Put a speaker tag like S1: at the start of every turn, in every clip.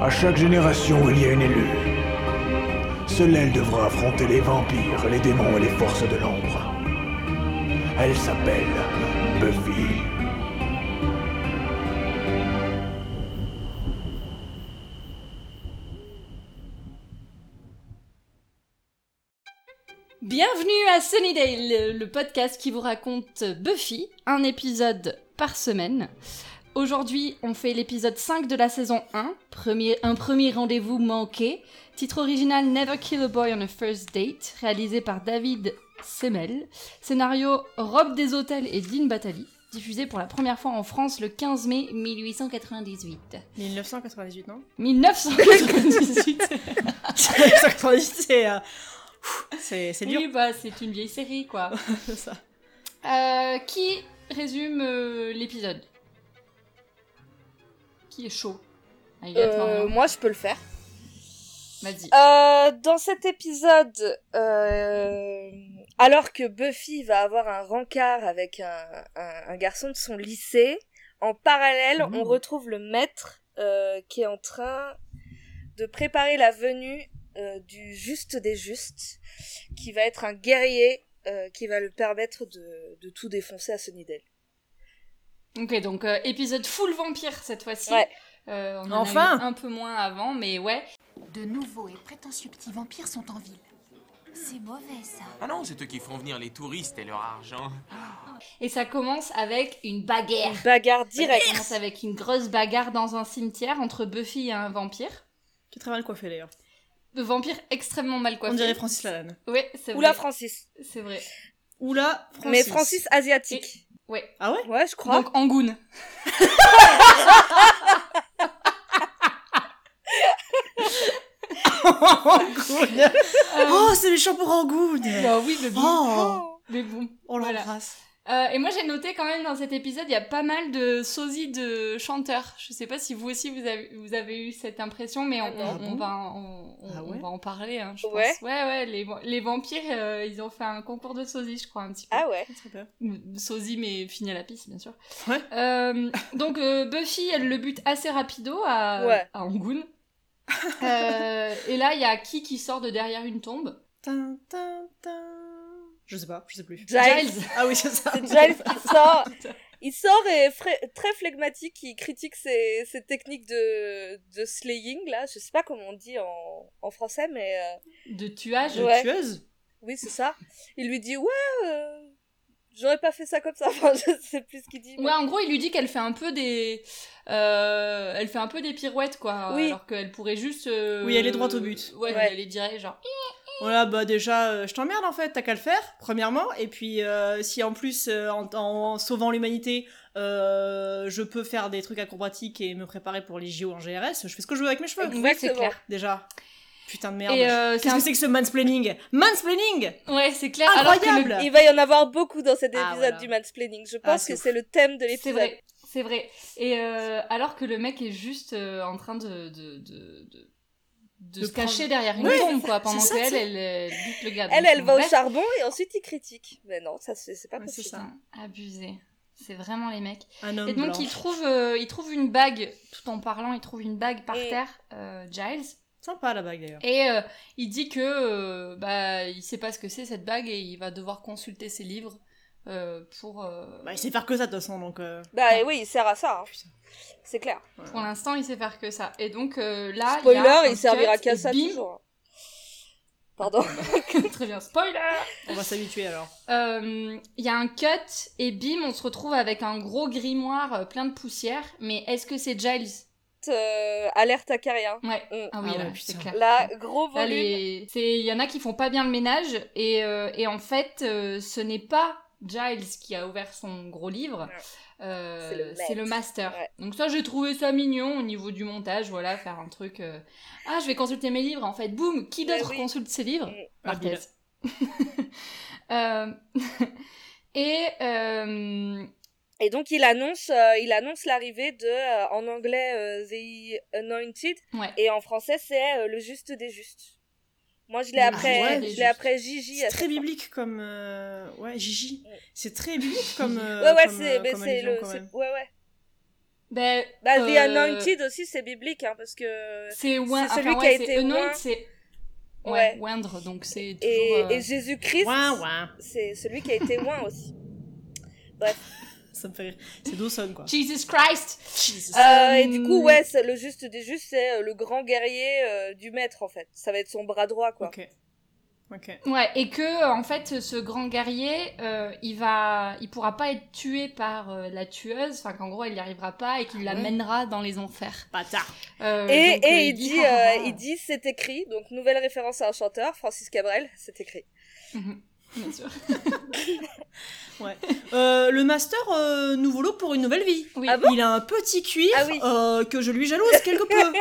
S1: À chaque génération, il y a une élue. Seule elle devra affronter les vampires, les démons et les forces de l'ombre. Elle s'appelle Buffy.
S2: Bienvenue à Sunnydale, le- le podcast qui vous raconte Buffy, un épisode par semaine. Aujourd'hui, on fait l'épisode 5 de la saison 1, premier- un premier rendez-vous manqué. Titre original Never Kill a Boy on a First Date, réalisé par David Semel. Scénario Robe des Hôtels et Dean Batali, diffusé pour la première fois en France le 15 mai 1898.
S3: 1998, non
S2: 1998
S3: 1998, c'est. euh, pfff, C'est c'est dur.
S2: Oui, bah, c'est une vieille série, quoi.
S3: ça.
S2: Euh, qui résume euh, l'épisode Qui est chaud Ah, il est à toi,
S4: Euh,
S2: hein.
S4: moi, je peux le faire.
S2: Vas-y.
S4: Euh, dans cet épisode, euh, alors que Buffy va avoir un rencard avec un, un- un garçon de son lycée, en parallèle,
S2: Mmh.
S4: on retrouve le maître euh, qui est en train de préparer la venue euh, du juste des justes, qui va être un guerrier euh, qui va lui permettre de, de tout défoncer à Sunnydale.
S2: Ok, donc euh, épisode full vampire cette fois-ci.
S4: Ouais.
S2: Euh, on en
S3: Enfin
S2: a eu un peu moins avant, mais ouais.
S5: De nouveaux et prétentieux petits vampires sont en ville. C'est mauvais, ça.
S6: Ah non, c'est eux qui font venir les touristes et leur argent.
S2: Et ça commence avec une bagarre.
S4: Une bagarre
S2: Ça
S4: directe.
S2: commence avec une grosse bagarre dans un cimetière entre Buffy et un vampire.
S3: Qui est très mal coiffé d'ailleurs.
S2: Le vampire extrêmement mal coiffé.
S3: On dirait Francis Lalanne.
S2: Ouais, c'est vrai.
S4: Oula, Francis.
S2: C'est vrai.
S3: Oula, Francis.
S4: Mais Francis asiatique.
S2: Ouais.
S3: Ah ouais
S4: Ouais, je crois.
S2: Donc Angoon.
S3: Angoune.
S2: Euh,
S3: Oh, c'est méchant pour Angoune
S2: bah oui, mais bon.
S3: Oh,
S2: Mais bon.
S3: on
S2: Voilà.
S3: l'embrasse.
S2: Euh, et moi j'ai noté quand même dans cet épisode, il y a pas mal de sosies de chanteurs. Je sais pas si vous aussi vous avez, vous avez eu cette impression, mais on,
S3: Ah
S2: on-
S3: bon
S2: on va, en- on,
S3: Ah
S2: on
S3: ouais
S2: va en parler, hein, je
S4: Ouais.
S2: pense. Ouais, ouais, les, les vampires, euh, ils ont fait un concours de sosies, je crois, un petit peu.
S4: Ah ouais.
S3: Très bien.
S2: Mm, Sosie, mais fini à la piste, bien sûr.
S3: Ouais.
S2: Euh, donc, euh, Buffy, elle le bute assez rapido à,
S4: Ouais.
S2: à Angoon. Euh, et là, il y a qui qui sort de derrière une tombe
S3: Tin, tin, tin. Je sais pas, je sais plus.
S4: Giles.
S3: Ah oui, c'est ça.
S4: C'est Giles qui sort. Il sort et est fra- très flegmatique, il critique ses, ses techniques de, de slaying, là. Je sais pas comment on dit en, en français, mais euh,
S2: de tuage.
S3: De
S4: Ouais.
S3: tueuse
S4: oui, c'est ça. Il lui dit, ouais, euh, j'aurais pas fait ça comme ça. Enfin, je sais plus ce qu'il dit. mais-
S2: Ouais, en gros, il lui dit qu'elle fait un peu des, euh, elle fait un peu des pirouettes, quoi.
S4: Oui.
S2: Alors qu'elle pourrait juste. euh,
S3: Oui, aller droit au but.
S2: Ouais,
S4: Ouais.
S2: elle est direct, genre.
S3: Voilà, bah déjà, euh, je t'emmerde en fait, t'as qu'à le faire, premièrement. Et puis, euh, si en plus, euh, en, en sauvant l'humanité, euh, je peux faire des trucs acrobatiques et me préparer pour les JO en GRS, je fais ce que je veux avec mes cheveux,
S4: Exactement.
S2: Ouais, c'est clair.
S3: déjà. Putain de merde.
S2: Et euh, c'est
S3: Qu'est-ce que c'est que ce mansplaining Mansplaining
S2: un- ouais, c'est clair. Alors que le
S3: Incroyable
S4: Il va y en avoir beaucoup dans cet épisode
S3: Ah, voilà.
S4: du mansplaining. Je
S3: Ah,
S4: pense
S3: c'est
S4: que
S3: ouf.
S4: c'est le thème de
S2: C'est
S4: l'épisode.
S2: vrai, c'est vrai. Et euh, alors que le mec est juste euh, en train de, de, de, de, de
S3: De
S2: se
S3: prendre-
S2: cacher derrière une
S3: Ouais,
S2: tombe, quoi, pendant
S3: ça,
S2: qu'elle,
S3: c'est-
S2: elle, elle euh, bute le gars.
S4: Elle,
S2: Donc,
S4: elle
S2: bon,
S4: va au
S2: bref,
S4: charbon et ensuite il critique. Mais non, ça c'est c'est pas
S3: Ouais, c'est
S4: possible.
S3: ça.
S2: putain, abusé. C'est vraiment les mecs.
S3: Un homme
S2: Et donc,
S3: blanc.
S2: il trouve, euh, il trouve une bague, tout en parlant, il trouve une bague par
S4: Et-
S2: terre, euh, Giles.
S3: Sympa la bague d'ailleurs.
S2: Et euh, il dit que euh, bah il sait pas ce que c'est cette bague et il va devoir consulter ses livres euh, pour euh,
S3: Bah, il sait faire que ça de toute façon, donc... euh,
S4: Bah oui, il sert à ça. hein.
S3: Putain.
S4: C'est clair.
S2: pour l'instant il sait faire que ça. Et donc euh, là il y a un
S4: Spoiler, il
S2: cut
S4: servira
S2: et
S4: qu'à ça
S2: bim,
S4: toujours. Pardon.
S2: Très bien, spoiler
S3: On va s'habituer alors.
S2: Euh, Il y a un cut et bim, on se retrouve avec un gros grimoire euh, plein de poussière. Mais est-ce que c'est Giles
S4: euh, alerte à carrière.
S2: Ouais.
S4: Mm.
S2: Ah oui,
S3: Ah
S2: là,
S3: ouais,
S2: c'est
S3: putain.
S2: clair.
S4: Là, gros
S2: Là,
S4: volume.
S2: les- c'est- il y en a qui font pas bien le ménage et, euh, et en fait, euh, ce n'est pas Giles qui a ouvert son gros livre,
S4: Non.
S2: euh,
S4: C'est le maître.
S2: c'est le, master.
S4: Ouais.
S2: Donc ça, j'ai trouvé ça mignon au niveau du montage, voilà, faire un truc. euh, Ah, je vais consulter mes livres. En fait, boum, qui
S4: Mais
S2: d'autre
S4: oui.
S2: consulte ses livres
S3: Ah, Bill.
S2: Parenthèse. Euh, et euh,
S4: Et donc il annonce, euh, il annonce l'arrivée de, euh, en anglais, euh, The Anointed,
S2: ouais.
S4: et en français c'est euh, le juste des justes. Moi je l'ai
S2: Ah
S4: après,
S3: ouais,
S2: des
S4: je
S2: justes.
S4: l'ai après Gigi.
S3: C'est
S4: à
S3: très
S4: chaque fois.
S3: biblique comme... euh, Ouais, Gigi. C'est très biblique comme... euh,
S4: Ouais ouais
S3: comme,
S4: c'est,
S3: euh,
S4: mais
S3: comme
S4: c'est
S3: allusion,
S4: le,
S3: quand
S4: c'est-
S3: même.
S4: ouais ouais.
S2: Ben,
S4: Bah, The
S2: euh,
S4: Anointed aussi, c'est biblique, hein, parce que.
S2: C'est Wen-
S4: c'est celui
S2: enfin,
S4: qui a
S2: ouais,
S4: été
S2: c'est Anoint,
S4: Oin.
S2: c'est. Ouais,
S4: Ouais.
S2: Oindre, donc c'est toujours.
S4: Et,
S2: euh,
S4: et Jésus-Christ,
S3: Ouin, ouin.
S4: c'est celui qui a été loin aussi.
S3: Ça me fait rire. C'est Dawson, quoi.
S2: Jesus Christ
S4: Euh, et
S2: Euh,
S4: du coup, ouais, c'est- le juste des justes, c'est euh, le grand guerrier euh, du maître, en fait. Ça va être son bras droit, quoi.
S3: Ok. Ok.
S2: Ouais, et que euh, en fait, ce grand guerrier, euh, il va, il pourra pas être tué par euh, la tueuse, enfin qu'en gros, il n'y arrivera pas et qu'il la
S3: ouais.
S2: mènera dans les enfers.
S3: Bâtard.
S2: Euh,
S4: Et,
S2: donc,
S4: et
S2: euh,
S4: il, dit,
S2: Ah, ah,
S4: euh,
S2: ah.
S4: il dit c'est écrit, donc nouvelle référence à un chanteur, Francis Cabrel, c'est écrit.
S2: Mhm. Bien sûr.
S3: Ah Euh, le master, euh, nous voulons pour une nouvelle vie.
S2: Oui.
S4: Ah bon
S3: il a un petit cuir
S4: Ah oui.
S3: euh, que je lui jalouse quelque peu.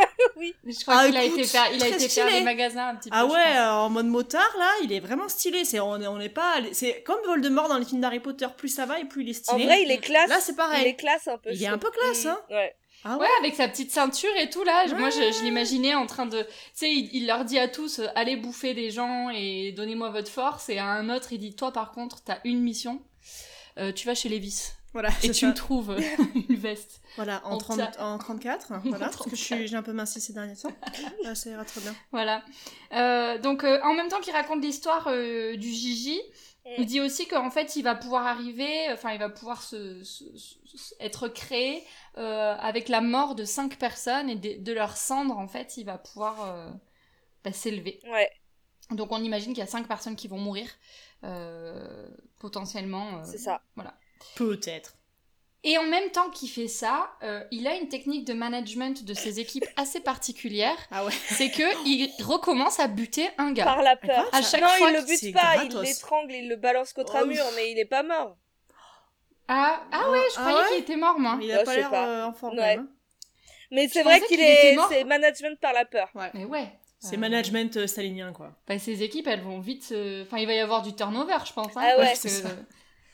S2: Je crois
S3: Ah,
S2: qu'il a
S3: écoute,
S2: été faire, il a
S3: très
S2: été faire
S3: stylé.
S2: des magasins un petit peu.
S3: ah
S2: je
S3: ouais, euh, en mode motard là, il est vraiment stylé. C'est on est on est pas c'est comme Voldemort dans les films d'Harry Potter. Plus ça va et plus il est
S4: En
S3: stylé. Mm.
S4: vrai, il est classe.
S3: là c'est
S4: il est
S3: pareil.
S4: classe un peu.
S3: Il
S4: je
S3: est un
S4: trouve. Mm.
S3: peu classe, hein.
S4: Ouais.
S3: Ah
S2: Ouais, avec sa petite ceinture et tout là. je- Moi, je, je l'imaginais en train de, tu sais, il, il leur dit à tous, euh, allez bouffer des gens et donnez-moi votre force. Et à un autre, il dit, toi par contre, t'as une mission. Euh, tu vas chez Levis
S3: Voilà.
S2: et
S3: c'est
S2: tu
S3: ça.
S2: me trouves euh, une veste.
S3: Voilà en,
S2: en
S3: 30
S2: ta-
S3: en 34. Voilà. Parce
S2: 34.
S3: que je suis j'ai un peu minci ces derniers temps. Euh, ça ira très bien.
S2: Voilà. Euh, donc, euh, en même temps qu'il raconte l'histoire euh, du Gigi,
S4: Mm.
S2: il dit aussi qu'en fait, il va pouvoir arriver, enfin, il va pouvoir se, se- se- être créé euh, avec la mort de cinq personnes et de, de leurs cendres, en fait, il va pouvoir euh, bah, s'élever.
S4: Ouais.
S2: Donc, on imagine qu'il y a cinq personnes qui vont mourir, euh, potentiellement. euh,
S4: C'est ça.
S3: Peut-être.
S2: et en même temps qu'il fait ça, euh, il a une technique de management de ses équipes assez particulière.
S3: Ah ouais.
S2: C'est que il recommence à buter un gars.
S4: Par la
S3: Mm. D'accord.
S4: peur.
S2: À chaque
S4: non,
S2: fois
S4: il le
S2: que
S4: bute
S3: c'est
S4: pas, il
S3: gratos.
S4: l'étrangle, il le balance contre un
S3: Oh,
S4: mur,
S3: pff.
S4: mais il est pas mort.
S2: Ah, ah ouais, je
S3: Ah
S2: croyais
S3: ouais
S2: qu'il était mort, moi.
S3: Il a
S4: Hein Ouais,
S3: pas
S4: je sais
S3: l'air
S4: pas.
S3: euh, en forme.
S4: Ouais.
S3: hein.
S4: Mais c'est
S2: pensais
S4: vrai qu'il
S2: qu'il était
S4: est,
S2: mort.
S4: c'est management par la peur.
S2: Mais ouais.
S3: C'est
S2: Euh,
S3: management euh, stalinien quoi.
S2: Bah, ces équipes, elles vont vite. se- Enfin, il va y avoir du turnover, je pense. hein,
S4: Ah ouais.
S2: parce que-
S3: C'est ça.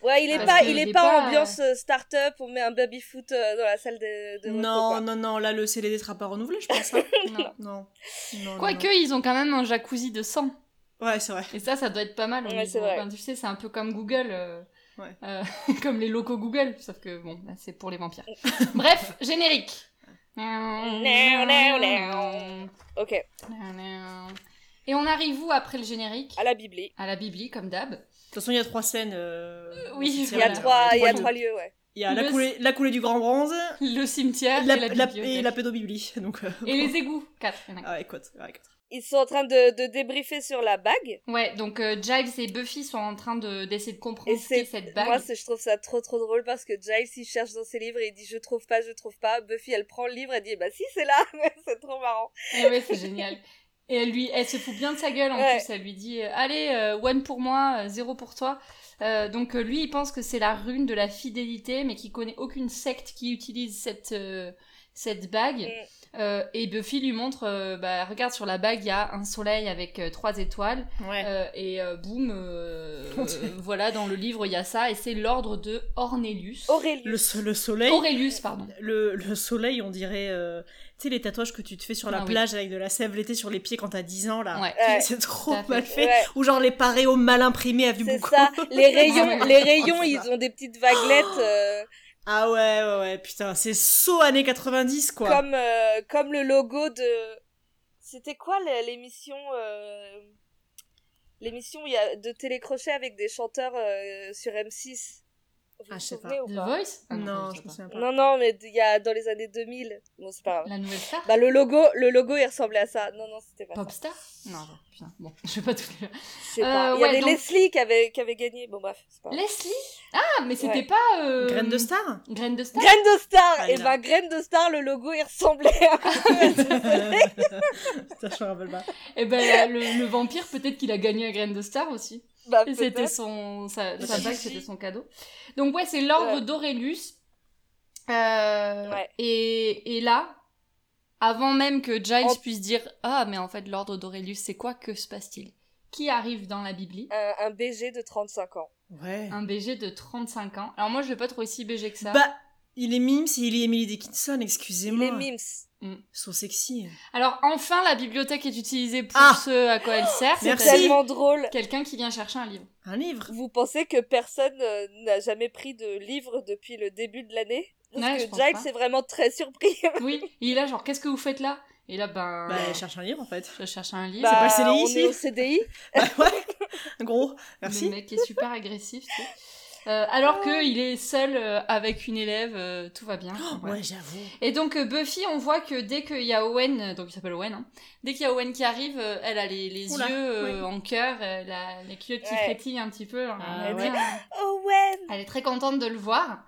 S4: Ouais, il est
S3: Ah,
S2: Parce
S4: pas,
S2: qu'il
S4: il est,
S2: est
S4: pas,
S2: pas,
S4: ambiance euh, start-up, on met un baby-foot euh, dans la salle de, de repos,
S3: Non,
S4: quoi.
S3: non, non, là le CDD sera pas renouvelé, je pense. hein.
S2: non.
S3: non. non. non,
S2: Quoique, ils ont quand même un jacuzzi de sang.
S3: non. Ouais, c'est vrai.
S2: Et ça, ça doit être pas mal. au
S4: Ouais,
S2: niveau-
S4: c'est vrai.
S2: enfin, tu sais, c'est un peu comme Google. euh,
S3: Ouais.
S2: euh, comme les locaux Google. Sauf que, bon, là, c'est pour les vampires. Bref, générique.
S4: Ok,
S2: Et on arrive où après le générique
S4: à la Bibli.
S2: À la Bibli, comme d'hab.
S3: De toute façon, il y a trois scènes. euh,
S2: Euh, oui,
S3: dans cette
S4: Il
S3: série,
S4: y a
S2: Voilà.
S3: là.
S4: trois, il y a
S2: Trois
S4: trois lieux, ouais.
S3: Il y a la
S2: Le-
S3: coulée, la coulée du Grand Bronze,
S2: Le cimetière
S3: la,
S2: et la
S3: la-
S2: bibliothèque.
S3: et la pédobiblie. Donc, euh,
S2: Et les égouts, 4.
S3: ah, ouais, écoute, ouais, écoute.
S4: Ils sont en train de, de débriefer sur la bague.
S2: Ouais, donc euh, Giles et Buffy sont en train de- d'essayer de, comprendre
S4: Et
S2: ce qu'est
S4: c'est,
S2: cette bague.
S4: moi, c'est- je trouve ça trop, trop drôle parce que Giles, il cherche dans ses livres et il dit je trouve pas, je trouve pas. Buffy, elle prend le livre et dit bah si, c'est là. c'est trop marrant.
S2: Eh ouais, c'est génial. Et elle, lui, elle se fout bien de sa gueule en
S4: Ouais.
S2: plus. Elle lui dit euh, Allez, euh, one pour moi, euh, zéro pour toi. Euh, donc euh, lui, il pense que c'est la rune de la fidélité, mais qu'il connaît aucune secte qui utilise cette, euh, cette bague.
S4: Mm.
S2: Euh, et Buffy lui montre euh, bah, Regarde, sur la bague, il y a un soleil avec euh, trois étoiles.
S3: Ouais.
S2: Euh, et euh, boum, euh,
S3: Mon Dieu.
S2: euh, voilà, dans le livre, il y a ça. Et c'est l'ordre de Ornelius.
S4: Aurélie.
S3: le, so- le soleil.
S2: Aurelius, pardon.
S3: Le, le soleil, on dirait, euh, tu sais, les tatouages que tu te fais sur la
S2: Ah oui.
S3: plage avec de la sève l'été sur les pieds quand t'as 10 ans, là.
S2: Ouais.
S4: Ouais.
S3: C'est trop
S2: Tout à fait.
S3: mal fait.
S4: Ouais.
S3: Ou genre les paréos mal imprimés à vue
S4: C'est
S3: beaucoup.
S4: ça,
S3: Ah,
S4: les rayons,
S2: Ouais.
S4: les rayons,
S3: C'est
S4: ils
S3: ça.
S4: ont des petites vaguelettes euh,
S3: Ah ouais, ouais, ouais, putain, c'est saut années 90, quoi.
S4: comme euh, comme le logo de. C'était quoi la- l'émission euh, L'émission où il y a de télécrochet avec des chanteurs euh, sur M6. Vous
S3: Ah,
S4: vous
S3: je sais
S4: souvenez
S2: The
S4: ou pas
S2: Voice Ah
S3: Non,
S2: ça,
S3: je
S2: sais
S3: me souviens pas.
S4: Non non, mais il y a dans les années 2000. Bon, c'est pas grave.
S2: pas. La nouvelle star
S4: Bah le logo, le logo il ressemblait à ça. Non non, c'était pas ça.
S2: Popstar Non, non, Ah, putain. Bon, je vais pas tout dire.
S4: Je sais pas.
S2: Euh,
S4: Il y
S2: ouais,
S4: avait
S2: donc-
S4: Leslie qui avait qui avait gagné. Bon bref, c'est pas. grave.
S2: Leslie Ah, mais c'était
S4: Ouais.
S2: pas. euh,
S3: Graine de star
S2: Graine de star
S4: Graine de Star.
S3: Ah,
S4: Et
S3: là.
S4: ben Graine de Star, le logo il ressemblait. à-
S3: Putain, je me rappelle pas.
S2: Et ben, le, le vampire, peut-être qu'il a gagné à Graine de star aussi.
S4: bah,
S2: Et C'était
S4: peut-être.
S2: son. Sa,
S3: Ouais,
S2: sa
S3: si,
S2: bague,
S3: si.
S2: c'était son cadeau. Donc, ouais, c'est l'ordre
S4: Ouais.
S2: d'Aurelius. Euh,
S4: Ouais.
S2: et, et là, avant même que Giles
S4: En-
S2: puisse dire Ah, mais en fait, l'ordre d'Aurelius, c'est quoi Que se passe-t-il Qui arrive dans la Bibli
S4: Un, un BG de 35 ans.
S3: Ouais.
S2: Un BG de 35
S4: Bah.
S2: ans. Alors, moi, je vais pas trouver si BG que ça.
S3: Bah, il est Mims et il est Emily Dickinson, excusez-moi.
S4: Les mimes.
S2: Mm.
S3: sont sexy.
S2: Alors enfin, la bibliothèque est utilisée pour
S3: Ah
S2: ce à quoi elle sert.
S3: Merci.
S2: c'est-à-dire
S4: Tellement drôle.
S2: Quelqu'un qui vient chercher un livre.
S3: Un livre
S4: Vous pensez que personne euh, n'a jamais pris de livre depuis le début de l'année Parce
S2: Ouais, je
S4: que
S2: pense
S4: Jack,
S2: pas.
S4: c'est vraiment très surpris.
S2: Oui, il est là genre, qu'est-ce que vous faites là Et là, ben,
S3: Bah, elle cherche un livre en fait.
S2: je cherche un livre.
S4: Bah,
S3: pas le CDI,
S4: on
S3: ici
S4: est au CDI.
S3: bah ouais, gros, merci.
S2: Le mec est super agressif, tu sais. Euh, alors qu'il est seul euh, avec une élève, euh, tout va bien.
S3: Oh,
S2: Ouais.
S3: ouais, j'avoue.
S2: Et donc euh, Buffy, on voit que dès qu'il y a Owen, euh, donc il s'appelle Owen, hein, dès qu'il y a Owen qui arrive, euh, elle a les, les
S3: Oula,
S2: yeux euh,
S3: oui.
S2: en cœur, elle a les culottes qui
S4: Ouais.
S2: frétillent un petit peu. genre,
S3: Ah,
S2: elle, est
S3: ouais.
S2: bien, hein.
S4: Oh ouais
S2: elle est très contente de le voir.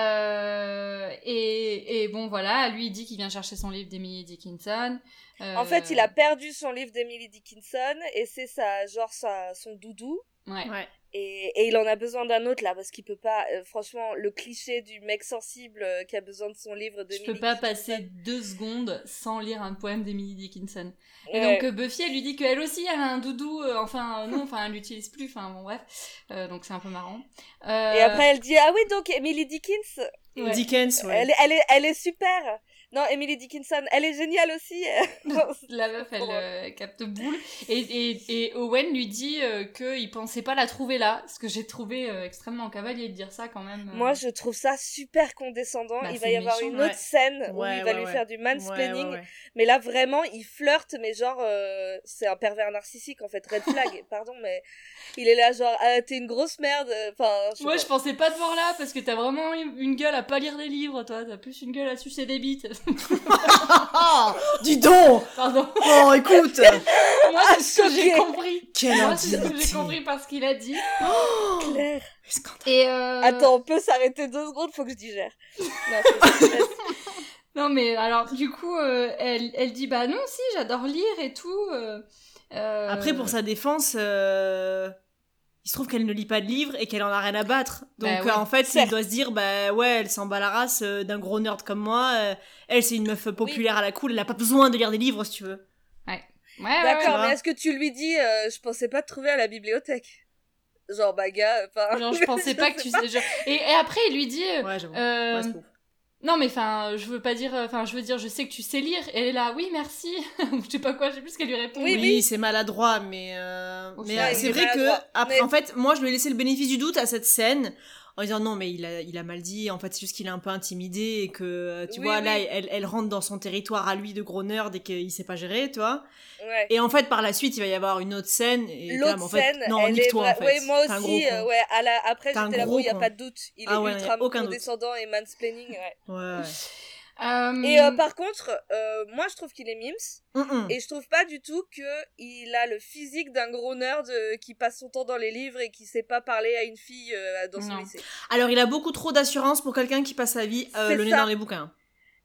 S2: Euh, et, et bon voilà, lui il dit qu'il vient chercher son livre d'Emily Dickinson. Euh,
S4: En fait, il a perdu son livre d'Emily Dickinson et c'est sa, genre sa, son doudou.
S2: Euh, ouais.
S3: Ouais.
S4: Et, et il en a besoin d'un autre là parce qu'il peut pas. euh, franchement, le cliché du mec sensible euh, qui a besoin de son livre
S2: Je
S4: d'Emily.
S2: peux pas
S4: Dickinson.
S2: passer deux secondes sans lire un poème d'Emily Dickinson. Et
S4: Ouais.
S2: donc euh, Buffy, elle lui dit qu'elle aussi, elle a un doudou, euh, enfin euh, non, enfin elle l'utilise plus, enfin bon bref, Euh, donc c'est un peu marrant. Euh,
S4: Et après, elle dit Ah oui, donc Emily Dickens,
S2: ouais.
S3: Dickens, ouais.
S4: elle, est- elle, est, elle est super Non, Emily Dickinson, elle est géniale aussi
S2: La meuf, elle euh, capte boule. Et, et, et Owen lui dit euh, qu'il pensait pas la trouver là, ce que j'ai trouvé euh, extrêmement cavalier de dire ça quand même. euh.
S4: Moi, je trouve ça super condescendant.
S2: Bah,
S4: il va
S2: c'est
S4: y avoir
S2: méchant,
S4: une
S3: ouais.
S4: autre scène où
S3: Ouais,
S4: il va
S3: ouais,
S4: lui
S3: ouais.
S4: faire du mansplaining.
S3: Ouais, ouais, ouais.
S4: Mais là, vraiment, il flirte, mais genre, euh, c'est un pervers narcissique, en fait. Red flag, pardon, mais il est là, genre, ah, t'es une grosse merde. euh, Enfin, je sais
S2: Ouais,
S4: pas.
S2: je pensais pas te voir là parce que t'as vraiment une gueule à pas lire des livres, toi. T'as plus une gueule à sucer des bites.
S3: Ah, dis donc
S2: Pardon.
S3: Oh, écoute
S2: Moi, c'est ce que j'ai
S4: choquée.
S2: compris.
S3: Quelle
S2: Moi, c'est ce que j'ai
S3: indignité.
S2: compris par ce qu'il a dit.
S4: Claire.
S3: Scandale.
S2: Et euh...
S4: Attends, on peut s'arrêter deux secondes, faut que je digère. Non, c'est- c'est-
S2: Non mais alors du coup euh, elle, elle dit bah non si j'adore lire et tout. euh, euh,
S3: Après, pour sa défense, euh, il se trouve qu'elle ne lit pas de livres et qu'elle en a rien à battre. Donc,
S2: Bah ouais.
S3: euh, en fait,
S4: Certes.
S3: il doit se dire, bah ouais, elle s'en bat la race euh, d'un gros nerd comme moi. euh, elle, c'est une meuf populaire à la cool, elle a pas besoin de lire des livres, si tu veux.
S2: ouais, Ah ouais,
S4: D'accord,
S3: ouais.
S4: mais est-ce que tu lui dis, euh, je pensais pas te trouver à la bibliothèque Genre, bah, gars, enfin.
S2: ouais. Genre je pensais pas que tu sais. genre- Et, et après il lui dit euh,
S3: Ouais, j'avoue.
S2: euh,
S3: Ouais, c'est bon.
S2: non mais enfin je veux pas dire enfin je veux dire je sais que tu sais lire. Et elle est là oui merci. Ou je sais pas quoi je sais plus ce qu'elle lui répond.
S4: Oui,
S3: Oui,
S4: oui.
S3: c'est maladroit, mais, euh,
S2: Au
S3: mais
S2: final,
S3: euh,
S2: il
S3: c'est
S4: est
S3: vrai que,
S4: maladroit.
S3: après,
S4: Mais-
S3: en fait, moi, je lui ai laissé le bénéfice du doute à cette scène en disant non, mais il a, il a mal dit, en fait, c'est juste qu'il est un peu intimidé et que, euh, tu
S4: Oui,
S3: vois,
S4: oui.
S3: là, elle, elle rentre dans son territoire à lui de gros nerd et qu'il sait pas gérer, tu vois.
S4: Ouais.
S3: Et en fait, par la suite, il va y avoir une autre scène. Et t'es là, mais
S4: L'autre
S3: en fait,
S4: scène,
S3: non,
S4: elle est
S3: nique-toi, en
S4: vra-
S3: fait.
S4: Ouais, moi
S3: T'es un
S4: aussi,
S3: gros
S4: euh,
S3: con.
S4: ouais, à la... après,
S3: T'es un
S4: j'étais là,
S3: gros
S4: bon, y a
S3: con.
S4: pas de doute. Il
S3: Ah
S4: est
S3: ouais,
S4: ultra
S3: aucun doute.
S4: condescendant et mansplaining, ouais.
S3: Ouais. Mm.
S2: Euh,
S4: Et euh, par contre, euh, moi je trouve qu'il est mimes
S3: Mm-mm.
S4: et je trouve pas du tout que il a le physique d'un gros nerd euh, qui passe son temps dans les livres et qui sait pas parler à une fille euh, dans son
S2: Non.
S4: lycée.
S3: Alors, il a beaucoup trop d'assurance pour quelqu'un qui passe sa vie euh,
S4: C'est
S3: le nez
S4: ça.
S3: dans les bouquins.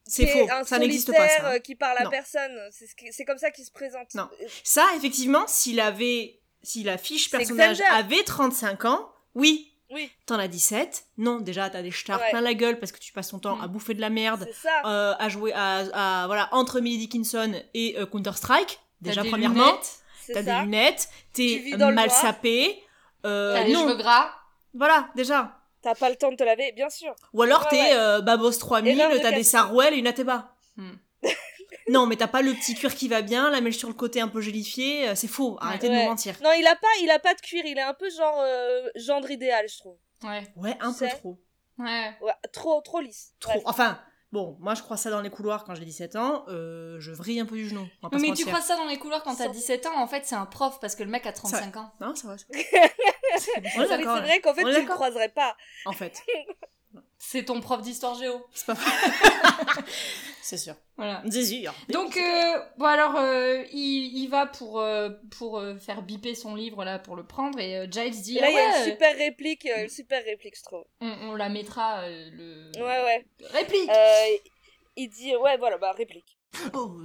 S3: C'est
S4: est
S3: faux,
S4: un
S3: ça n'existe pas
S4: solitaire,
S3: ça. hein.
S4: euh, qui parle à
S3: Non.
S4: personne, c'est ce qui- c'est comme ça qu'il se présente.
S3: Non.
S4: Euh,
S3: Ça, effectivement, s'il avait. Si la fiche
S4: C'est
S3: personnage
S4: Xander.
S3: avait 35 ans, oui.
S4: Oui.
S3: T'en as 17. Non, déjà, t'as des stars
S4: Ouais.
S3: plein la gueule parce que tu passes ton temps
S2: Mm.
S3: à bouffer de la merde,
S4: C'est ça.
S3: euh, à jouer à, à- Voilà, entre Millie Dickinson et euh, Counter-Strike.
S2: t'as
S3: Déjà,
S2: des
S3: premièrement.
S2: lunettes,
S4: C'est
S3: T'as
S4: ça.
S3: des lunettes, t'es
S4: vis dans le
S3: mal
S4: noir.
S3: sapé. euh,
S2: t'as les
S3: non,
S2: cheveux gras.
S3: voilà, déjà.
S4: T'as pas le temps de te laver, bien sûr.
S3: Ou alors
S4: Ouais,
S3: t'es
S4: ouais.
S3: euh, Babos
S4: Et
S3: 3000,
S4: l'heure de
S3: t'as des
S4: casting.
S3: sarouels et une Ateba.
S2: Hmm.
S3: non, mais t'as pas le petit cuir qui va bien, la mèche sur le côté un peu gélifiée, euh, c'est faux, arrêtez de
S4: Ouais.
S3: nous mentir.
S4: Non, il a pas, il a pas de cuir, il est un peu genre euh, gendre idéal, je trouve.
S2: Ouais
S3: Ouais, un peu
S4: C'est
S3: trop.
S2: ouais.
S4: Ouais, trop, trop lisse.
S3: Trop.
S4: Bref.
S3: Enfin, bon, moi je crois ça dans les couloirs quand j'ai 17 ans, euh, je vrille un peu du genou. on va pas
S2: Non,
S3: se
S2: mais tu
S3: mentir.
S2: crois ça dans les couloirs quand t'as
S4: Sans-
S2: 17 ans en fait c'est un prof parce que le mec a 35 ans.
S3: Non, ça va. ça va. On
S4: Oui,
S3: est
S4: C'est
S3: d'accord,
S4: vrai qu'en fait,
S3: On
S4: tu
S3: est
S4: le
S3: d'accord.
S4: croiserais pas.
S3: En fait,
S2: C'est ton prof d'histoire géo.
S3: c'est pas C'est sûr.
S2: Voilà.
S3: Désir.
S2: Donc, euh, bon alors, euh, il, il va pour, euh, pour euh, faire biper son livre là pour le prendre et euh, Giles dit
S4: Et là,
S2: ah
S4: il y a
S2: ouais,
S4: une super réplique, euh, une super réplique, je trouve.
S2: on, on la mettra euh, le
S4: Ouais, ouais.
S2: réplique.
S4: Euh, il dit, ouais, voilà, bah, réplique.
S6: Oh,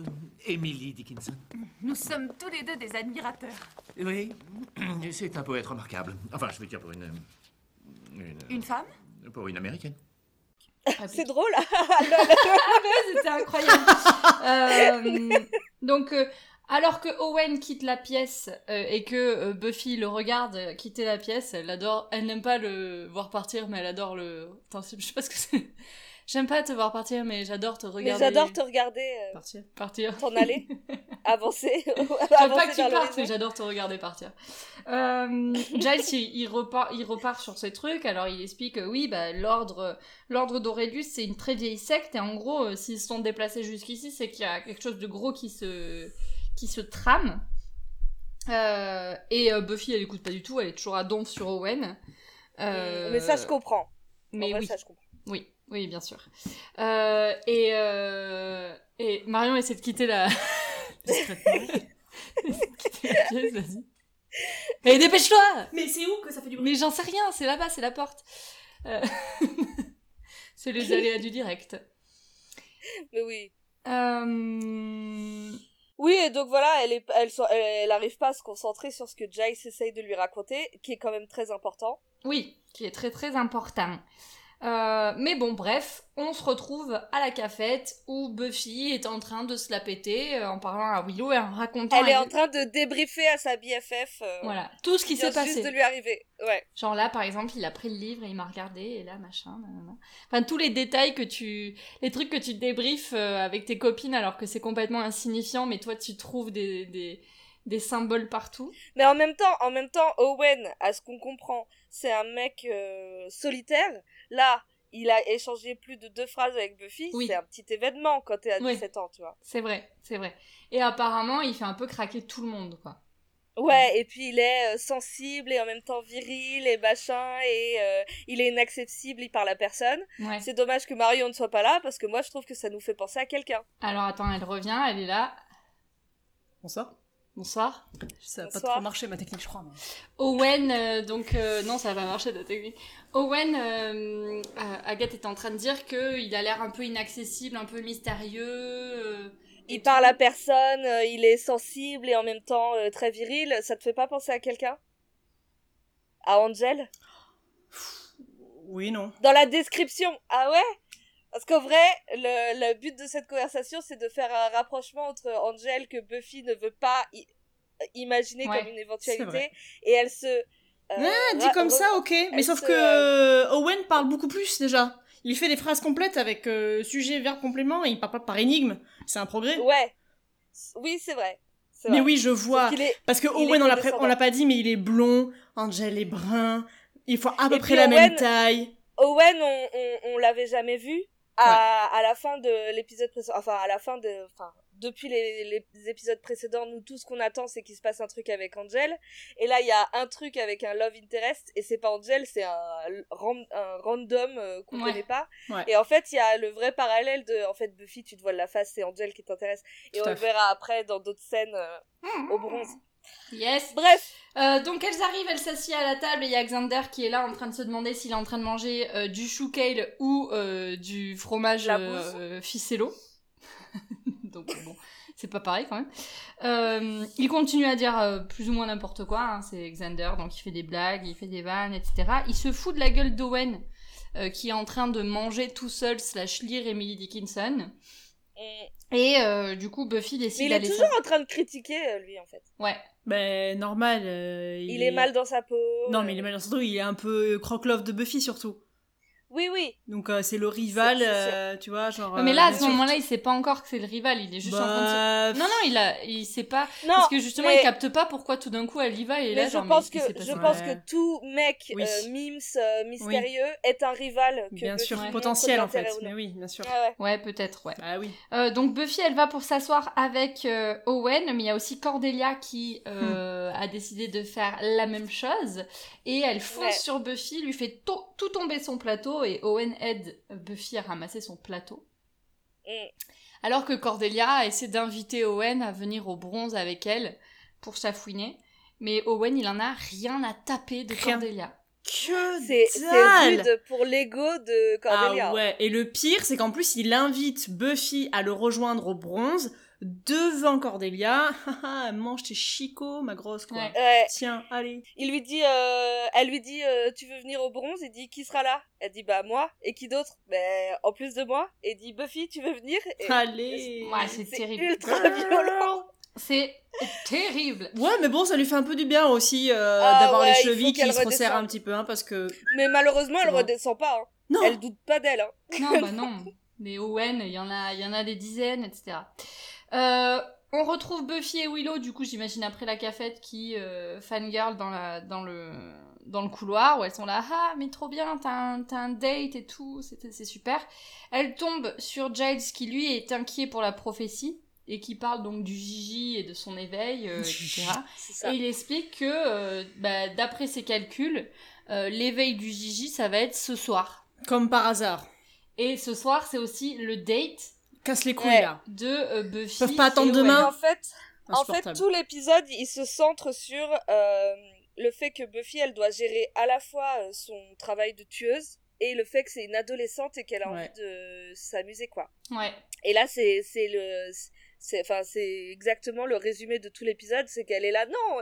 S6: Emily Dickinson.
S5: Nous sommes tous les deux des admirateurs.
S6: Oui, c'est un poète remarquable. Enfin, je veux dire pour une...
S5: Une femme
S6: Pour une américaine.
S4: C'est drôle.
S2: Ah, C'était incroyable. Euh, donc, euh, alors que Owen quitte la pièce euh, et que euh, Buffy le regarde euh, quitter la pièce, elle adore. Elle n'aime pas le voir partir, mais elle adore le. Attends, je sais pas ce que c'est. J'aime pas te voir partir, mais j'adore te
S4: Mais
S2: regarder.
S4: j'adore te regarder, euh,
S3: Partir.
S2: partir.
S4: t'en aller, avancer.
S2: J'aime
S4: avancer
S2: pas que tu
S4: vers
S2: partes, mais
S4: l'horizon.
S2: j'adore te regarder partir. Euh, Giles, il, il repart, il repart sur ses trucs. Alors, il explique euh, oui, bah, l'ordre l'ordre d'Aurelius, c'est une très vieille secte. Et en gros, euh, s'ils se sont déplacés jusqu'ici, c'est qu'il y a quelque chose de gros qui se, qui se trame. Euh, et euh, Buffy, elle écoute pas du tout. Elle est toujours à donf sur Owen. Euh,
S4: Mais ça, je comprends.
S2: Mais
S4: en vrai,
S2: oui.
S4: ça, je comprends.
S2: Oui, oui, bien sûr. Euh, et, euh, et Marion essaie de quitter la. Discrètement. Essaie de quitter la pièce, vas-y. Et dépêche-toi
S3: Mais c'est où que ça fait du bruit
S2: Mais j'en sais rien, c'est là-bas, c'est la porte. Euh, c'est les aléas du direct.
S4: Mais oui.
S2: Euh,
S4: Oui, et donc voilà, elle est, elle, s'en- elle, elle arrive pas à se concentrer sur ce que Jace essaye de lui raconter, qui est quand même très important.
S2: Oui, qui est très très important. Euh, mais bon, bref, on se retrouve à la cafette où Buffy est en train de se la péter euh, en parlant à Willow et en racontant.
S4: elle est
S2: à-
S4: en train de débriefer à sa BFF. euh,
S2: Voilà, tout ce qui s'est
S4: vient
S2: passé.
S4: juste de lui arriver. Ouais.
S2: Genre là, par exemple, il a pris le livre et il m'a regardé, et là, machin, nanana. Enfin, tous les détails que tu... Les trucs que tu débriefes euh, avec tes copines alors que c'est complètement insignifiant, mais toi, tu trouves des, des, des symboles partout.
S4: Mais en même temps, en même temps, Owen, à ce qu'on comprend, c'est un mec euh, solitaire. Là, il a échangé plus de deux phrases avec Buffy.
S2: Oui.
S4: C'est un petit événement quand t'es à
S2: Oui.
S4: 17 ans, tu vois.
S2: C'est vrai, c'est vrai. Et apparemment, il fait un peu craquer tout le monde, quoi.
S4: Ouais, et puis il est euh, sensible et en même temps viril et machin, et euh, il est inaccessible, il parle à personne.
S2: Ouais.
S4: C'est dommage que Marion ne soit pas là, parce que moi je trouve que ça nous fait penser à quelqu'un.
S2: Alors, attends, elle revient, elle est là.
S3: Bonsoir.
S2: Bonsoir.
S3: Ça a pas
S4: Bonsoir.
S3: trop marché ma technique, je crois. mais-
S2: Owen, euh, donc euh, non, ça va marcher ta technique. Owen, euh, euh, Agathe est en train de dire que il a l'air un peu inaccessible, un peu mystérieux. euh, et
S4: Il
S2: tout.
S4: parle à personne, euh, il est sensible et en même temps euh, très viril, ça te fait pas penser à quelqu'un À Angel
S3: Oui, non.
S4: Dans la description Ah ouais Parce qu'en vrai, le, le but de cette conversation, c'est de faire un rapprochement entre Angel que Buffy ne veut pas i- euh, imaginer
S2: Ouais,
S4: comme une
S3: c'est vrai.
S4: éventualité, et elle se... euh,
S3: Ah, dit
S4: ra-
S3: comme
S4: re-
S3: ça, ok. Mais
S4: elle
S3: sauf
S4: se,
S3: que
S4: euh,
S3: euh, Owen parle beaucoup plus déjà. Il fait des phrases complètes avec euh, sujet, verbe, complément et il parle pas par énigme. C'est un progrès.
S4: Ouais. Oui, c'est vrai. C'est
S3: mais
S4: vrai.
S3: oui, je vois.
S4: Sauf qu'il est-
S3: Parce que
S4: il est
S3: Owen, on l'a pré-
S4: condescendant.
S3: on l'a pas dit, mais il est blond. Angel est brun. Ils font à peu
S4: Et
S3: près
S4: puis
S3: la même
S4: Owen-
S3: taille.
S4: Owen, on, on, on l'avait jamais vu à, à la fin de l'épisode précédent. Enfin, à la fin de. Enfin, depuis les, les épisodes précédents, nous, tout ce qu'on attend, c'est qu'il se passe un truc avec Angel. Et là, il y a un truc avec un love interest. Et c'est pas Angel, c'est un, ran- un random euh, qu'on
S2: Ouais.
S4: connaît pas.
S3: Ouais.
S4: Et en fait, il y a le vrai parallèle de. En fait, Buffy, tu te vois de la face, c'est Angel qui t'intéresse. Et
S3: Tout
S4: on
S3: à
S4: le
S3: fait.
S4: verra après dans d'autres scènes euh, au bronze.
S2: Yes.
S4: Bref,
S2: Euh, donc elles arrivent, elles s'assiedent à la table et il y a Xander qui est là en train de se demander s'il est en train de manger euh, du chou kale ou euh, du fromage euh,
S4: La bouse.
S2: euh, ficello. donc bon, c'est pas pareil quand même. Euh, il continue à dire euh, plus ou moins n'importe quoi, hein, c'est Xander, donc il fait des blagues, il fait des vannes, etc. Il se fout de la gueule d'Owen euh, qui est en train de manger tout seul slash lire Emily Dickinson.
S4: on-
S2: Et euh, du coup Buffy
S4: mais
S2: décide
S4: il est
S2: d'aller...
S4: toujours en train de critiquer, euh, lui, en fait.
S2: Ouais,
S3: Ben normal. euh,
S4: Il, est mal dans sa peau. euh.
S3: Non, mais il est mal dans son dos. Il est un peu croque-love de Buffy surtout.
S4: Oui, oui,
S3: Donc euh, c'est le rival,
S4: C'est- c'est sûr.
S3: euh, tu vois, genre.
S2: Ouais, mais là à
S3: euh,
S2: ce moment-là il sait pas encore que c'est le rival, il est juste en train de se...
S3: bah,
S2: Non, non, il, a, il sait pas.
S4: Non,
S2: parce que justement,
S4: mais-
S2: il capte pas pourquoi tout d'un coup elle y va et
S4: mais
S2: là,
S4: je
S2: genre,
S4: pense que
S2: mais qu'est-ce qui s'est
S4: je
S2: passé
S4: pense
S3: Ouais.
S4: que tout mec
S3: Oui.
S4: euh, mimes euh, mystérieux est un rival que
S3: Bien
S4: Buffy
S3: sûr,
S4: montre
S3: potentiel en fait.
S4: d'intérêt ou non.
S3: Mais oui, bien sûr.
S4: Ouais, ouais.
S2: Ouais, peut-être, ouais.
S3: Bah oui.
S2: Euh, donc Buffy, elle va pour s'asseoir avec euh, Owen, mais il y a aussi Cordelia qui euh, a décidé de faire la même chose. Et elle fonce
S4: Ouais.
S2: sur Buffy, lui fait to- tout tomber son plateau, et Owen aide Buffy à ramasser son plateau.
S4: Mm.
S2: Alors que Cordelia essaie d'inviter Owen à venir au bronze avec elle pour s'affouiner. Mais Owen, il en a rien à taper de
S3: Rien.
S2: Cordelia.
S3: Que
S4: C'est c'est rude pour l'ego de Cordelia.
S3: Ah ouais, et le pire, c'est qu'en plus, il invite Buffy à le rejoindre au bronze devant Cordelia. Haha, mange tes chicots, ma grosse quoi.
S2: Ouais.
S4: Ouais.
S3: Tiens, allez.
S4: il lui dit, euh, elle lui dit, euh, tu veux venir au bronze Il dit, qui sera là Elle dit, bah moi. Et qui d'autre Ben en
S3: Ah,
S4: plus de moi. Et il dit, Buffy, tu veux venir Et
S3: Allez.
S2: Ouais, c'est
S4: c'est
S3: Ah.
S2: terrible.
S4: ultra violent.
S2: C'est terrible.
S3: Ouais, mais bon, ça lui fait un peu du bien aussi euh,
S4: Ah
S3: d'avoir
S4: ouais,
S3: les
S4: il faut
S3: chevilles qui
S4: qu'elle
S3: se resserrent
S4: redescende.
S3: un petit peu, hein, parce que.
S4: Mais malheureusement, elle
S3: C'est bon.
S4: redescend pas. hein.
S3: Non
S4: Elle doute pas d'elle. hein.
S2: Non, bah non. Les Owen, il y en a, il y en a des dizaines, etc. Euh, on retrouve Buffy et Willow, du coup, j'imagine après la cafette qui euh, fangirl dans la, dans le, dans le couloir où elles sont là, ah mais trop bien, t'as un, t'as un date et tout, c'est c'est super. Elle tombe sur Giles qui lui est inquiet pour la prophétie et qui parle donc du Gigi et de son éveil, euh, etc.
S3: Ah,
S4: C'est ça.
S2: Et il explique que, euh, bah, d'après ses calculs, euh, l'éveil du Gigi, ça va être ce soir.
S3: Comme par hasard.
S2: Et ce soir, c'est aussi le date
S3: Casse les couilles,
S4: Ouais.
S3: là.
S2: de euh, Buffy.
S3: Peuvent pas attendre
S2: et
S4: Mais
S3: demain.
S2: Owen.
S4: en fait, En fait,
S3: Insupportable.
S4: tout l'épisode, il se centre sur euh, le fait que Buffy, elle doit gérer à la fois euh, son travail de tueuse et le fait que c'est une adolescente et qu'elle a
S3: Ouais.
S4: envie de s'amuser, quoi.
S2: Ouais.
S4: Et là, c'est c'est le, c'est enfin c'est exactement le résumé de tout l'épisode, c'est qu'elle est là. Non,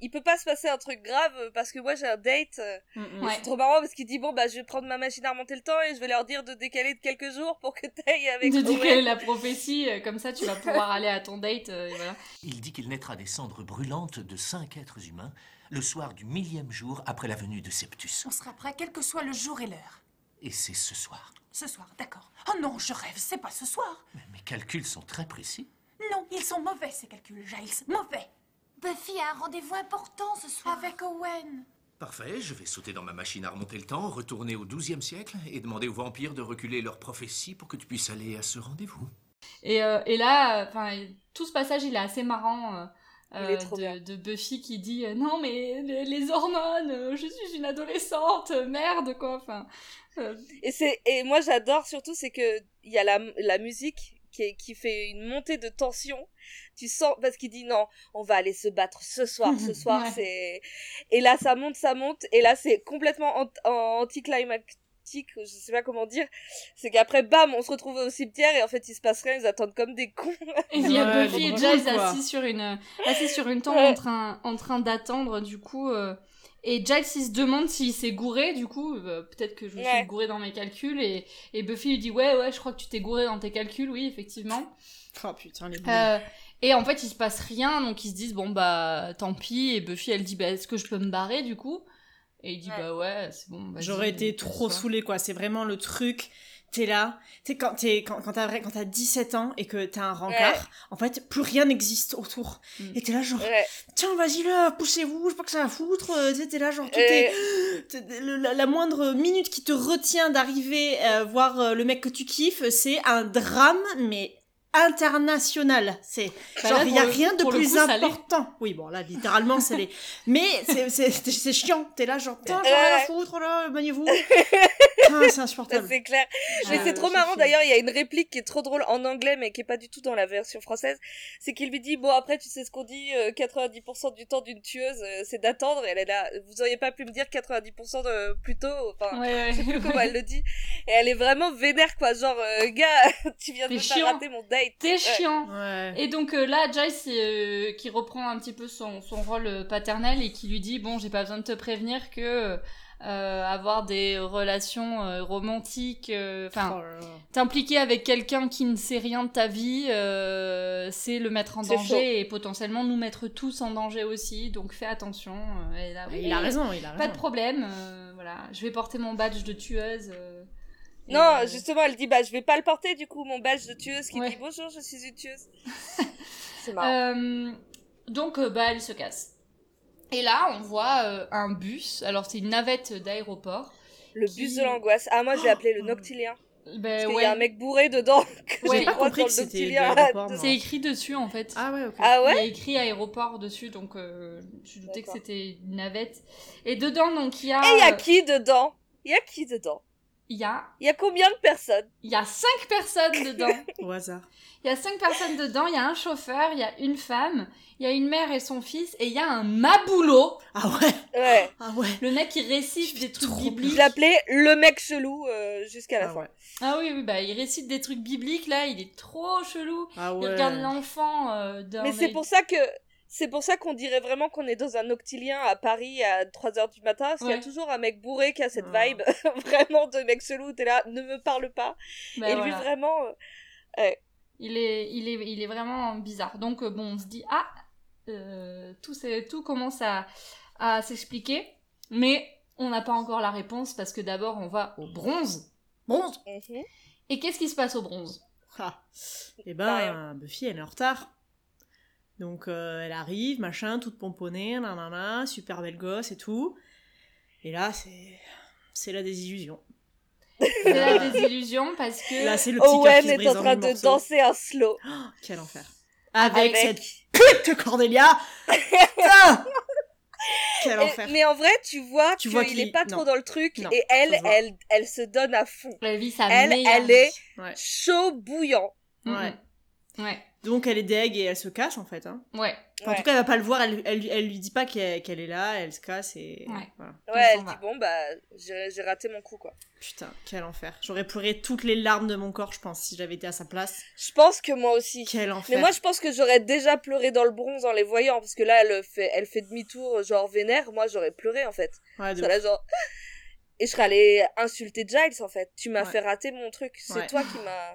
S4: il peut pas se passer un truc grave parce que moi j'ai un date.
S3: Mm, mm.
S2: Ouais.
S4: C'est trop marrant parce qu'il dit bon bah je vais prendre ma machine à remonter le temps et je vais leur dire de décaler de quelques jours pour que t'ailles avec.
S2: De
S4: Owen.
S2: décaler la prophétie, euh, comme ça tu vas pouvoir aller à ton date. euh, et voilà.
S6: Il dit qu'il naîtra des cendres brûlantes de cinq êtres humains le soir du millième jour après la venue de Septus.
S5: On sera prêt, quel que soit le jour et l'heure.
S6: Et c'est ce soir.
S5: Ce soir, d'accord. Oh non, je rêve, c'est pas ce soir.
S6: Mais mes calculs sont très précis.
S5: Non, ils sont mauvais ces calculs, Giles, mauvais.
S7: Buffy a un rendez-vous important ce soir.
S5: Avec Owen.
S6: Parfait, je vais sauter dans ma machine à remonter le temps, retourner au XIIe siècle et demander aux vampires de reculer leur prophétie pour que tu puisses aller à ce rendez-vous.
S2: Et, euh, et là, euh, 'fin, tout ce passage, il est assez marrant. euh,
S4: Il
S2: euh,
S4: est trop bien.
S2: de, de Buffy qui dit euh, non mais les, les hormones euh, je suis une adolescente euh, merde quoi enfin euh,
S4: Et c'est et moi j'adore surtout c'est que il y a la, la musique qui, est- qui fait une montée de tension. Tu sens parce qu'il dit non, on va aller se battre ce soir, ce soir
S2: Ouais.
S4: c'est et là ça monte, ça monte et là c'est complètement ant- en- anticlimactique, je sais pas comment dire. C'est qu'après bam, on se retrouve au cimetière et en fait il se passe rien, ils attendent comme des cons.
S2: et il y a
S3: Ouais,
S2: Buffy
S3: les
S2: et
S3: drôles,
S2: Giles
S3: quoi.
S2: assis sur une assis sur une tombe
S4: Ouais.
S2: en train en train d'attendre du coup euh, et Giles il se demande s'il s'est gouré du coup euh, peut-être que je me
S4: Ouais.
S2: suis gouré dans mes calculs et, et Buffy lui dit ouais ouais je crois que tu t'es gouré dans tes calculs oui effectivement
S3: Oh putain, les boules.
S2: Euh, et en fait, il se passe rien, donc ils se disent bon bah tant pis. Et Buffy, elle dit bah est-ce que je peux me barrer du coup Et il dit
S4: Ouais.
S2: bah ouais, c'est bon. vas-y,
S3: J'aurais
S2: euh,
S3: été trop
S2: sois.
S3: saoulée, quoi. C'est vraiment le truc. T'es là. T'es quand t'es quand, quand t'as vrai- quand t'as 17 ans et que t'as un rencard.
S4: Ouais.
S3: En fait, plus rien n'existe autour.
S2: Mm.
S3: Et t'es là genre
S4: Ouais.
S3: tiens vas-y là poussez-vous. Je sais pas que ça va foutre. euh, tu sais, T'es là genre tout
S4: Et-
S3: est
S2: Euh.
S3: t'es- le- la, la moindre minute qui te retient d'arriver euh, voir euh, le mec que tu kiffes. C'est un drame mais international. C'est
S2: Bah
S3: genre
S2: là,
S3: il y
S2: pour
S3: a
S2: le-
S3: rien de
S2: pour le
S3: plus
S2: coup, ça l'est.
S3: important. Oui bon là littéralement c'est les. Mais c'est c'est- c'est c'est chiant. T'es là genre tiens j'en ai
S4: Ouais.
S3: rien à foutre oh là maniez-vous. Putain, c'est
S4: Ça,
S3: insupportable.
S4: C'est clair. Mais
S2: Ah,
S4: c'est trop
S2: je
S4: marrant
S2: suis-
S4: d'ailleurs, il y a une réplique qui est trop drôle en anglais mais qui est pas du tout dans la version française. C'est qu'il lui dit bon après tu sais ce qu'on dit euh, 90% du temps d'une tueuse euh, c'est d'attendre et elle est là vous auriez pas pu me dire 90% de, plus tôt enfin
S2: Ouais, ouais.
S4: je sais plus comment elle le dit et elle est vraiment vénère quoi genre euh, gars tu viens de
S2: T'es
S4: me faire
S2: chiant.
S4: rater mon date.
S2: T'es chiant.
S3: Ouais.
S2: Et donc euh, là, Joyce euh, qui reprend un petit peu son, son rôle euh, paternel et qui lui dit bon, j'ai pas besoin de te prévenir que euh, avoir des relations euh, romantiques, euh, enfin.
S3: Oh là là.
S2: T'impliquer avec quelqu'un qui ne sait rien de ta vie, euh, c'est le mettre en
S4: C'est
S2: danger
S4: chaud.
S2: et potentiellement nous mettre tous en danger aussi. Donc fais attention. euh, et là, oui,
S3: Ah, il a raison, il a raison.
S2: Pas de problème. euh, voilà, je vais porter mon badge de tueuse. euh, et,
S4: Non,
S2: euh,
S4: justement elle dit bah je vais pas le porter du coup mon badge de tueuse qui
S2: Ouais.
S4: dit bonjour je suis une tueuse. c'est marrant.
S2: euh, donc euh, bah elle se casse. Et là, on voit euh, un bus. Alors c'est une navette d'aéroport.
S4: le
S2: qui-
S4: bus de l'angoisse. Ah moi je l'ai appelé le
S3: Oh.
S4: noctilien parce
S2: Ben
S4: qu'il
S2: ouais.
S4: y a un mec bourré dedans. que
S2: Ouais.
S4: j'ai
S2: J'ai pas
S4: croisé
S3: compris
S4: dans
S3: que
S4: le
S3: c'était de
S4: noctilien.
S3: l'aéroport, moi.
S2: C'est écrit dessus en fait.
S3: Ah ouais, ok.
S4: Ah ouais.
S2: Il y a écrit aéroport dessus, donc euh, je doutais que
S4: D'accord.
S2: c'était une navette. Et dedans, donc il y a.
S4: Et y a
S2: euh,
S4: qui dedans Y a qui dedans
S2: Il y a,
S4: Y a combien de personnes
S2: il y a cinq personnes dedans.
S3: Au hasard.
S2: Il y a cinq personnes dedans. Il y a un chauffeur, il y a une femme, il y a une mère et son fils, et il y a un maboulot.
S3: Ah ouais,
S4: Ouais.
S3: ah ouais.
S2: Le mec, il récite des trucs
S3: trop
S2: bibliques.
S4: Je l'appelais le mec chelou euh, jusqu'à la
S3: Ah
S4: fin.
S3: ouais.
S2: Ah oui, oui, bah il récite des trucs bibliques là. Il est trop chelou.
S3: Ah
S2: Il
S3: ouais.
S2: regarde l'enfant euh, d'un.
S4: Mais c'est
S2: œil-
S4: pour ça que c'est pour ça qu'on dirait vraiment qu'on est dans un noctilien à Paris à 3h du matin parce qu'il y
S2: Ouais.
S4: a toujours un mec bourré qui a cette
S3: Ah.
S4: vibe vraiment de mec chelou, t'es là, ne me parle pas.
S2: Bah,
S4: et lui
S2: voilà.
S4: vraiment euh,
S2: Il est, il est, il est vraiment bizarre. Donc, euh, bon, on se dit, ah, euh, tout, s'est- tout commence à, à s'expliquer, mais on n'a pas encore la réponse parce que d'abord, on va au bronze.
S3: Bon,
S4: Mhm.
S2: Et qu'est-ce qui se passe au bronze
S3: Ah. Et
S4: Bah,
S3: ben, Buffy, elle est en retard. Donc, euh, elle arrive, machin, toute pomponnée, nanana, super belle gosse et tout. Et là, c'est. C'est la désillusion. Euh,
S2: C'est la désillusion parce que.
S3: Là, c'est le petit cœur
S4: Owen
S3: qui se
S4: est
S3: brise
S4: en
S3: en
S4: train
S3: mille
S4: de
S3: morceaux.
S4: danser un slow.
S3: Quel enfer. Avec,
S4: Avec-
S3: cette pute de Cordelia Putain Quel
S4: Et-
S3: enfer.
S4: mais en vrai, tu vois
S3: Tu
S4: qu'il
S3: vois qu'il
S4: est
S3: est-
S4: pas
S3: non.
S4: trop dans le truc
S3: Non,
S4: et elle,
S3: ça se voit.
S4: elle, elle se donne à fond.
S2: Elle vit sa
S4: Elle,
S2: meilleure
S4: elle est-
S2: vie.
S3: Ouais.
S4: Chaud bouillant.
S3: Ouais.
S2: Mhm. Ouais.
S3: Donc, elle est deg et elle se cache en fait. hein.
S2: Ouais.
S3: Enfin, En
S4: Ouais.
S3: tout cas, elle va pas le voir, elle, elle, elle lui dit pas qu'elle qu'elle est là, elle se casse et.
S2: Ouais.
S3: Voilà.
S4: Ouais,
S2: on
S4: elle
S2: s'en va.
S4: dit bon bah j'ai j'ai raté mon coup quoi.
S3: Putain, quel enfer. J'aurais pleuré toutes les larmes de mon corps, je pense, si j'avais été à sa place.
S4: Je pense que moi aussi.
S3: Quel enfer.
S4: Mais moi je pense que j'aurais déjà pleuré dans le bronze en les voyant parce que là elle fait elle fait demi-tour genre vénère, moi j'aurais pleuré en fait.
S3: Ouais, Ah, de
S4: Ça, là, genre... Et je serais allée insulter Giles en fait. Tu m'as
S3: Ouais.
S4: fait rater mon truc. C'est
S3: Ouais.
S4: toi qui m'as.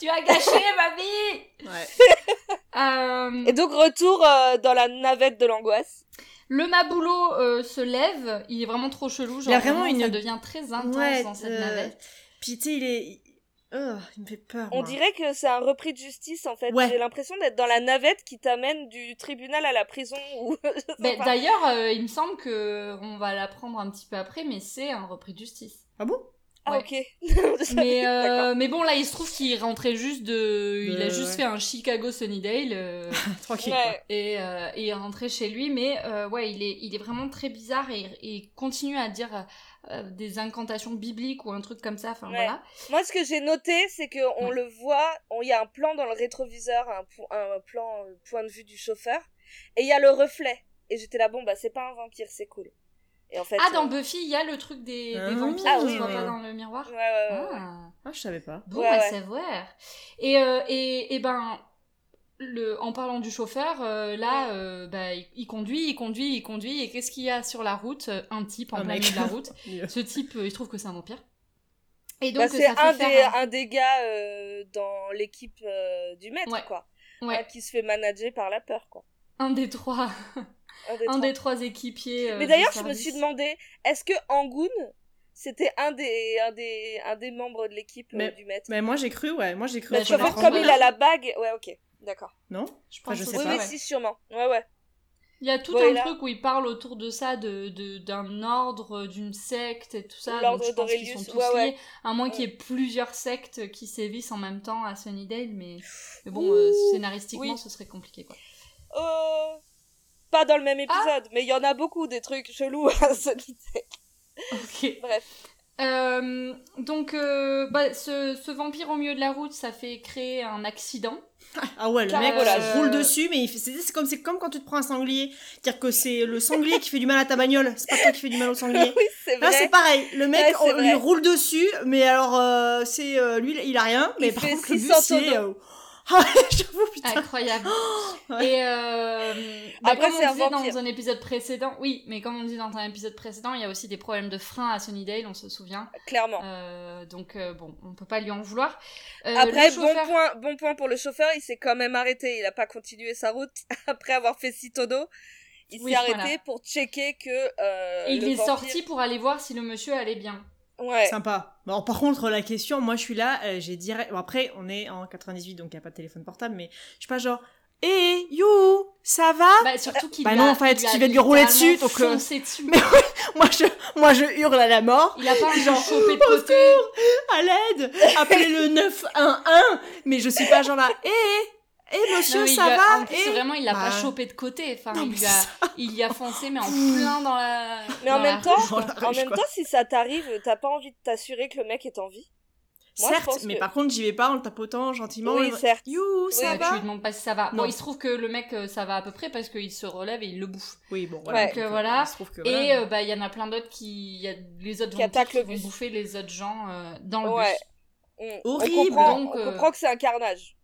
S2: Tu as gâché ma vie
S3: ouf. Ouais.
S2: Euh,
S4: Et donc retour euh, dans la navette de l'angoisse.
S2: Le maboulot euh, se lève, il est vraiment trop chelou. Genre,
S3: Il y a vraiment
S2: Ça
S3: une-
S2: devient très intense
S3: Ouais,
S2: dans cette
S3: euh,
S2: navette.
S3: Puis tu sais, il est. il- Oh, il me fait peur.
S4: On
S3: moi.
S4: dirait que c'est un repris de justice en fait.
S3: Ouais.
S4: J'ai l'impression d'être dans la navette qui t'amène du tribunal à la prison ou. je sais
S2: Mais
S4: pas.
S2: D'ailleurs, euh, il me semble que euh, on va l'apprendre un petit peu après, mais c'est un repris de justice.
S3: Ah bon
S2: ouais.
S4: Ah ok.
S2: Mais, euh,
S4: D'accord. Euh,
S2: mais bon, là, il se trouve qu'il rentrait juste de. Il a
S3: De-
S2: juste
S3: ouais.
S2: fait un Chicago Sunnydale. euh,
S3: Ah, Tranquille.
S4: Ouais.
S2: et, euh, et est rentré chez lui. Mais euh, ouais, il est, il est vraiment très bizarre et et il continue à dire euh, euh, des incantations bibliques ou un truc comme ça. Enfin
S4: Ouais.
S2: voilà.
S4: Moi ce que j'ai noté c'est que on
S2: Ouais.
S4: le voit, on il y a un plan dans le rétroviseur, un, po- un plan euh, point de vue du chauffeur et il y a le reflet. Et j'étais là bon bah c'est pas un vampire c'est cool. Et en fait.
S2: Ah, dans
S4: euh,
S2: Buffy, il y a le truc des,
S3: Ah.
S2: des vampires
S4: Ah
S2: qui
S4: oui,
S2: se voient
S4: oui,
S2: pas
S4: oui.
S2: dans le miroir.
S4: ouais, ouais, ouais, ouais.
S2: Ah,
S3: Ah, je savais pas.
S2: bon
S4: Ouais,
S2: à
S4: ouais.
S2: savoir. Et, euh, et, et ben, le, en parlant du chauffeur, euh, là, euh, bah, il, il conduit, il conduit, il conduit. Et qu'est-ce qu'il y a sur la route Un type en
S3: Un
S2: plein
S3: mec.
S2: milieu de la route.
S3: Mieux.
S2: Ce type, euh, il se trouve que c'est un vampire. Et donc, euh,
S4: Bah, c'est
S2: ça fait
S4: un,
S2: faire
S4: des,
S2: un-
S4: un des gars euh, dans l'équipe euh, du maître,
S2: Ouais.
S4: quoi. Un
S2: ouais,
S4: qui se fait manager par la peur, quoi.
S2: un des trois,
S4: Un des
S2: un
S4: trois.
S2: des trois équipiers. euh,
S4: Mais
S2: du
S4: d'ailleurs, je me
S2: service.
S4: suis demandé, est-ce que Angoon, c'était un des, un, des, un des membres de l'équipe euh,
S3: Mais-
S4: du maître
S3: Mais moi j'ai cru, ouais. Moi j'ai
S2: Bah,
S3: cru. au
S4: Parce que
S2: je
S3: fond
S4: voir
S2: pense
S3: de
S2: pas.
S3: la
S4: comme
S3: trompe.
S4: il a la bague... Ouais, ok, d'accord.
S3: Non
S2: Je
S3: Enfin,
S2: pense
S3: je sais
S4: Oui,
S2: aussi,
S3: pas,
S4: oui,
S2: ouais.
S4: si, sûrement. Ouais, ouais.
S2: Il y a tout
S4: Bon, et
S2: un
S4: là-
S2: truc où il parle autour de ça, de, de- d'un ordre, d'une secte et tout ça.
S4: L'ordre
S2: donc je pense qu'ils
S4: d'Aurelius,
S2: sont tous
S4: ouais, ouais.
S2: liés, à moins qu'il y ait plusieurs sectes qui sévissent en même temps à Sunnydale, mais, mais bon, euh,
S4: Ouh,
S2: scénaristiquement,
S4: oui.
S2: ce serait compliqué, quoi.
S4: Euh, Pas dans le même épisode,
S2: Ah
S4: mais il y en a beaucoup, des trucs chelous à se quitter.
S2: Ok.
S4: Bref.
S2: Euh, donc, euh, bah, ce, ce vampire au milieu de la route, ça fait créer un accident.
S3: Ah ouais, le mec
S4: Carrément.
S3: euh, roule dessus, mais il fait- c'est c'est comme c'est comme quand tu te prends un sanglier, c'est-à-dire que c'est le sanglier qui fait du mal à ta bagnole, c'est pas toi qui fais du mal au sanglier.
S4: Oui, c'est
S3: Là c'est
S4: vrai.
S3: pareil, le mec
S4: Ouais, c'est
S3: on
S4: vrai.
S3: lui roule dessus, mais alors euh, c'est euh, lui il a rien, mais
S4: Il
S3: par
S4: fait
S3: contre le
S4: 600
S3: bus il est,
S4: tonneaux.
S3: euh, Ah ouais, j'avoue putain.
S2: Incroyable.
S3: Ouais.
S2: Et euh, bah,
S4: Oh, Après,
S2: comme
S4: c'est
S2: on
S4: un
S2: disait
S4: vampire.
S2: dans un épisode précédent, oui, mais comme on disait dans un épisode précédent, il y a aussi des problèmes de frein à Sunnydale, on se souvient.
S4: Clairement.
S2: Euh, donc euh, bon, on peut pas lui en vouloir. Euh,
S4: Après,
S2: le
S4: bon
S2: chauffeur-
S4: point, bon point pour le chauffeur, il s'est quand même arrêté. Il a pas continué sa route après avoir fait six tonneaux. Il
S2: Oui,
S4: s'est arrêté
S2: voilà.
S4: pour checker que. euh,
S2: Et il
S4: le
S2: est
S4: vampire-
S2: sorti pour aller voir si le monsieur allait bien.
S4: Ouais.
S3: Sympa. Bon, par contre, la question, moi je suis là, euh, j'ai direct. Bon, après, on est en 98, donc il n'y a pas de téléphone portable, mais je suis pas genre, hé, you, ça va
S4: Ah,
S2: Bah surtout qu'il
S3: Bah
S2: lui
S3: non,
S2: a-
S3: en fait,
S2: il a
S3: tu viens de lui rouler
S2: littéralement
S3: dessus, donc, euh,
S2: foncé dessus.
S3: Mais moi je, moi, je hurle à la mort,
S2: Il a pas envie de
S3: Genre,
S2: choper de côté.
S3: à l'aide, appelez le 911, mais je suis pas genre là, hé, hé, monsieur,
S2: Non, mais il
S3: ça
S2: lui a-
S3: va
S2: en plus,
S3: Eh
S2: vraiment, il l'a pas
S3: Bah.
S2: chopé de côté. Enfin,
S3: Non,
S2: il,
S3: mais
S2: lui a, il y a foncé, mais en plein dans la.
S4: Mais en
S2: dans
S4: même
S2: la
S4: temps,
S2: rue,
S3: Dans
S2: quoi.
S3: la
S4: En
S3: rue,
S4: même
S3: quoi.
S4: temps, si ça t'arrive, t'as pas envie de t'assurer que le mec est en vie. moi, je
S3: Certes,
S4: pense
S3: mais
S4: que-
S3: par contre, j'y vais pas en le tapotant gentiment.
S4: oui,
S3: en-
S4: certes.
S3: You, ça
S2: Ouais,
S3: va
S2: Euh, tu lui demandes pas si ça va. Bon,
S3: Non.
S2: il se trouve que le mec, euh, ça va à peu près parce qu'il se relève et il le bouffe.
S3: Oui, bon,
S4: Ouais.
S3: voilà.
S2: Donc, euh,
S3: euh,
S2: voilà.
S3: il se trouve que
S2: Et
S3: voilà.
S2: euh, bah il y en a plein d'autres qui il y a les autres
S4: Qui
S2: vampires
S4: attaquent le
S2: vont
S4: bus.
S2: bouffer les autres gens euh, dans le
S4: Ouais.
S2: bus
S4: On-
S3: Horrible.
S4: On comprend,
S2: Donc,
S4: on
S2: euh,
S4: comprend que c'est un carnage.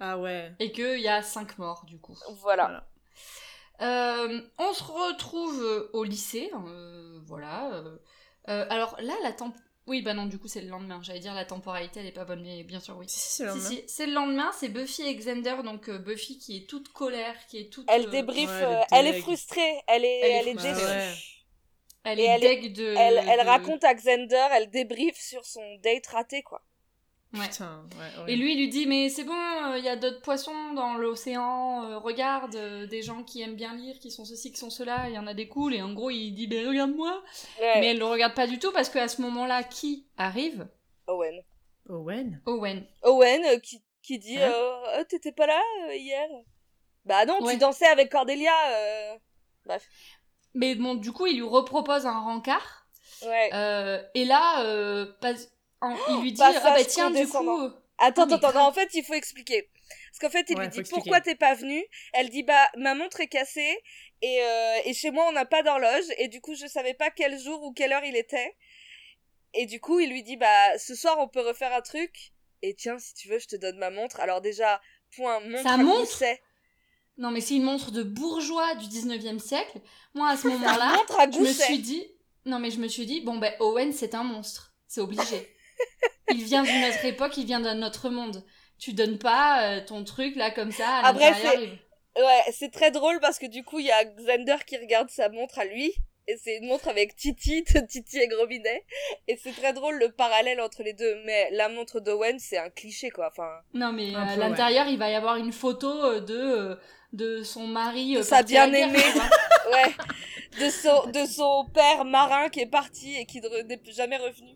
S3: Ah ouais.
S2: et qu'il y a cinq morts du coup.
S4: Voilà.
S3: Voilà.
S2: Euh, on hein, se retrouve euh, au lycée, euh, voilà. euh, euh, alors là la temp- Oui, bah non, du coup, c'est le lendemain. J'allais dire la temporalité, elle est pas bonne, mais bien sûr, oui.
S3: Si, si, c'est le
S2: Si,
S3: lendemain.
S2: si, c'est le lendemain, c'est Buffy et Xander, donc euh, Buffy qui est toute colère, qui est toute.
S4: Elle
S2: euh,
S4: débriefe,
S3: ouais, elle
S4: euh,
S3: est
S4: elle, est
S3: deg.
S4: frustrée, elle est,
S2: Elle
S4: elle est
S2: est Euh,
S4: déçue.
S3: frustrée. Ah ouais.
S2: Elle
S4: et
S2: est
S4: elle est-
S2: deg de.
S4: Elle, elle
S2: de-
S4: raconte à Xander, elle débriefe sur son date raté, quoi.
S2: Ouais.
S3: Putain, ouais, ouais.
S2: Et lui, il lui dit Mais c'est bon, euh, il y a d'autres poissons dans l'océan, euh, regarde, euh, des gens qui aiment bien lire, qui sont ceci, qui sont cela, il y en a des cools, et en gros, il dit Ben regarde-moi
S4: Ouais,
S2: Mais elle le regarde pas du tout parce qu'à ce moment-là, qui arrive
S4: Owen.
S3: Owen
S2: Owen.
S4: Owen euh, qui, qui dit
S3: Hein
S4: euh, Oh, T'étais pas là euh, hier Bah non,
S2: Ouais.
S4: tu dansais avec Cordelia. euh.
S2: Mais bon, du coup, il lui repropose un rencard.
S4: Ouais.
S2: Euh, et là, euh, pas- en- il lui dit Ah
S4: Passage
S2: bah tiens, du coup.
S4: condescendant.
S2: euh,
S4: Attends,
S2: mais
S4: attends,
S2: grave.
S4: attends, en fait, il faut expliquer. Parce qu'en fait, il
S3: Ouais,
S4: lui
S3: faut
S4: dit
S3: expliquer.
S4: pourquoi t'es pas venu. Elle dit bah ma montre est cassée et, euh, et chez moi on n'a pas d'horloge et du coup je savais pas quel jour ou quelle heure il était. Et du coup il lui dit bah ce soir on peut refaire un truc et tiens si tu veux je te donne ma montre. Alors déjà point montre.
S2: Sa
S4: à
S2: montre
S4: gousset.
S2: Non, mais c'est une montre de bourgeois du 19e siècle. Moi, à ce moment-là,
S4: Montre à
S2: je me
S4: gousset.
S2: suis dit Non, mais je me suis dit Bon, ben, Owen, c'est un monstre. C'est obligé. Il vient d'une autre époque, il vient d'un autre monde. Tu donnes pas euh, ton truc là comme ça à
S4: Ah, bref,
S2: l'intérieur, il-
S4: Ouais c'est très drôle parce que du coup il y a Xander qui regarde sa montre à lui. Et c'est une montre avec Titi, Titi et Gros Bidet. Et c'est très drôle le parallèle entre les deux. Mais la montre d'Owen, c'est un cliché, quoi. Enfin,
S2: Non, mais
S3: Un
S2: euh, à
S3: peu, ouais.
S2: l'intérieur, il va y avoir une photo euh, de, euh, de son mari.
S4: De
S2: euh,
S4: sa
S2: parti à la
S4: bien-aimée.
S2: guerre, tu vois.
S4: Ouais, de son, de son père marin qui est parti et qui ne re- n'est plus jamais revenu.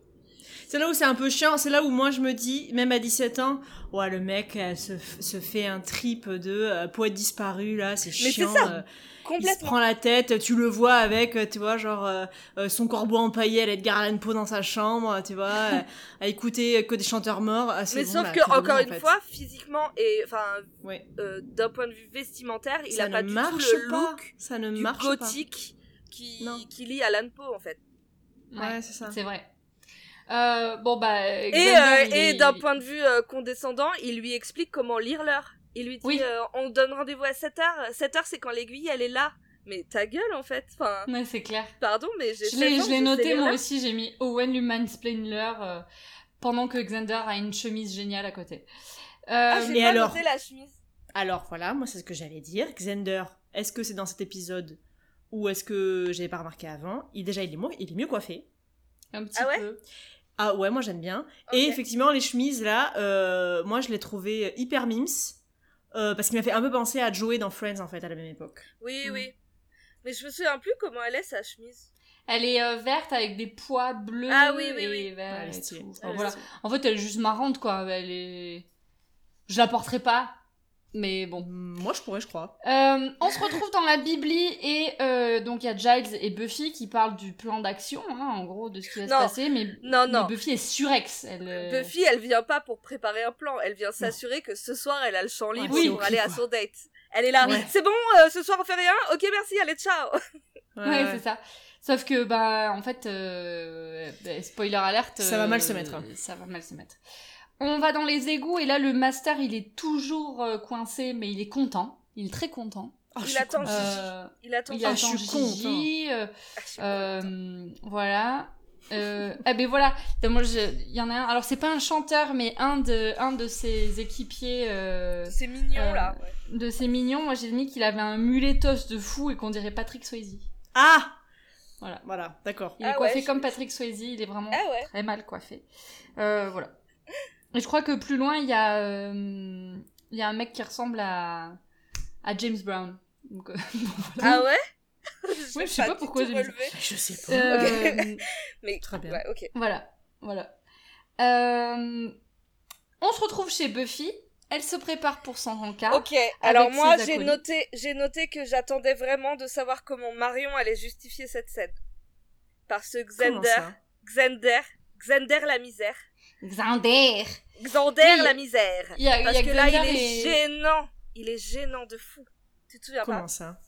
S3: C'est là où c'est un peu chiant, c'est là où moi je me dis, même à 17 ans, ouais, le mec euh, se, f- se fait un trip de euh, poète disparu, là, c'est
S4: c'est
S3: chiant.
S4: ça,
S3: euh, il se
S4: Complètement.
S3: prend la tête, tu le vois avec, euh, tu vois, genre, euh, euh, son corbeau empaillé à l'Edgar Allan Poe dans sa chambre, tu vois, euh, à écouter que des chanteurs morts. Ah, c'est
S4: Mais
S3: bon,
S4: sauf
S3: là,
S4: que,
S3: c'est relou,
S4: encore
S3: en
S4: une
S3: fait.
S4: fois, physiquement et enfin
S3: Ouais.
S4: euh, d'un point de vue vestimentaire, il
S3: ça
S4: a pas
S3: ne
S4: du tout
S3: marche
S4: le
S3: pas.
S4: look
S3: ça ne
S4: du
S3: marche
S4: gothique qui,
S3: Non.
S4: qui lie Alan Poe en fait.
S3: pas. Ouais, c'est ça.
S2: C'est vrai. Euh, bon, bah.
S4: Et, euh, et d'un point de vue euh, condescendant, il lui explique comment lire l'heure. Il lui dit
S2: Oui.
S4: euh, on donne rendez-vous à 7h. 7h c'est quand l'aiguille elle est là. Mais ta gueule en fait. Enfin,
S2: Ouais, c'est clair.
S4: pardon mais j'ai
S2: Je
S4: sept
S2: l'ai,
S4: ans,
S2: je l'ai
S4: sais
S2: noté
S4: lire
S2: moi
S4: l'heure.
S2: aussi, j'ai mis Owen Luman Splainer pendant que Xander a une chemise géniale à côté. Euh,
S4: Ah, j'ai
S3: mais
S4: pas
S3: alors
S4: noté la chemise.
S3: Alors voilà, moi c'est ce que j'allais dire. Xander, est-ce que c'est dans cet épisode ou est-ce que j'avais pas remarqué avant il, Déjà, il est, mo- il est mieux coiffé.
S2: un petit
S4: Ah ouais
S2: peu.
S3: Ah ouais, moi j'aime bien. Et
S4: Ok.
S3: effectivement, les chemises là, euh, moi je l'ai trouvé hyper mimes. euh, parce qu'il m'a fait un peu penser à Joey dans Friends en fait à la même époque.
S4: Oui,
S3: Mm.
S4: oui. Mais je me souviens plus comment elle est sa chemise.
S2: Elle est euh, verte avec des pois bleus
S4: Ah oui, oui,
S2: et
S4: oui.
S2: verts
S3: Ah, elle est
S2: et
S3: stylée.
S2: tout. Enfin,
S4: Elle est
S2: voilà. En fait, elle est juste marrante quoi. Elle est. Je la porterai pas, mais bon.
S3: Moi je pourrais, je crois.
S2: Euh, on se retrouve dans la Bibli et euh, donc il y a Giles et Buffy qui parlent du plan d'action, hein, en gros, de ce qui va
S4: Non.
S2: se passer. Mais,
S4: Non,
S2: mais
S4: non.
S2: Buffy est surex. Elle, bah, euh,
S4: Buffy, elle vient pas pour préparer un plan. Elle vient s'assurer que ce soir, elle a le champ libre
S2: oui,
S4: pour
S3: ok,
S4: aller à
S3: quoi.
S4: son date. Elle est là.
S3: Ouais.
S4: C'est bon, euh, ce soir on fait rien. Ok, merci, allez, ciao.
S3: Ouais,
S2: Ouais,
S3: ouais.
S2: c'est ça. Sauf que, bah, en fait, euh, bah, spoiler alerte.
S3: Ça va mal se mettre.
S2: Ça va mal se mettre. On va dans les égouts et là, le master, il est toujours euh, coincé, mais il est content. Il est très content.
S3: Oh, je
S4: Il
S3: suis
S4: attend
S3: con.
S4: juste-
S2: Euh,
S4: Il attend.
S2: il
S3: Ah,
S2: attend
S3: je suis
S2: Gigi. euh,
S4: Ah, je suis contente.
S2: euh, voilà. Euh, ah ben voilà, Donc, moi je- il y en a un. Alors c'est pas un chanteur, mais un de un de ses équipiers, euh,
S4: C'est mignon
S2: euh,
S4: là. Ouais.
S2: de ses mignons. Moi j'ai mis qu'il avait un muletos de fou et qu'on dirait Patrick Swayze.
S3: Ah
S2: Voilà.
S3: Voilà, d'accord.
S2: Il
S4: Ah
S2: est coiffé
S4: ouais, je-
S2: comme Patrick Swayze, il est vraiment
S4: Ah ouais.
S2: très mal coiffé. Euh, voilà. Et je crois que plus loin, il y, a, euh, il y a un mec qui ressemble à, à James Brown. Donc, euh,
S4: Ah ouais. Je
S2: Ouais, je sais pas pourquoi j'ai mis ça.
S3: Je sais pas.
S2: euh,
S4: Mais
S3: Très bien.
S4: ouais, ok.
S2: voilà, voilà. Euh, on se retrouve chez Buffy. Elle se prépare pour son rencard.
S4: Ok, alors
S2: Ah, avec
S4: moi
S2: ses
S4: j'ai
S2: acolytes.
S4: noté, j'ai noté que j'attendais vraiment de savoir comment Marion allait justifier cette scène. Parce que
S3: Comment
S4: Xander,
S3: ça
S4: Xander, Xander la misère.
S2: Xander
S4: Xander
S2: Oui.
S4: la misère.
S2: Il y a, il y
S4: Parce
S2: a
S4: que là, il
S2: Xander
S4: est
S2: et-
S4: gênant. Il est gênant de fou. Tu te souviens
S3: Comment
S4: pas
S3: ça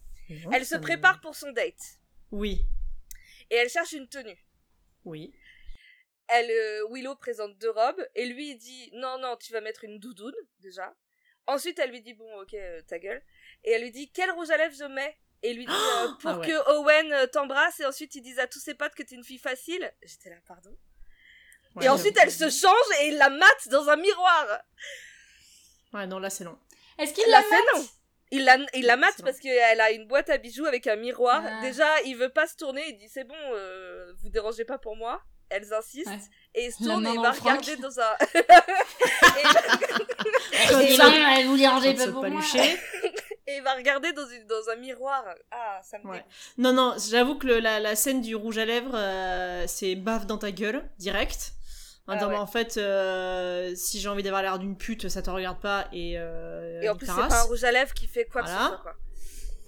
S4: Elle se prépare pour son date.
S3: Oui,
S4: Et elle cherche une tenue.
S3: oui.
S4: Elle, euh, Willow présente deux robes. Et lui, il dit Non, non, tu vas mettre une doudoune, déjà. Ensuite, elle lui dit Bon, ok, euh, ta gueule. Et elle lui dit Quel rouge à lèvres je mets Et il lui dit euh, Pour
S3: Ah ouais.
S4: que Owen euh, t'embrasse. Et ensuite, ils disent à tous ses potes que t'es une fille facile. J'étais là, pardon.
S3: Ouais,
S4: et
S3: non.
S4: ensuite, elle se change et il la mate dans un miroir.
S3: Ouais, non, là c'est long.
S2: Est-ce qu'il
S4: La
S2: la
S4: scène,
S2: mate
S4: Il la, il la mate
S3: C'est
S4: parce qu'elle a une boîte à bijoux avec un miroir.
S2: Ah.
S4: Déjà, il veut pas se tourner. Il dit c'est bon, euh, vous dérangez pas pour moi. Elles insistent.
S2: Ouais.
S4: Et il se
S2: La
S4: tourne
S2: main
S4: et il
S2: dans
S4: va
S2: le froc.
S4: regarder dans un.
S3: Euh,
S2: Eh
S3: Ça,
S2: ben, elle vous dérangez
S3: ça se
S2: pas pour moi.
S3: palucher.
S4: et il va regarder dans, une, dans un miroir. Ah, ça me
S3: Ouais.
S4: dégoûte.
S3: Non, non, j'avoue que le- la, la scène du rouge à lèvres, euh, c'est baffe dans ta gueule, direct. En
S4: Ah
S3: disant,
S4: ouais.
S3: bah, en fait, euh, si j'ai envie d'avoir l'air d'une pute, ça te regarde pas et. euh,
S4: Et en
S3: il
S4: plus, c'est
S3: t'arrasse.
S4: pas un Mmh. rouge à lèvres qui fait quoi que ce
S3: Voilà.
S4: soit, quoi.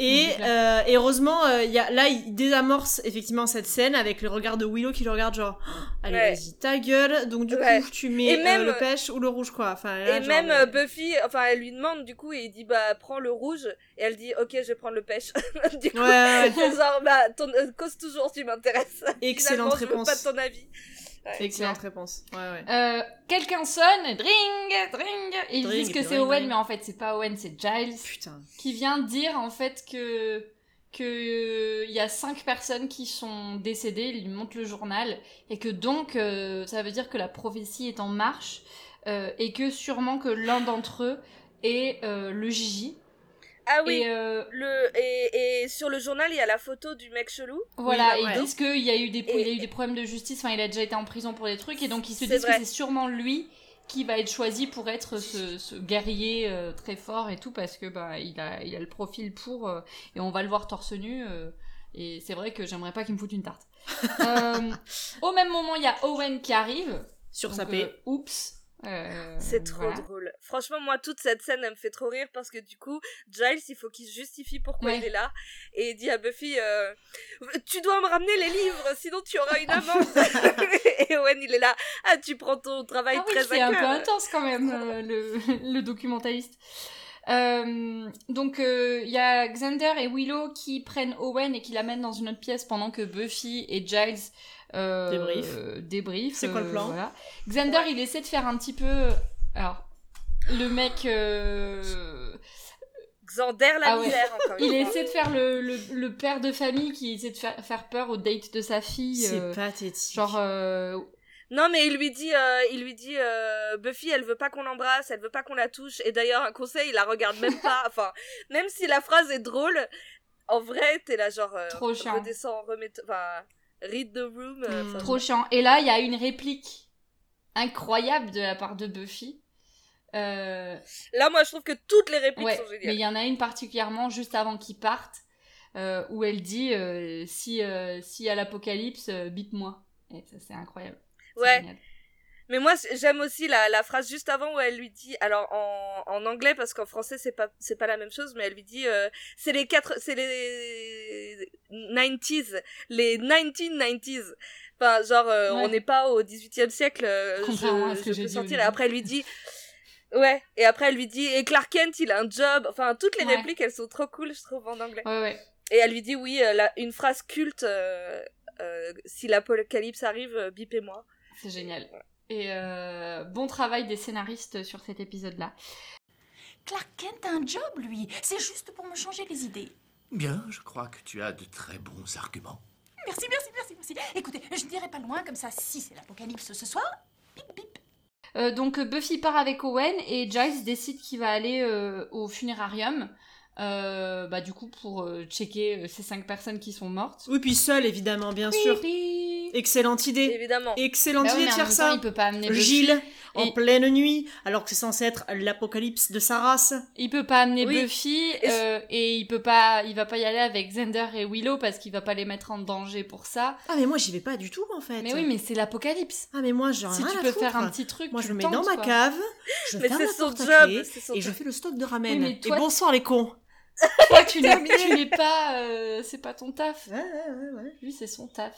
S3: Et,
S2: Donc
S3: euh, et heureusement, euh, il y a, là, il désamorce effectivement cette scène avec le regard de Willow qui le regarde genre, Oh, allez,
S4: Ouais.
S3: vas-y, ta gueule. Donc du
S4: Ouais.
S3: coup, tu mets
S4: Et
S3: euh,
S4: même-
S3: le pêche ou le rouge, quoi. Enfin, là,
S4: Et
S3: genre,
S4: même
S3: mais-
S4: euh, Buffy, enfin, elle lui demande du coup, et il dit bah prends le rouge. Et elle dit ok, je vais prendre le pêche. du
S3: Ouais,
S4: coup,
S3: ouais, ouais.
S4: c'est genre bah ton, euh, cause toujours, tu m'intéresses. Finalement,
S3: excellente
S4: je veux
S3: réponse.
S4: pas de ton avis.
S3: Excellente réponse. Ouais, ouais.
S2: Euh, quelqu'un sonne, dring, dring, et ils
S3: Dring,
S2: disent que
S3: dring,
S2: c'est Owen,
S3: dring.
S2: mais en fait c'est pas Owen, c'est Giles,
S3: Putain.
S2: qui vient dire en fait que que il y a cinq personnes qui sont décédées, il lui montre le journal, et que donc euh, ça veut dire que la prophétie est en marche, euh, et que sûrement que l'un d'entre eux est euh, le Gigi.
S4: Ah oui.
S2: Et euh,
S4: Le, et, et sur le journal, il y a la photo du mec chelou.
S2: voilà,
S3: Oui,
S2: et
S3: bah
S2: ils
S3: ouais.
S2: disent qu'il y a eu des
S4: Et-
S2: il a eu des problèmes de justice, enfin il a déjà été en prison pour des trucs, et donc ils se
S4: C'est
S2: disent
S4: vrai.
S2: que c'est sûrement lui qui va être choisi pour être ce, ce guerrier euh, très fort et tout parce que bah il a il a le profil pour euh, et on va le voir torse nu. euh, et c'est vrai que j'aimerais pas qu'il me foute une tarte. Euh, au même moment, il y a Owen qui arrive.
S3: Sur
S2: Donc,
S3: sa paix.
S2: euh, oups. Euh,
S4: C'est trop
S2: voilà.
S4: drôle. Franchement, moi, toute cette scène, elle me fait trop rire parce que du coup, Giles, il faut qu'il se justifie pourquoi
S2: Ouais.
S4: il est là. Et il dit à Buffy, euh, tu dois me ramener les livres, sinon tu auras une amende. et Owen, il est là, ah, tu prends ton travail
S2: Ah oui,
S4: très
S2: c'est
S4: à
S2: un peu
S4: cœur.
S2: intense quand même, euh, le, le documentaliste. Euh, donc euh, il y a Xander et Willow qui prennent Owen et qui l'amènent dans une autre pièce pendant que Buffy et Giles euh,
S3: Débriefent.
S2: euh, débriefent,
S3: C'est quoi le
S2: euh,
S3: plan
S2: voilà. Xander il essaie de faire un petit peu alors le mec euh,
S4: Xander, la
S2: Ah ouais.
S4: misère, encore une
S2: il
S4: fois.
S2: essaie de faire le, le, le père de famille qui essaie de faire, faire peur au date de sa fille
S3: C'est
S2: euh,
S3: pathétique.
S2: genre euh,
S4: Non, mais il lui dit, euh, il lui dit, euh, Buffy, elle veut pas qu'on l'embrasse, elle veut pas qu'on la touche. Et d'ailleurs, un conseil, il la regarde même pas. Enfin, même si la phrase est drôle, en vrai, t'es là genre, euh,
S2: Trop chiant.
S4: redescends, remets, enfin, read the room. euh,
S3: Mm.
S4: enfin,
S2: Trop chiant. Et là, il y a une réplique incroyable de la part de Buffy. Euh,
S4: Là, moi, je trouve que toutes les répliques
S2: ouais,
S4: sont
S2: mais il
S4: géniales.
S2: y en a une particulièrement juste avant qu'ils partent, euh, où elle dit euh, si euh, si à l'apocalypse, euh, bite-moi. Et ça, c'est incroyable. C'est
S4: ouais.
S2: génial.
S4: Mais moi, c- j'aime aussi la, la phrase juste avant où elle lui dit, alors en, en anglais parce qu'en français c'est pas c'est pas la même chose, mais elle lui dit, euh, c'est les quatre, c'est les 90s, les 1990s. Enfin, genre euh,
S2: Ouais.
S4: on n'est pas au 18e siècle. euh,
S2: Contrairement
S4: je-
S2: à ce que
S4: je
S2: j'ai
S4: peux
S2: dit au
S4: sentir. Et
S2: début.
S4: après elle lui dit, ouais. Et après elle lui dit, et Clark Kent il a un job. Enfin, toutes les
S2: Ouais.
S4: répliques elles sont trop cool, je trouve en anglais.
S2: Ouais, ouais.
S4: Et elle lui dit, oui, euh, la- une phrase culte. euh, euh, si l'apocalypse arrive, euh, bipez-moi.
S2: C'est génial. Et euh, bon travail des scénaristes sur cet épisode-là.
S5: Clark Kent a un job, lui. C'est juste pour me changer les idées.
S6: Bien, je crois que tu as de très bons arguments.
S5: Merci, merci, merci, merci. Écoutez, je n'irai pas loin comme ça. Si c'est l'apocalypse ce soir, bip bip.
S2: Euh, donc euh, Buffy part avec Owen et Giles décide qu'il va aller euh, au funérarium. euh, bah du coup pour euh, checker euh, ces cinq personnes qui sont mortes.
S3: Oui, puis seul, évidemment, bien sûr.
S2: Oui, oui.
S3: Excellente idée.
S4: Évidemment.
S3: Excellente
S2: Bah oui,
S3: idée
S2: mais
S3: de
S2: en
S3: faire
S2: même temps,
S3: ça.
S2: il peut pas amener Buffy.
S3: Gilles, en
S2: Et-
S3: pleine nuit, alors que c'est censé être l'apocalypse de sa race.
S2: Il peut pas amener
S4: Oui.
S2: Buffy
S4: Et-
S2: euh, et il peut pas, il va pas y aller avec Xander et Willow parce qu'il va pas les mettre en danger pour ça.
S3: Ah, mais moi, j'y vais pas du tout, en fait.
S2: Mais oui, mais c'est l'apocalypse.
S3: Ah, mais moi, j'ai
S2: Si
S3: rien
S2: tu
S3: à
S2: peux
S3: foutre.
S2: faire un petit truc,
S3: Moi,
S2: tu
S3: je me
S2: le
S3: mets dans
S2: tentes,
S3: ma
S2: quoi.
S3: cave, je
S4: Mais
S3: ferme
S4: c'est
S3: la
S4: son
S3: porte à
S4: job,
S3: clé,
S4: c'est son
S3: et je
S4: job.
S3: fais le stock de ramen.
S2: Oui, mais toi,
S3: et bonsoir, les cons.
S2: Toi, tu n'es tu n'es pas, euh, c'est pas ton taf.
S3: Ouais, ouais, ouais, ouais.
S2: Lui, c'est son taf.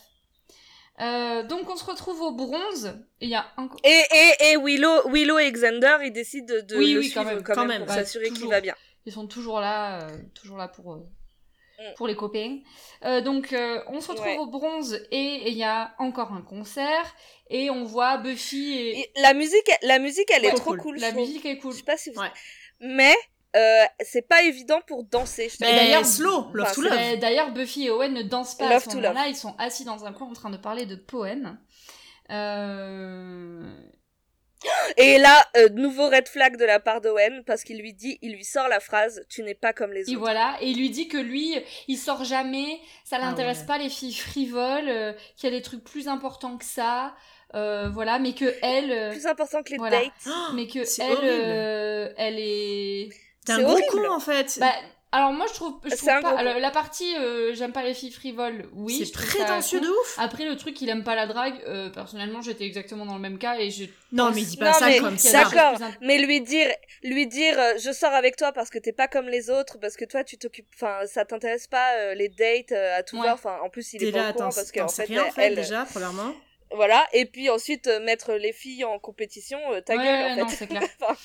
S2: Euh, donc, on se retrouve au bronze. Et Il y a un...
S4: Et, et, et Willow, Willow et Xander, ils décident de, de
S2: Oui,
S4: le
S2: oui, quand
S4: suivre
S2: même,
S4: quand,
S3: quand
S4: même,
S3: même.
S4: pour
S2: Bah,
S4: s'assurer qu'il
S2: toujours.
S4: va bien.
S2: Ils sont toujours là, euh, toujours là pour, euh,
S4: Mm.
S2: pour les copains. Euh, donc, euh, on se retrouve
S4: Ouais.
S2: au bronze et il y a encore un concert. Et on voit Buffy et...
S4: Et la musique, la musique, elle est
S3: Trop
S4: trop cool.
S3: cool.
S4: je
S2: La
S4: trouve.
S2: musique est cool.
S4: Je sais pas si vous...
S3: Ouais.
S4: Mais euh, c'est pas évident pour danser. Je
S3: Mais
S4: trouve.
S2: d'ailleurs,
S3: slow, love
S4: enfin,
S3: to
S4: c'est-
S3: love.
S2: Mais D'ailleurs, Buffy et Owen ne dansent pas
S4: Love
S2: à
S4: to
S2: ce moment-là. Ils sont assis dans un coin en train de parler de poèmes. Euh,
S4: Et là, euh, nouveau red flag de la part d'Owen parce qu'il lui dit, il lui sort la phrase "Tu n'es pas comme les autres".
S2: Et voilà, et il lui dit que lui, il sort jamais, ça l'intéresse
S3: ouais.
S2: pas les filles frivoles, euh, qu'il y a des trucs plus importants que ça, euh, voilà, mais que elle, euh,
S4: Plus important que les
S2: voilà.
S4: dates.
S2: mais que
S3: c'est
S2: elle,
S3: horrible.
S2: euh, elle est.
S3: T'es un
S4: C'est
S3: gros
S4: horrible.
S3: con en fait.
S2: Bah, alors moi je trouve, je
S4: C'est
S2: trouve
S4: un
S2: pas.
S4: gros
S2: alors, la partie, euh, j'aime pas les filles frivoles, oui.
S3: c'est
S2: je trouve ça
S3: prétentieux
S2: con.
S3: de ouf.
S2: Après le truc, il aime pas la drague. euh, personnellement, j'étais exactement dans le même cas et je.
S3: Non, mais dis pas
S4: Non,
S3: Bah, ça
S4: mais
S3: comme
S2: qu'il y
S3: ça.
S2: a des choses
S4: d'accord.
S2: plus int-
S4: Mais lui dire, lui dire, euh, je sors avec toi parce que t'es pas comme les autres, parce que toi tu t'occupes, enfin ça t'intéresse pas euh, les dates euh, à tout
S2: Ouais.
S4: voir. Enfin en plus il
S3: T'es
S4: est pas
S3: là,
S4: au courant
S3: t'en
S4: parce qu'en
S3: t'en sais
S4: fait,
S3: rien en
S4: euh,
S3: fait
S4: elle,
S3: déjà, premièrement.
S4: voilà. Et puis ensuite euh, mettre les filles en compétition, euh, ta
S2: Ouais,
S4: gueule
S2: ouais,
S4: en fait.
S2: non, c'est clair.
S4: Enfin,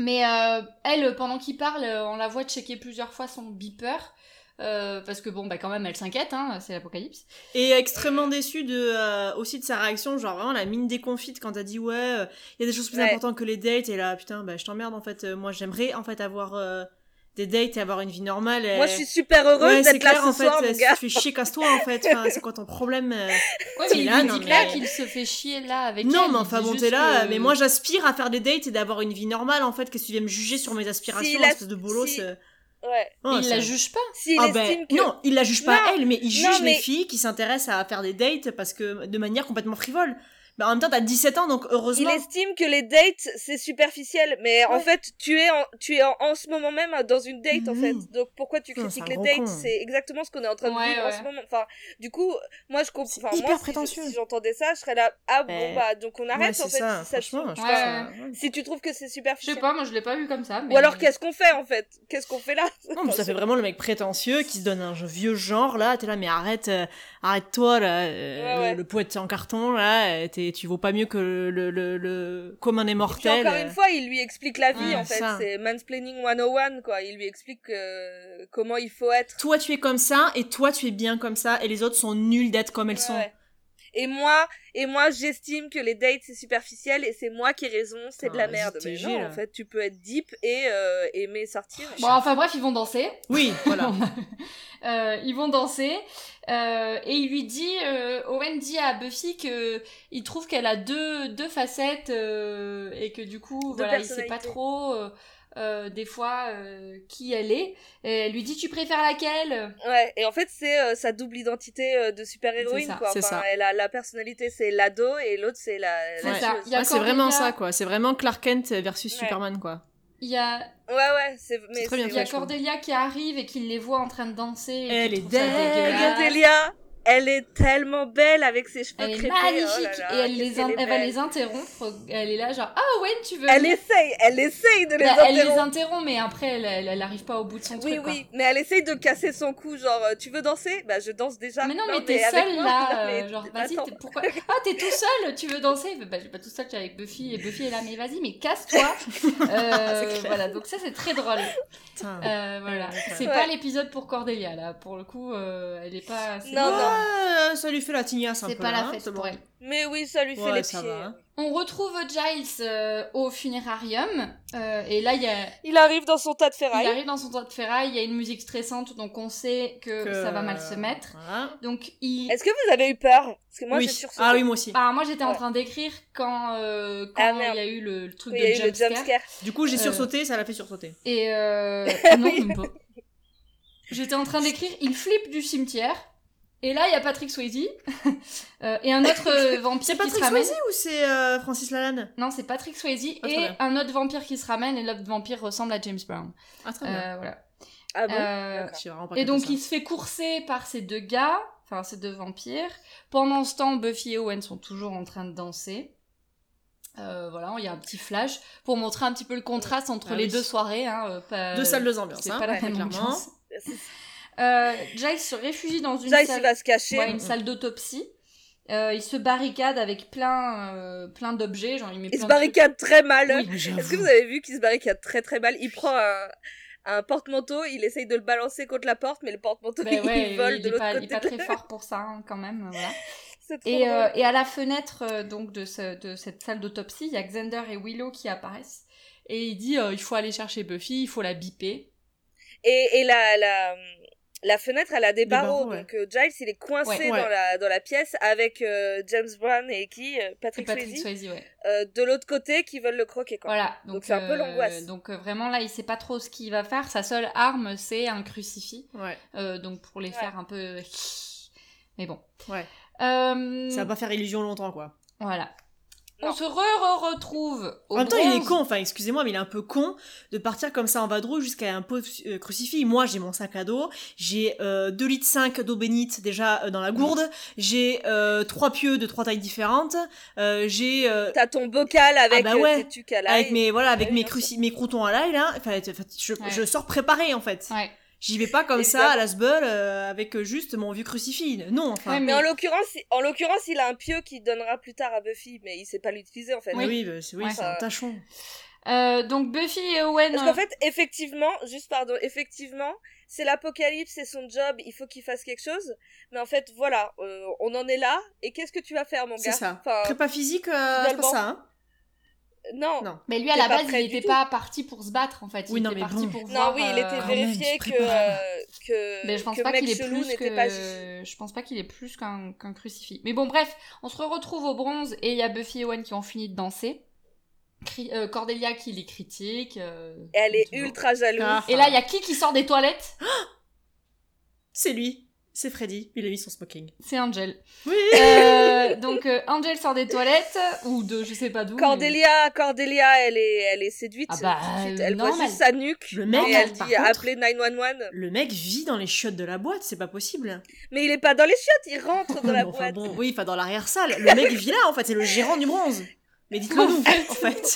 S2: Mais euh, elle, pendant qu'il parle, euh, on la voit checker plusieurs fois son beeper. euh, parce que bon, bah quand même, elle s'inquiète, hein, c'est l'apocalypse.
S3: Et extrêmement déçu de, euh, aussi de sa réaction, genre vraiment la mine déconfite quand t'as dit ouais, il y a des choses plus
S4: Ouais.
S3: importantes que les dates, et là putain, bah je t'emmerde en fait, euh, moi j'aimerais en fait avoir euh, des dates et avoir une vie normale. et-
S4: Moi je suis super heureuse
S3: Ouais, c'est
S4: d'être là
S3: clair
S4: ce
S3: en fait,
S4: soir,
S3: euh,
S4: mon
S3: si
S4: gars.
S3: tu fais chier, casse-toi en fait, Enfin, c'est quoi ton problème euh
S2: Ouais,
S3: T'es
S2: mais il
S3: là,
S2: lui
S3: non,
S2: dit pas
S3: mais-
S2: qu'il se fait chier là avec elle.
S3: Non, mais
S2: il
S3: enfin
S2: dit
S3: bon,
S2: juste
S3: t'es là,
S2: que-
S3: euh, mais moi j'aspire à faire des dates et d'avoir une vie normale en fait, qu'est-ce que tu viens me juger sur mes aspirations,
S4: S'il a-
S3: espèce de bolos
S4: si-
S3: euh.
S4: Ouais.
S2: Et
S3: Ouais,
S2: il
S3: ça-
S2: la juge pas.
S4: S'il
S3: Ah ben,
S4: estime que
S3: Non, il la juge pas
S4: Non,
S3: elle, mais il juge
S4: non, mais-
S3: les filles qui s'intéressent à faire des dates parce que de manière complètement frivole. Mais en même temps, t'as 17 ans, donc
S4: Il
S3: heureusement.
S4: estime que les dates c'est superficiel, mais en
S3: Ouais.
S4: fait tu es en, tu es en, en ce moment même euh, dans une date en
S3: Mhm.
S4: fait. Donc pourquoi tu
S3: Putain,
S4: critiques
S3: c'est un
S4: les
S3: gros con.
S4: dates C'est exactement ce qu'on est en train de
S2: Ouais,
S4: vivre en
S2: ouais.
S4: ce moment. Enfin, du coup, moi je
S3: C'est
S4: comprends.
S3: hyper
S4: moi, si je-
S3: prétentieux.
S4: Si j'entendais ça, je serais là. Ah
S3: Ouais.
S4: bon bah donc on
S3: Ouais,
S4: arrête
S3: c'est
S4: en fait.
S3: ça,
S4: si, ça te
S3: franchement, je
S4: choque.
S2: Ouais,
S3: pense, euh, ouais.
S4: Si tu trouves que c'est
S2: Je sais
S4: superficiel.
S2: pas, moi je l'ai pas vu comme ça. Mais...
S4: Ou alors qu'est-ce qu'on fait en fait Qu'est-ce qu'on fait là
S3: Non, mais ça fait vraiment le mec prétentieux qui se donne un jeu vieux genre là. T'es là, mais arrête, euh, arrête-toi là. euh,
S4: Ouais,
S3: le-
S4: ouais.
S3: Le, poète en carton là, euh, t'es- tu vaux pas mieux que le, le, le, le commun des
S4: Puis
S3: mortels.
S4: encore une fois, il lui explique la vie
S3: euh, Ouais,
S4: en fait.
S3: ça.
S4: C'est mansplaining 101 quoi. Il lui explique euh, comment il faut être.
S3: Toi tu es comme ça et toi tu es bien comme ça et les autres sont nuls d'être comme elles
S4: Ouais,
S3: sont.
S4: ouais. Et moi, et moi, j'estime que les dates c'est superficiel et c'est moi qui ai raison, c'est de
S3: Ah,
S4: la merde.
S3: vas-y,
S4: Mais
S3: t'es
S4: non,
S3: Gilles.
S4: en fait, tu peux être deep et euh, aimer sortir.
S2: Bon, enfin bref, ils vont danser.
S3: Oui, voilà.
S2: Euh, ils vont danser euh, et il lui dit, euh, Owen dit à Buffy que il trouve qu'elle a deux, deux facettes euh, et que du coup,
S4: Deux
S2: voilà, il sait pas
S4: personnalités.
S2: trop euh, euh, des fois euh, qui elle est. Et elle lui dit, tu préfères laquelle
S4: Ouais. Et en fait, c'est euh, sa double identité euh, de super
S2: C'est
S4: héroïne.
S2: ça,
S4: Quoi.
S3: c'est
S4: Enfin,
S3: ça. elle
S4: Elle a la personnalité, c'est l'ado et l'autre c'est la. la
S2: C'est ça.
S4: chieuse.
S2: Il y a
S3: Ouais, c'est vraiment
S2: Cordelia.
S3: ça quoi. C'est vraiment Clark Kent versus
S4: Ouais.
S3: Superman quoi.
S2: Il y a
S4: Ouais, ouais. C'est mais
S3: très bien
S4: c'est-
S2: Il y a
S3: Ouais, je trouve.
S2: Cordelia qui arrive et qui les voit en train de danser. Et
S3: Elle
S2: qui
S3: est
S2: trouve ça
S3: dingue.
S2: dégueulasse.
S4: Cordelia, elle est tellement belle avec ses cheveux
S2: Elle est
S4: crépés. oh là
S2: magnifique
S4: là,
S2: et elle, les
S4: qu'est-ce
S2: in-
S4: qu'elle est
S2: elle va
S4: belle.
S2: les interrompre. Elle est là genre ah Owen tu veux
S4: Elle
S2: venir
S4: essaye, elle essaye de les
S2: Bah, Elle les
S4: interrompre.
S2: interrompt mais après elle, elle, elle arrive pas au bout de son
S4: Oui,
S2: truc. quoi.
S4: oui, mais elle essaye de casser son cou, genre, euh, tu veux danser Bah, je danse déjà.
S2: Mais non, mais t'es
S4: avec
S2: seule
S4: moi.
S2: là,
S4: Non, mais
S2: euh, genre vas-y,
S4: attends.
S2: t'es- pourquoi Ah, t'es tout seul, tu veux danser Bah, bah, j'ai pas tout seul, t'es avec Buffy, et Buffy est là, mais vas-y, mais casse-toi Euh, Voilà, donc ça c'est très drôle.
S3: Putain.
S2: Euh, voilà,
S3: Ouais.
S2: c'est pas l'épisode pour Cordelia là, pour le coup, euh, elle est pas. c'est-
S4: Non, non.
S3: Ouais, euh, ça lui fait la tignasse un peu.
S2: C'est pas la
S3: hein,
S2: fête
S3: c'est bon.
S2: pour elle.
S4: Mais oui, ça lui fait
S3: Ouais,
S4: les
S3: ça
S4: pieds.
S3: va, hein.
S2: On retrouve Giles euh, au funérarium euh, et là il, y a,
S4: Il arrive dans son tas de
S2: il
S4: ferraille.
S2: arrive dans son toit de ferraille, il y a une musique stressante donc on sait que,
S3: Que-
S2: ça va mal se mettre.
S3: Voilà.
S2: Donc il...
S4: Est-ce que vous avez eu peur Parce que moi,
S3: oui.
S4: j'ai sursauté.
S3: Ah oui, moi aussi.
S2: Ah moi j'étais en
S4: Ouais.
S2: train d'écrire quand euh,
S4: Ah,
S2: quand il
S4: merde.
S2: y a eu le, le truc
S4: Il y
S2: de
S4: a eu le
S2: jumpscare.
S4: jumpscare.
S3: Du coup, j'ai
S2: Euh,
S3: sursauté, ça l'a fait sursauter.
S2: Et euh... non même pas. J'étais en train d'écrire il flippe du cimetière et là il y a Patrick Swayze euh, et un autre euh, vampire
S3: C'est
S2: qui se
S3: Patrick
S2: ramène.
S3: Swayze ou c'est euh, Francis Lalanne
S2: Non c'est Patrick Swayze
S3: Ah, très
S2: et
S3: bien.
S2: un autre vampire qui se ramène et l'autre vampire ressemble à James Brown.
S3: Ah, très bien.
S2: Euh, voilà.
S4: Ah bon
S2: Euh,
S4: D'accord.
S3: Je sais vraiment pas
S2: et
S3: comment
S2: donc
S3: ça.
S2: il se fait courser par ces deux gars, enfin ces deux vampires. Pendant ce temps, Buffy et Owen sont toujours en train de danser. Euh, voilà, il y a un petit flash pour montrer un petit peu le contraste entre
S3: Ah
S2: les
S3: oui.
S2: deux soirées. Hein, euh, pas-
S3: Deux salles, deux ambiances,
S2: c'est
S3: hein,
S2: pas la
S3: très
S2: même
S3: clairement.
S2: ambiance. Euh, Giles se réfugie dans une
S4: Giles, il
S2: salle,
S4: va se cacher.
S2: ouais, une salle d'autopsie. Euh, il se barricade avec plein, euh, plein d'objets, genre il met
S4: Il se
S2: plein de trucs.
S4: barricade très mal.
S2: Oui,
S4: Est-ce que vous avez vu qu'il se barricade très très mal Il prend un, un porte-manteau, il essaye de le balancer contre la porte, mais le porte-manteau,
S2: Ben ouais,
S4: il vole
S2: il
S4: de
S2: est
S4: l'autre
S2: pas, il
S4: côté.
S2: est pas très fort pour ça hein, quand même. Voilà.
S4: C'est trop
S2: Et,
S4: drôle.
S2: euh, et à la fenêtre euh, donc de, ce- de cette salle d'autopsie, il y a Xander et Willow qui apparaissent. Et il dit euh, il faut aller chercher Buffy, il faut la biper.
S4: Et, et la, la, la fenêtre, elle a des,
S3: Des
S4: barreaux,
S3: barreaux, ouais.
S4: donc euh, Giles, il est coincé
S3: Ouais, ouais.
S4: Dans, la, dans la pièce avec euh, James Brown et qui euh,
S2: Et
S4: Patrick,
S2: Patrick
S4: Swayze,
S2: Swayze, ouais.
S4: euh, de l'autre côté qui veulent le croquer. Quoi.
S2: Voilà.
S4: Donc, c'est un peu
S2: euh,
S4: l'angoisse.
S2: Donc euh, vraiment là, il sait pas trop ce qu'il va faire. Sa seule arme, c'est un crucifix.
S3: Ouais.
S2: Euh, donc pour les
S4: Ouais.
S2: faire un peu. euh, Mais bon.
S3: Ouais.
S2: Euh,
S3: Ça va pas faire illusion longtemps, quoi.
S2: Voilà. On
S4: Non.
S2: se re-retrouve au
S3: en même temps, il est
S2: bronze.
S3: con, enfin, excusez-moi, mais il est un peu con de partir comme ça en vadrouille jusqu'à un pauvre euh, crucifix. Moi, j'ai mon sac à dos, j'ai euh, 2 litres 5 d'eau bénite déjà euh, dans la gourde, j'ai euh, trois pieux de trois tailles différentes, euh, j'ai euh,
S4: T'as ton bocal avec
S3: bah
S4: euh,
S3: ouais.
S4: tes tucs à l'ail.
S3: avec mes voilà, avec
S4: oui,
S3: mes
S4: bien
S3: cruci- mes croutons à l'ail là, enfin, t- enfin, je,
S2: Ouais.
S3: je sors préparé en fait.
S2: Ouais.
S3: J'y vais pas comme
S4: Et
S3: ça
S4: ça-
S3: à l'asbeul euh, avec euh, juste mon vieux crucifix. Non, enfin.
S2: Ouais,
S4: Mais en l'occurrence, il- en l'occurrence, il a un pieu qu'il donnera plus tard à Buffy, mais il sait pas l'utiliser en fait.
S3: Oui, oui, bah, c'est oui,
S2: Ouais.
S3: c'est un tachon.
S2: Euh, donc Buffy et Owen.
S4: Parce qu'en fait, effectivement, juste pardon, effectivement, c'est l'apocalypse, c'est son job, il faut qu'il fasse quelque chose. Mais en fait, voilà, euh, on en est là. Et qu'est-ce que tu vas faire, mon gars
S3: C'est ça.
S4: Enfin,
S3: Prépa physique, euh, c'est pas
S4: finalement.
S3: ça. Hein.
S4: non.
S3: Non.
S2: Mais lui à
S4: t'es
S2: la
S4: pas
S2: base,
S4: prêt
S2: il
S4: du
S2: n'était
S4: tout.
S2: pas parti pour se battre en fait. Il
S3: Oui, non,
S2: était
S3: mais
S2: parti
S3: bon.
S2: pour
S4: Non,
S2: voir.
S4: oui, il était
S2: euh,
S3: même, il
S4: vérifié
S3: se
S4: que,
S3: prépare.
S4: euh, que,
S2: Mais je pense
S4: que
S2: pas
S4: mec
S2: qu'il est
S4: chelou
S2: plus
S4: n'était
S2: que.
S4: pas Gigi.
S2: Je pense pas qu'il est plus qu'un qu'un crucifix. Mais bon, bref, on se retrouve au bronze et il y a Buffy et Owen qui ont fini de danser. Cri- euh, Cordelia qui les critique. euh,
S4: Et elle est
S2: toujours.
S4: ultra jalouse.
S3: Ah.
S2: Et là, il y a qui qui sort des toilettes
S3: C'est lui. C'est Freddy. Il a mis son smoking.
S2: C'est Angel.
S3: Oui.
S2: Euh, donc euh, Angel sort des toilettes ou de je sais pas d'où. mais-
S4: Cordelia, Cordelia, elle est, elle est séduite.
S2: Ah bah,
S4: tout de suite.
S2: euh,
S4: Elle voit
S2: normal.
S4: juste sa nuque.
S3: Le mec,
S4: et elle dit
S3: par contre-
S4: appelez 911.
S3: Le mec vit dans les chiottes de la boîte, c'est pas possible.
S4: Mais il est pas dans les chiottes, il rentre dans la
S3: Enfin,
S4: boîte.
S3: bon, oui, enfin dans l'arrière-salle. Le mec vit là, en fait, c'est le gérant du bronze. Mais dites-le nous, en fait.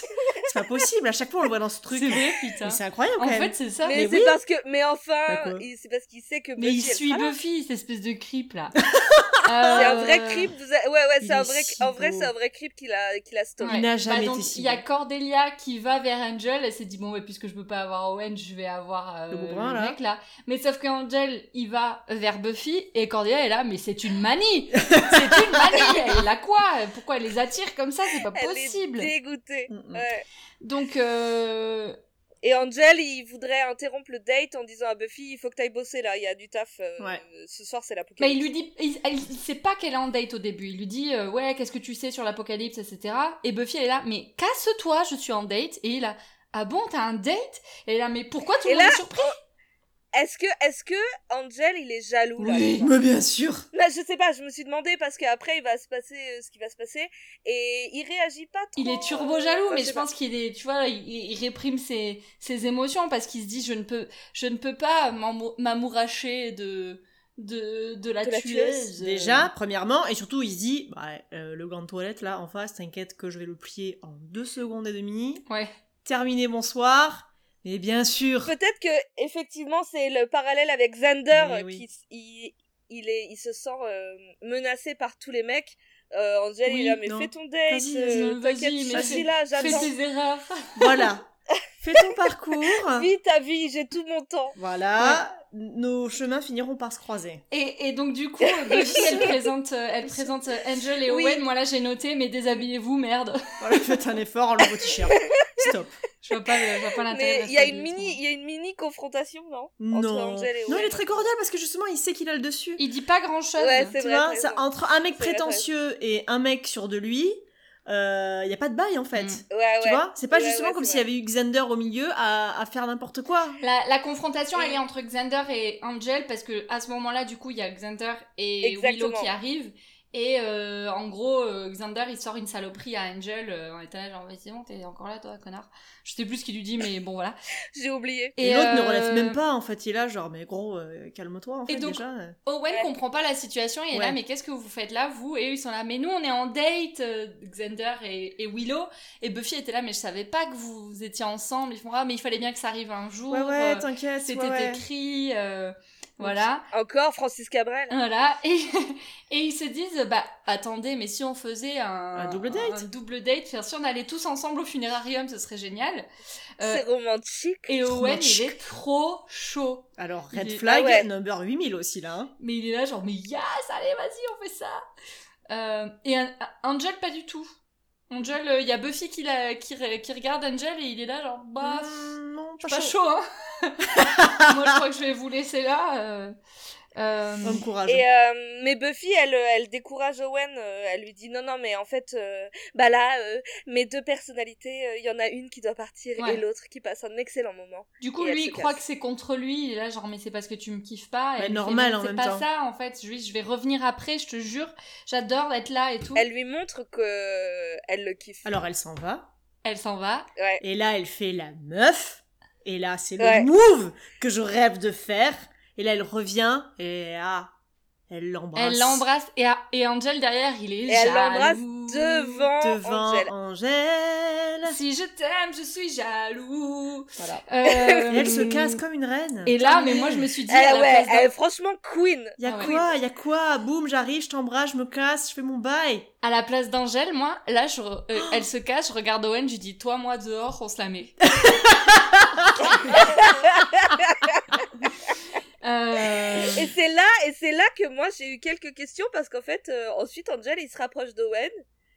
S3: C'est pas possible, à chaque fois on le voit dans ce truc.
S2: C'est vrai, euh, putain.
S3: Mais c'est incroyable quand
S2: En
S3: même.
S2: fait, c'est ça.
S4: Mais,
S3: Mais
S4: c'est
S3: oui.
S4: parce que, mais
S3: Bah
S4: enfin,
S3: quoi.
S4: il- c'est parce qu'il sait que
S2: Mais il
S4: Buffy, elle
S2: suit
S4: sera là.
S2: Buffy, cette espèce de creep là.
S4: C'est un
S2: Euh,
S4: vrai creep. vous avez- Ouais, ouais,
S3: Ah. Il
S4: c'est un
S3: est
S4: vrai,
S3: si
S4: en vrai,
S3: beau.
S4: c'est un vrai creep qu'il a, qu'il a stoppé.
S2: Ouais. Bah,
S3: n'a jamais
S2: donc,
S3: été si
S2: Il y a
S3: bon.
S2: Cordelia qui va vers Angel. Elle s'est dit, bon, mais puisque je peux pas avoir Owen, je vais avoir euh,
S3: Le
S2: le,
S3: bourrin, là.
S2: mec là. Mais sauf qu'Angel, il va vers Buffy et Cordelia est là, mais c'est une manie C'est une manie Elle a quoi Pourquoi elle les attire comme ça C'est pas
S4: Elle
S2: possible
S4: est dégoûtée.
S3: Mm, mm.
S4: Ouais.
S2: Donc, euh,
S4: Et Angel, il voudrait interrompre le date en disant à Buffy, il faut que t'ailles bosser là, il y a du taf. euh,
S3: Ouais.
S4: Ce soir, c'est
S2: mais
S4: l'apocalypse.
S2: bah, il lui dit, il, elle- il sait pas qu'elle est en date au début. Il lui dit, euh, ouais, qu'est-ce que tu sais sur l'apocalypse, etc. Et Buffy, elle est là, mais casse-toi, je suis en date. Et il a, ah bon, t'as un date Et elle est là, mais pourquoi tout
S4: Et
S2: le monde
S4: là,
S2: est surpris
S4: Est-ce que, est-ce que Angel, il est jaloux là,
S3: Oui,
S4: maintenant
S3: mais bien sûr.
S4: Bah, je sais pas, je me suis demandé parce qu'après il va se passer euh, ce qui va se passer et il réagit pas trop.
S2: Il est turbo
S4: euh,
S2: jaloux,
S4: enfin,
S2: mais
S4: sais
S2: je
S4: pas.
S2: pense qu'il est, tu vois, il, il réprime ses, ses émotions parce qu'il se dit je ne peux, je ne peux pas m'amo- m'amouracher de, de, de la
S4: De la
S2: tueuse.
S4: Euh.
S3: Déjà, premièrement, et surtout, il se dit, bah, euh, le gant de toilette là en face, t'inquiète que je vais le plier en deux secondes et demie.
S2: Ouais.
S3: Terminé, bonsoir. Mais bien sûr.
S4: Peut-être que effectivement c'est le parallèle avec Xander
S3: Oui,
S4: euh,
S3: oui.
S4: qui s- il, il est il se sent euh, menacé par tous les mecs. Euh, Angel
S3: Oui,
S4: il a mais
S3: non.
S4: fais ton date,
S3: Vas-y,
S4: euh,
S2: vas-y,
S4: t'inquiète,
S2: vas-y,
S4: je
S2: mais
S4: suis là,
S2: Fais
S4: j'attends.
S2: tes erreurs.
S3: Voilà. Fais ton parcours.
S4: Vis ta vie, j'ai tout mon temps.
S3: Voilà. Nos chemins finiront par se croiser.
S2: Et, et donc du coup, euh, Buffy, elle présente, euh, elle présente euh, Angel et
S3: Oui.
S2: Owen. Moi là, j'ai noté, mais déshabillez-vous, merde.
S3: Voilà, faites un effort, enlève vos t-shirts. Stop.
S2: Je vois pas, le- je vois pas l'intérêt.
S4: Mais
S2: de
S4: il y a
S2: ça,
S4: une
S2: du tout.
S4: mini il y a une mini confrontation non entre
S3: Non.
S4: Angel et
S3: Non, il
S4: Owen.
S3: est très cordial parce que justement, il sait qu'il a le dessus.
S2: Il dit pas grand chose.
S4: Ouais, c'est
S3: tu
S4: vrai,
S3: vois,
S4: t'as
S3: ça-
S4: raison.
S3: entre un mec
S4: C'est vrai, t'as
S3: prétentieux et un mec sûr de lui, euh, il n'y a pas de bail en fait.
S2: Mm.
S4: Ouais ouais.
S3: Tu vois, c'est pas
S4: Ouais,
S3: justement
S4: ouais,
S3: comme
S4: c'est
S3: s'il y avait eu Xander au milieu à, à faire n'importe quoi.
S2: La, la confrontation,
S4: Oui.
S2: elle est entre Xander et Angel parce que à ce moment-là, du coup, il y a Xander et
S4: Exactement.
S2: Willow qui arrivent. Et euh, en gros, euh, Xander, il sort une saloperie à Angel euh, en étant là, genre, Mais c'est bon, t'es encore là, toi, connard. Je sais plus ce qu'il lui dit, mais bon, voilà.
S4: J'ai oublié.
S3: Et, l'autre ne relève
S2: euh,
S3: même pas en fait. Il est là, genre, mais gros, euh, calme-toi en
S2: Et
S3: fait
S2: donc-
S3: déjà.
S2: Owen
S4: Ouais.
S2: comprend pas la situation et est là,
S3: Ouais.
S2: mais qu'est-ce que vous faites là, vous Et eux, ils sont là, mais nous, on est en date, euh, Xander et, et Willow. Et Buffy était là, mais je savais pas que vous, vous étiez ensemble. Ils font, ah, mais il fallait bien que ça arrive un jour.
S3: Ouais,
S2: euh,
S3: ouais, t'inquiète.
S2: C'était
S3: ouais, ouais.
S2: écrit. euh, voilà.
S4: Encore Francis Cabrel.
S3: Euh,
S2: Voilà, et, et ils se disent, bah attendez, mais si on faisait un,
S3: Un double date.
S2: un double date, faire si on allait tous ensemble au funérarium, ce serait génial. Euh,
S4: C'est romantique.
S2: et
S3: trop
S2: Owen,
S3: moche.
S2: il est trop chaud.
S3: Alors,
S2: Il
S3: red
S2: est-
S3: flag,
S4: Ah ouais.
S3: number 8000 aussi là. hein.
S2: Mais il est là genre, mais yes, allez, vas-y, on fait ça. Euh, et un- un- Angel, pas du euh, tout. Angel, il y a Buffy qui, la- qui, re- qui regarde Angel et il est là genre, bah... pff,
S3: Mm, non, non, pas,
S2: Pas
S3: chaud.
S2: chaud, hein Moi, je crois que je vais vous laisser là. euh, euh,
S3: Homme courage.
S4: Et euh, mais Buffy, elle, euh, elle décourage Owen. euh, elle lui dit non, non, mais en fait, euh, bah là, euh, mes deux personnalités, euh, il y en a une qui doit partir
S2: Ouais.
S4: et l'autre qui passe un excellent moment.
S2: Du coup,
S4: Et elle
S2: lui,
S4: se
S2: il croit
S4: casse.
S2: que c'est contre lui. Il est là, genre, mais c'est parce que tu me kiffes pas.
S3: Bah,
S2: elle lui fait,
S3: normal,
S2: non,
S3: en
S2: C'est
S3: même
S2: pas
S3: temps.
S2: ça, en fait. Je, je vais revenir après, je te jure. J'adore être là et tout.
S4: Elle lui montre que euh, elle le kiffe.
S3: Alors elle s'en va.
S2: Elle s'en va.
S4: Ouais.
S3: Et là, elle fait la meuf. Et là, c'est le
S4: Ouais.
S3: move que je rêve de faire. Et là, elle revient. Et ah, elle l'embrasse.
S2: Elle l'embrasse. Et, a- et Angel, derrière, il est
S4: Et elle l'embrasse
S2: jaloux.
S4: devant,
S3: devant
S4: Angel.
S3: Angèle.
S2: Si je t'aime, je suis jaloux.
S3: Voilà.
S2: Euh,
S3: Et elle se casse comme une reine.
S2: Et là, mais moi, je me suis dit,
S4: Elle-
S2: à la
S4: Eh ouais,
S2: place
S4: elle,
S2: d'un-
S4: franchement, Queen.
S3: Y a
S2: Ah ouais.
S3: quoi Y a quoi Boum, j'arrive, je t'embrasse, je me casse, je fais mon bail.
S2: à la place d'Angèle, moi, là, je re- euh, elle se casse, je regarde Owen, je lui dis, toi, moi, dehors, on se la met. Euh,
S4: Et c'est là, et c'est là que moi j'ai eu quelques questions parce qu'en fait, euh, ensuite Angel il se rapproche d'Owen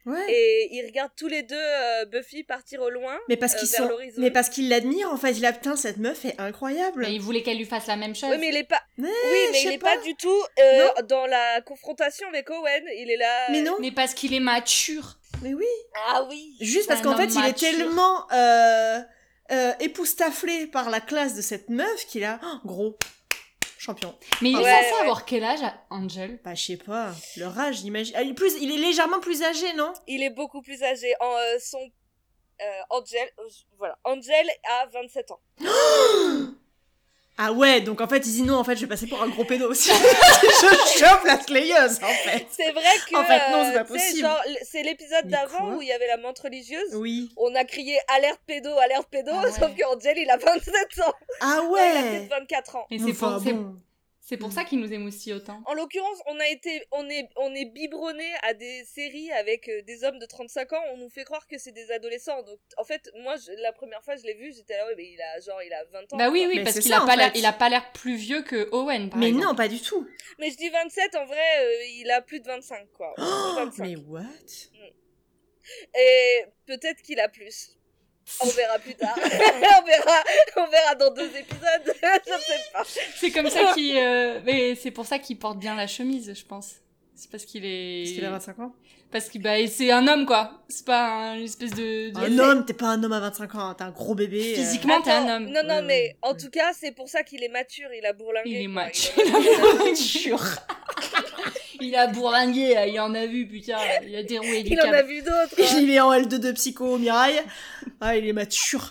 S3: Ouais.
S4: et ils regardent tous les deux euh, Buffy partir au loin.
S3: Mais parce
S4: euh,
S3: qu'ils
S4: vers
S3: sont,
S4: l'horizon.
S3: mais parce qu'ils l'admirent en fait. Il a putain cette meuf est incroyable.
S2: mais il voulait qu'elle lui fasse la même chose.
S4: Oui, mais il est pas.
S3: Mais
S4: oui, mais
S3: je
S4: il
S3: sais
S4: est pas, du tout euh, dans la confrontation avec Owen. Il est là.
S3: Mais
S4: euh,
S3: non,
S2: Mais parce qu'il est mature.
S3: mais oui.
S4: Ah oui.
S3: Juste parce
S2: Un
S3: qu'en
S2: homme
S3: fait il est
S2: mature.
S3: tellement euh, euh, époustouflé par la classe de cette meuf qu'il a oh, gros champion.
S2: Mais il est
S4: Ouais,
S2: censé
S4: ouais.
S2: avoir quel âge, Angel
S3: Bah je sais pas. Leur âge, j'imagine. Ah, Il est plus, il est légèrement plus âgé, non
S4: Il est beaucoup plus âgé. En, euh, son euh, Angel, euh, voilà, Angel a 27 ans.
S3: Ah ouais. Donc en fait il dit non. En fait je vais passer pour un gros pédo aussi. je chope la slayeuse en fait.
S4: C'est vrai que
S3: En fait, non, c'est pas
S4: euh, tu sais,
S3: possible.
S4: genre, l- C'est l'épisode
S3: Mais
S4: d'avant
S3: quoi
S4: où il y avait la menthe religieuse.
S3: Oui.
S4: On a crié alerte pédo, alerte pédo,
S2: Ah ouais.
S4: sauf que Angel il a 27 ans.
S3: Ah
S4: Ouais, Il a
S3: ouais.
S4: peut-être 24 ans.
S2: Mais c'est
S3: Enfin,
S2: pour, c'est-
S3: bon. Mm.
S2: c'est pour ça qu'il nous aime aussi autant.
S4: En l'occurrence, on a été, on est, on est biberonné à des séries avec euh, des hommes de 35 ans. On nous fait croire que c'est des adolescents. Donc, en fait, moi, je- la première fois, je l'ai vu, j'étais là, ouais, mais il a genre, il a 20 ans.
S2: Bah oui,
S4: quoi.
S2: oui,
S3: Mais
S2: parce
S3: c'est
S2: qu'il
S3: ça,
S2: a,
S3: en
S2: pas l'air-
S3: fait.
S2: il a pas l'air plus vieux que Owen, par
S3: Mais
S2: exemple.
S3: non, pas du tout.
S4: Mais je dis 27, en vrai, euh, il a plus de 25, quoi. Entre 25.
S3: Mais what
S4: Et peut-être qu'il a plus. On verra plus tard. on verra, on verra dans deux épisodes. je ne sais pas.
S2: C'est comme ça qu'il... euh, Mais c'est pour ça qu'il porte bien la chemise, je pense. C'est parce qu'il est...
S3: Parce qu'il a 25 ans.
S2: Parce qu'il bah, et c'est un homme, quoi. C'est pas un- une espèce de... de-
S3: Oh, Un homme, t'es pas un homme à 25 ans, t'es un gros bébé. euh.
S2: Physiquement, t'es
S4: Attends,
S2: un homme.
S4: Non, non,
S3: Ouais,
S4: mais
S3: ouais.
S4: en tout cas, c'est pour ça qu'il est mature. Il a bourlingué.
S2: Il est
S4: quoi.
S2: match.
S4: Il a-
S2: Il a bourlingué, là, il en a vu, putain. Il a déroulé des
S4: Il en a
S2: câbles.
S4: vu d'autres. hein.
S3: Il est en L2 de psycho au Mirail. Ah, il est mature.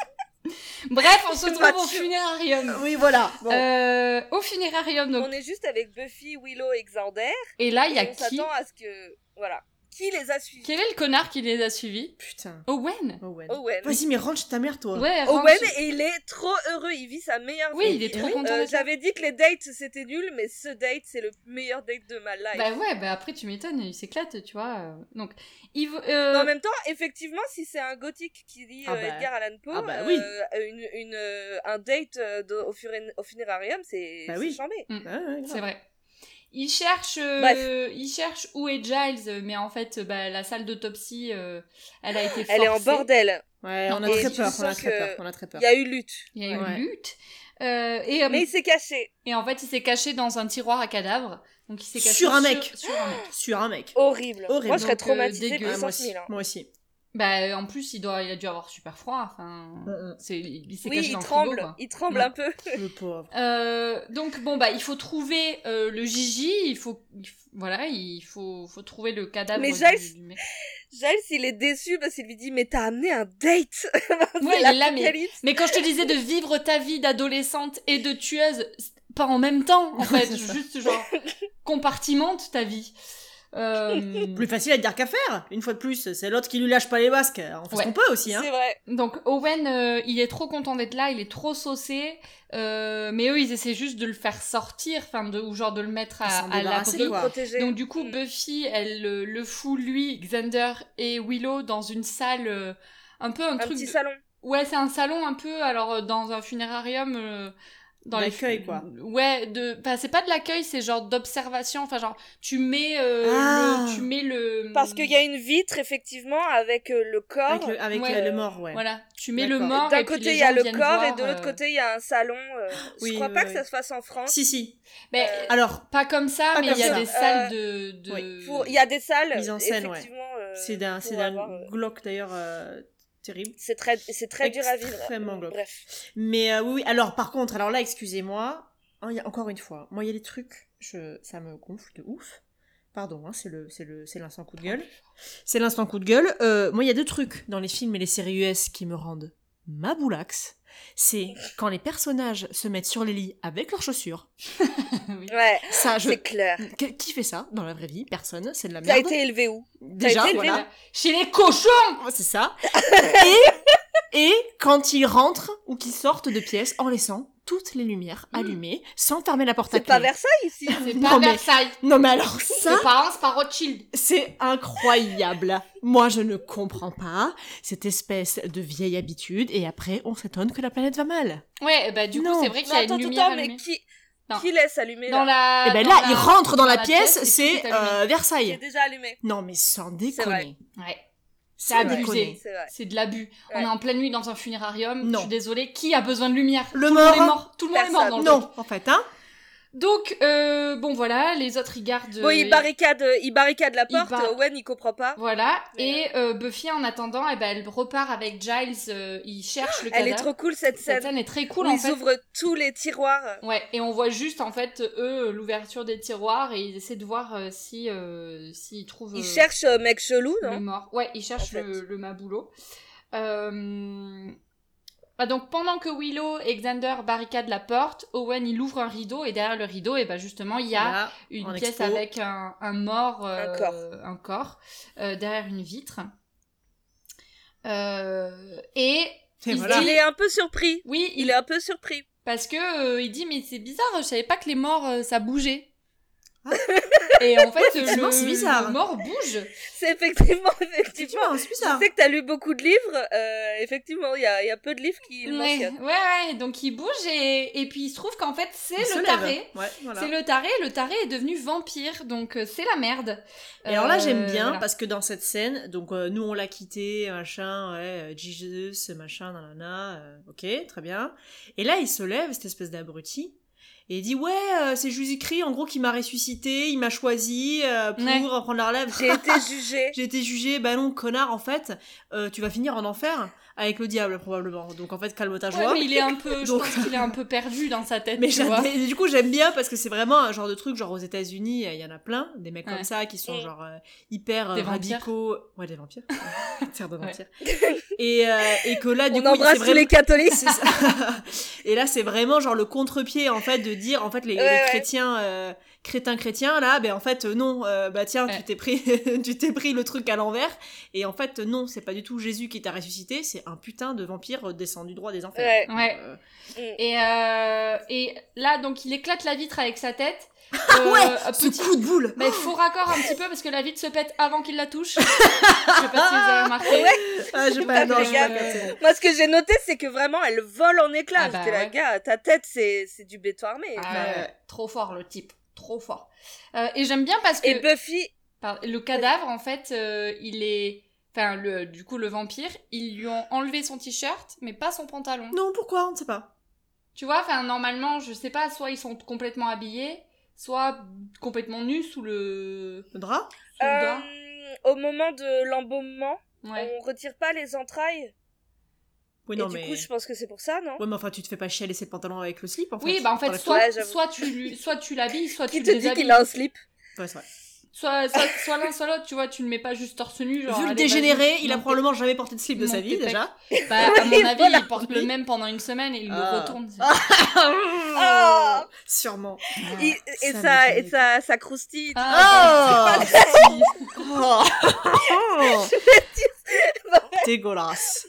S2: Bref, on se
S4: Il est
S2: retrouve au
S4: mature.
S2: funérarium.
S3: Oui, voilà. Bon.
S2: Euh, au funérarium, donc.
S4: On est juste avec Buffy, Willow et Xander.
S2: Et là, il y a
S4: et on
S2: qui
S4: s'attend à ce que. Voilà. Qui les a suivis
S2: Quel est le connard qui les a suivis
S3: Putain.
S2: Owen
S3: Owen.
S4: Owen.
S3: Vas-y, mais rentre chez ta mère, toi.
S2: Ouais,
S4: Owen,
S2: Randy.
S4: et il est trop heureux. Il vit sa meilleure
S2: Oui,
S4: vie.
S2: il est trop
S3: Oui.
S2: content.
S4: Euh,
S2: d'être là.
S4: J'avais dit que les dates c'était nul, mais ce date c'est le meilleur date de ma life.
S2: Bah ouais, bah après, tu m'étonnes, il s'éclate, tu vois. euh, Donc, il veut-
S4: Mais
S2: euh,
S4: en même temps, effectivement, si c'est un gothique qui lit
S3: Ah
S4: euh,
S3: bah.
S4: Edgar Allan Poe,
S3: Ah bah oui.
S4: euh, une, une, euh, un date euh, de- au, furé- au funérarium, c'est
S3: Bah
S4: c'est
S3: oui.
S4: chambé.
S3: Ouais, ouais, grave.
S2: C'est vrai. Il cherche, euh,
S4: Bref.
S2: il cherche où est Giles, euh, mais en fait, euh, bah, la salle d'autopsie, euh, elle a été forcée.
S4: Elle est en bordel.
S3: Ouais, on a
S4: Et
S3: très
S4: tu
S3: peur, on a
S4: sens
S3: très
S4: que
S3: peur, on a très peur.
S4: Il y a eu lutte.
S2: Il y a eu
S3: Ouais.
S2: une lutte. Euh, et, euh,
S4: Mais il s'est caché.
S2: et en fait, il s'est caché dans un tiroir à cadavres. Donc, il s'est caché
S3: Sur un mec.
S2: sur un mec.
S3: Sur un mec.
S4: Horrible.
S3: Horrible.
S4: Moi, je serais
S2: Donc, euh,
S4: traumatisée
S2: dégueu.
S4: plus
S2: Ah,
S3: moi
S4: 100
S3: aussi.
S4: 000. hein.
S3: Moi aussi.
S2: Bah, euh, en plus, il, doit, il a dû avoir super froid. Enfin,
S3: Mm,
S2: c'est- il s'est
S4: Oui,
S2: caché
S4: il
S2: dans le
S4: tremble.
S2: frigo, quoi.
S4: il tremble
S2: Mm.
S4: un peu.
S3: mm. Le pauvre.
S2: Euh, donc bon bah il faut trouver euh, le Gigi, il faut, il faut- voilà il faut faut trouver le cadavre
S4: Mais
S2: du-
S4: Giles-
S2: du mec.
S4: Giles, il est déçu parce qu'il lui dit Mais t'as amené un date
S2: Ouais, il est là, mais-
S4: l'apocalypse.
S2: Mais quand je te disais de vivre ta vie d'adolescente et de tueuse, c'est pas en même temps, en fait,
S3: c'est ça.
S2: juste genre compartimente ta vie. Euh,
S3: Plus facile à dire qu'à faire. Une fois de plus, c'est l'autre qui lui lâche pas les basques. On fait
S2: Ouais.
S3: ce qu'on peut aussi, hein.
S4: C'est vrai.
S2: donc Owen, euh, il est trop content d'être là, il est trop saucé, euh, mais eux ils essaient juste de le faire sortir, enfin de ou genre de le mettre
S3: Ils
S2: à,
S3: s'en
S2: à la
S3: débarrasser,
S2: porte.
S3: quoi.
S4: Protégé.
S2: Donc du coup,
S4: Mm.
S2: Buffy, elle le, le fout lui, Xander et Willow dans une salle, euh, un peu un,
S4: un
S2: truc.
S4: petit
S2: de-
S4: salon.
S2: Ouais, c'est un salon un peu, alors euh, dans un funérarium, euh, dans les-
S3: D'accueil, quoi.
S2: Ouais, de enfin, c'est pas de l'accueil, c'est genre d'observation, enfin genre tu mets euh,
S3: Ah.
S2: le, tu mets le
S4: Parce qu'il y a une vitre, effectivement, avec euh, le corps.
S3: Avec le, avec,
S2: Ouais.
S3: euh, le mort, ouais.
S2: voilà, tu mets le
S3: D'accord.
S2: mort
S4: D'un
S2: Ah, et puis
S4: côté,
S2: les
S4: il y a
S2: gens
S4: le
S2: viennent
S4: corps et
S2: voir,
S4: de l'autre
S2: euh,
S4: côté, il y a un salon. euh,
S3: Oui,
S4: je crois
S3: oui,
S4: pas
S3: oui.
S4: que ça se fasse en France.
S3: Si, si.
S2: mais
S4: Euh,
S3: Alors,
S2: pas comme ça,
S3: pas
S2: mais il y a
S3: comme
S2: des
S4: ça.
S2: salles de, de...
S3: oui,
S4: Pour- Il y a des salles.
S3: Mise en scène, ouais.
S4: effectivement, euh,
S3: c'est d'un, c'est
S4: pour
S3: d'un
S4: avoir, euh,
S3: Glock d'ailleurs euh, terrible.
S4: C'est très, c'est très dur à vivre.
S3: Extrêmement glauque.
S4: Bref.
S3: Mais euh, oui, oui, alors par contre, alors là, excusez-moi, hein, il y a- encore une fois, moi il y a des trucs, je, ça me gonfle de ouf. Pardon, hein, c'est le, c'est le, c'est l'instant coup de gueule. C'est l'instant coup de gueule. Euh, moi, il y a deux trucs dans les films et les séries US qui me rendent ma boulax. C'est quand les personnages se mettent sur les lits avec leurs chaussures.
S4: Ouais,
S3: Ça, je.
S4: c'est clair.
S3: Que- Qui fait ça dans la vraie vie Personne. C'est de la
S4: T'as
S3: merde.
S4: été élevé où
S3: Déjà,
S4: été élevé
S3: voilà.
S2: Chez les cochons
S3: Oh, C'est ça. Et, et quand ils rentrent ou qu'ils sortent de pièces en laissant toutes les lumières
S2: Mmh.
S3: allumées, sans fermer la porte à
S4: C'est
S3: clé.
S4: pas Versailles ici.
S2: C'est
S3: Non,
S2: pas
S3: mais-
S2: Versailles.
S3: Non mais alors ça,
S2: C'est pas un, c'est pas Rothschild.
S3: c'est incroyable. Moi, je ne comprends pas cette espèce de vieille habitude. Et après, on s'étonne que la planète va mal.
S2: Ouais, bah du
S3: Non.
S2: coup, c'est vrai qu'il y
S4: Non,
S2: a
S4: attends,
S2: une
S4: attends,
S2: lumière
S4: mais
S2: allumée.
S4: qui,
S2: Non.
S4: qui laisse allumer
S2: Dans
S4: là
S2: la
S3: et ben
S2: Ah dans
S3: là,
S2: la-
S3: ils rentrent dans, la, pièce,
S2: et
S3: c'est
S2: tout est allumé.
S3: euh,
S4: Qui est
S3: Versailles.
S4: déjà allumée.
S3: Non mais sans
S4: vrai.
S3: déconner.
S2: Ouais,
S3: Sans
S2: abusé.
S3: déconner.
S4: C'est vrai.
S2: c'est de l'abus. On
S4: Ouais.
S2: est en pleine nuit dans un funérarium.
S3: Non.
S2: Je suis désolée, qui a besoin de lumière
S3: Le
S2: Tout le monde est
S3: mort. hein
S2: mort. Tout le monde est mort dans le truc.
S3: Non, en fait, hein.
S2: Donc, euh, bon voilà, les autres ils gardent.
S4: Bon, il
S2: euh,
S4: barricade, euh, il barricade la
S2: il
S4: porte.
S2: bar-
S4: Owen, il comprend pas.
S2: Voilà,
S4: Mais,
S2: et euh, Buffy en attendant, eh ben, elle repart avec Giles, euh, il cherche le
S4: Elle
S2: cadavre.
S4: est trop cool cette
S2: Cette
S4: scène.
S2: scène est très cool
S4: où
S2: en
S4: ils
S2: fait.
S4: ouvrent tous les tiroirs.
S2: Ouais, et on voit juste en fait eux l'ouverture des tiroirs et ils essaient de voir euh, si euh, s'ils trouvent
S4: Ils
S2: euh,
S4: cherchent euh, mec chelou,
S2: le
S4: non
S2: mort. Ouais, ils
S4: En
S2: cherchent
S4: fait.
S2: le, le maboulot. Euh, ah, donc pendant que Willow et Xander barricadent la porte, Owen il ouvre un rideau et derrière le rideau, et ben justement il y a
S3: Là,
S2: une
S3: en
S2: pièce
S3: expo.
S2: avec un, un mort, euh,
S4: Un corps.
S2: un corps, euh, derrière une vitre. Euh, et
S3: Et
S2: il se
S3: voilà.
S4: Il
S2: dit-
S4: est un peu surpris.
S2: oui,
S4: Il est un peu surpris.
S2: parce que euh, il dit mais c'est bizarre, je savais pas que les morts euh, ça bougeait.
S4: Ah.
S2: Et en fait,
S3: Effectivement,
S2: le,
S3: c'est bizarre.
S2: le mort bouge.
S4: C'est effectivement, effectivement.
S3: Effectivement, c'est bizarre.
S4: Je sais que t'as lu beaucoup de livres. euh, effectivement, il y a, il y a peu de livres qui le
S2: Ouais, ouais,
S4: mentionnent.
S2: ouais. Donc il bouge et, et puis il se trouve qu'en fait c'est
S3: Il se
S2: le
S3: lève.
S2: taré.
S3: Ouais, voilà.
S2: C'est le taré. Le taré est devenu vampire, donc euh, c'est la merde.
S3: Et alors là,
S2: Euh,
S3: j'aime bien
S2: voilà.
S3: parce que dans cette scène, donc euh, nous on l'a quitté, machin, ouais, euh, Jesus, machin, nanana, euh, ok, très bien. Et là, il se lève, cette espèce d'abruti, et il dit Ouais, euh, c'est Jésus-Christ en gros qui m'a ressuscité, il m'a choisi euh, pour
S2: Ouais.
S3: prendre la relève.
S4: J'ai été jugée.
S3: J'ai été jugé, bah non, connard, en fait, euh, tu vas finir en enfer avec le diable probablement. Donc en fait, calme ta
S2: Ouais,
S3: joie.
S2: mais il est un peu, je
S3: Donc-
S2: pense qu'il est un peu perdu dans sa tête.
S3: Mais
S2: tu
S3: j'aime-
S2: vois.
S3: et du coup, j'aime bien parce que c'est vraiment un genre de truc, genre aux États-Unis, euh, il y en a plein, des mecs
S2: Ouais.
S3: comme ça qui sont
S4: Et-
S3: genre euh, hyper euh,
S2: Des vampires.
S3: radicaux. Ouais, des vampires. Terre de
S2: Ouais.
S3: vampires. Et, euh, et que
S2: Ah,
S3: là, du
S4: On
S3: coup,
S4: embrasse
S3: c'est
S4: tous
S3: vraiment.
S4: les catholiques.
S3: c'est ça. et là, c'est vraiment genre le contre-pied en fait de dire en fait les, les
S4: Ouais, ouais.
S3: chrétiens, euh, crétins chrétiens là, ben en fait euh, non, euh, bah tiens,
S2: Ouais.
S3: tu t'es pris, tu t'es pris le truc à l'envers et en fait non, c'est pas du tout Jésus qui t'a ressuscité, c'est un putain de vampire descendu droit des enfers.
S4: Ouais. mm.
S2: Ouais.
S3: Euh,
S2: Et, euh, et là, donc, il éclate la vitre avec sa tête.
S3: Ah ouais,
S2: un
S3: ce coup de boule.
S2: Mais faux raccord un petit peu parce que la vitre se pète avant qu'il la touche. je sais pas si vous avez remarqué.
S3: Ah, j'ai
S4: pas
S3: pas,
S4: fait
S3: non, j'ai
S4: gaffe.
S3: pas- c'est bon.
S4: Moi, ce que j'ai noté, c'est que vraiment, elle vole en éclats.
S2: Ah bah
S4: J'étais là,
S2: ouais.
S4: gars, ta tête, c'est c'est du béton armé.
S2: Ah
S3: ouais.
S2: ouais, trop fort le type, trop fort. Euh, et j'aime bien parce que
S4: Et Buffy,
S2: par- le cadavre, en fait, euh, il est. Enfin, le, du coup, le vampire, ils lui ont enlevé son t-shirt, mais pas son pantalon.
S3: Non, pourquoi On ne sait pas.
S2: Tu vois, enfin, normalement, je sais pas, soit ils sont complètement habillés, soit complètement nus sous le.
S3: Le drap
S2: sous le drap.
S4: euh, au moment de l'embaumement,
S2: Ouais.
S4: on retire pas les entrailles.
S3: Oui,
S4: et
S3: non,
S4: du
S3: mais.
S4: coup, je pense que c'est pour ça, non
S3: Ouais, mais enfin, tu te fais pas chier à laisser le pantalon avec le slip, en fait.
S2: Oui, bah en
S3: Dans
S2: fait,
S3: la
S2: soit,
S4: Ouais, j'avoue.
S2: soit tu lui- soit tu l'habilles, soit
S4: Qui
S2: tu
S4: te
S2: le
S4: dit
S2: déshabilles.
S4: qu'il a un slip
S3: Ouais, c'est vrai.
S2: Soit, soit, soit l'un, soit l'autre, tu vois, tu le mets pas juste torse nu. Genre,
S3: Vu le
S2: allez,
S3: dégénéré,
S2: vas-y,
S3: il a
S2: monte-
S3: probablement jamais porté de slip de sa
S2: monte
S3: vie,
S2: tes
S3: déjà.
S2: Bah, à mon avis,
S3: Voilà.
S2: il porte le même pendant une semaine et il le
S3: Ah.
S2: retourne.
S4: Ah
S3: Sûrement.
S2: Ah.
S4: Et, et
S3: Oh. Ah, ça
S4: ça,
S3: m'étonne.
S4: et ça, ça croustille.
S3: Ah Oh Oh Dégueulasse.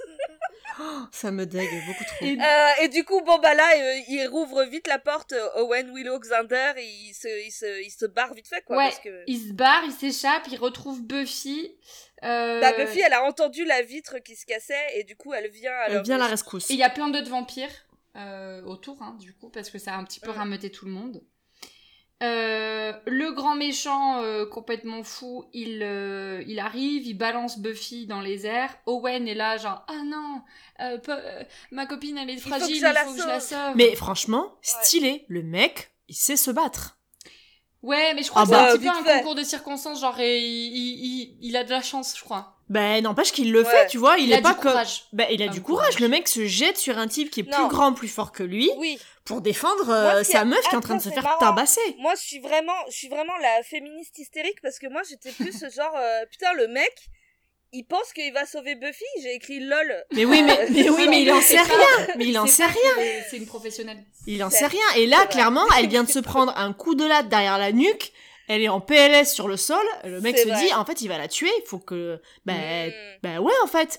S3: Oh, Ça me dégue beaucoup trop.
S2: Et-
S4: Euh, et du coup, bon bah là, euh, il rouvre vite la porte. euh, Owen, Willow, Xander, et il se, il se, il se barre vite fait quoi.
S2: Ouais.
S4: Parce que
S2: Il se barre, il s'échappe, il retrouve Buffy. euh,
S4: la Bah, Buffy, elle a entendu la vitre qui se cassait et du coup, elle vient.
S3: Elle
S4: Alors,
S3: vient à Euh, la
S2: Et
S3: rescousse.
S2: il y a plein d'autres vampires. euh, autour, hein, du coup, parce que ça a un petit peu rameuté tout le monde. Euh, le grand méchant euh, complètement fou, il, euh, il arrive, il balance Buffy dans les airs. Owen est là, genre ah non, euh, pe- euh, ma copine elle est
S4: faut
S2: fragile,
S4: que
S2: il
S4: je la
S2: faut que je la sauve.
S3: Mais franchement, stylé, le mec, il sait se battre.
S2: ouais, mais je crois
S3: Ah
S2: que c'est
S3: bah,
S2: un petit peu
S4: vite
S2: un
S4: fait.
S2: concours de circonstances, genre et il, il, il- il a de la chance, je crois.
S3: Ben n'empêche qu'il le
S4: Ouais.
S3: fait, tu vois, il,
S2: Il,
S3: est
S2: a
S3: pas
S2: du
S3: co-
S2: courage.
S3: Ben, il a
S2: Ah,
S3: du
S2: bon.
S3: courage, le mec se jette sur un type qui est
S4: Non.
S3: plus grand, plus fort que lui,
S4: Oui.
S3: pour défendre euh,
S4: Moi, ce qui est-
S3: sa meuf qui est en
S4: Attends,
S3: train de se
S4: c'est
S3: faire
S4: marrant.
S3: tabasser.
S4: Moi, je suis vraiment, je suis vraiment la féministe hystérique parce que moi, j'étais plus ce genre, euh, putain, le mec, il pense qu'il va sauver Buffy. J'ai écrit lol.
S3: Mais oui, mais, mais oui, mais il en
S2: C'est
S3: sait
S2: pas-
S3: rien. Mais il en
S2: c'est
S3: sait
S2: pas-
S3: rien.
S2: c'est- C'est une professionnelle.
S3: Il en
S4: C'est-
S3: sait rien. Et là,
S4: vrai.
S3: clairement, elle vient de se prendre un coup de latte derrière la nuque. Elle est en PLS sur le sol. Le mec
S4: C'est
S3: se
S4: vrai.
S3: dit, en fait, il va la tuer. Il faut que.
S2: Mm.
S3: Ben,
S4: Hmm.
S3: ben ouais, en fait.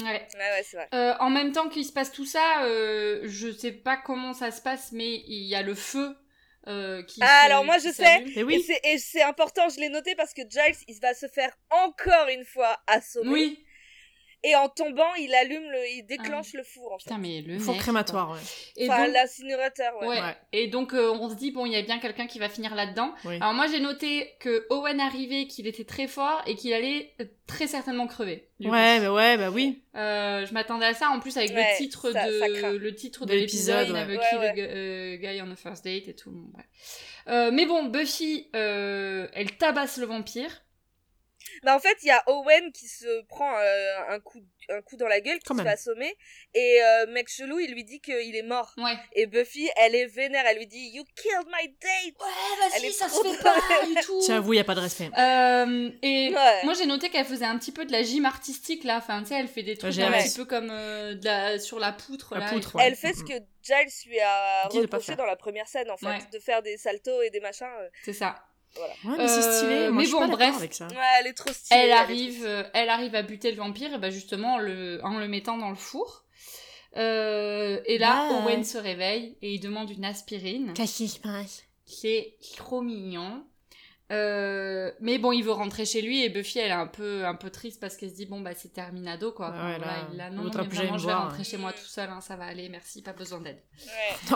S2: Ouais.
S4: Ouais, ouais, c'est vrai.
S2: Euh, en même temps qu'il se passe tout ça, euh, je sais pas comment ça se passe, mais il y a le feu euh, qui.
S4: Ah,
S2: se-
S4: alors moi, je
S2: qui
S4: sais.
S2: s'allume.
S3: Mais
S4: Et
S3: oui.
S4: c'est- Et c'est important, je l'ai noté parce que Giles, il va se faire encore une fois assommer.
S2: Oui.
S4: Et en tombant, il allume le, il déclenche le four. En fait.
S2: Ah. Putain, mais le.
S3: Faut
S2: mec,
S3: crématoire, ouais.
S2: quoi. Et
S4: enfin,
S2: donc-
S4: l'incinérateur, ouais.
S2: Ouais.
S3: Ouais.
S2: Et donc euh, on se dit bon, il y a bien quelqu'un qui va finir là-dedans.
S3: Oui.
S2: Alors moi j'ai noté que Owen arrivait, qu'il était très fort et qu'il allait euh, très certainement crever. du coup.
S3: Ouais, mais ouais, bah oui.
S2: Euh, je m'attendais à ça en plus avec
S4: Ouais,
S2: le titre
S4: ça-
S2: de
S4: ça craint.
S2: le titre de
S3: De l'épisode,
S2: l'épisode
S3: ouais.
S2: avec
S4: Ouais,
S2: qui
S4: ouais.
S2: le gu- euh, guy on the first date et tout. bon, ouais. Euh, mais bon, Buffy, euh, elle tabasse le vampire.
S4: Bah en fait, il y a Owen qui se prend euh, un coup, un coup dans la gueule, qui
S3: Quand
S4: se
S3: même.
S4: fait assommer, et euh, mec chelou, il lui dit qu'il est mort.
S2: Ouais.
S4: Et Buffy, elle est vénère, elle lui dit You killed my date.
S2: Eh,
S8: Ouais,
S4: Elle est
S8: vas-y, ça se
S4: trop
S8: fait pas
S4: barrée.
S8: du tout.
S3: J'avoue, y a pas de respect.
S2: Euh, et
S4: Ouais.
S2: moi j'ai noté qu'elle faisait un petit peu de la gym artistique là. Enfin, tu sais, elle fait des trucs
S3: j'ai
S2: un
S4: aimé.
S2: petit peu comme euh, de la- sur la poutre.
S3: La
S2: là, et
S3: poutre,
S2: tout.
S3: ouais.
S4: Elle fait ce que Giles lui a
S3: Dis de pas
S4: reproché
S3: faire.
S4: dans la première scène, en fait,
S2: Ouais.
S4: de faire des saltos et des machins. euh.
S2: C'est ça.
S3: Ouais, mais c'est stylé.
S2: Euh,
S3: Moi,
S2: mais
S3: je suis
S2: bon,
S3: pas d'accord
S2: bref.
S3: avec ça.
S4: Ouais, elle est trop stylée.
S2: elle
S4: est
S2: arrive, euh, elle arrive à buter le vampire, et bah justement en le, en le mettant dans le four. Euh, et là,
S3: Ouais.
S2: Owen se réveille et il demande une aspirine.
S3: Qu'est-ce qui se passe
S2: C'est trop mignon. Euh, mais bon, il veut rentrer chez lui et Buffy, elle est un peu, un peu triste parce qu'elle se dit bon bah c'est terminado quoi.
S3: Ouais,
S2: Enfin,
S3: ouais,
S2: voilà,
S3: là,
S2: il a non,
S3: l'autre
S2: mais
S3: a plus jamais
S2: vraiment,
S3: me
S2: je vais
S3: voir,
S2: rentrer
S4: hein.
S2: chez moi tout seul, hein, ça va aller, merci, pas besoin d'aide.
S4: trop-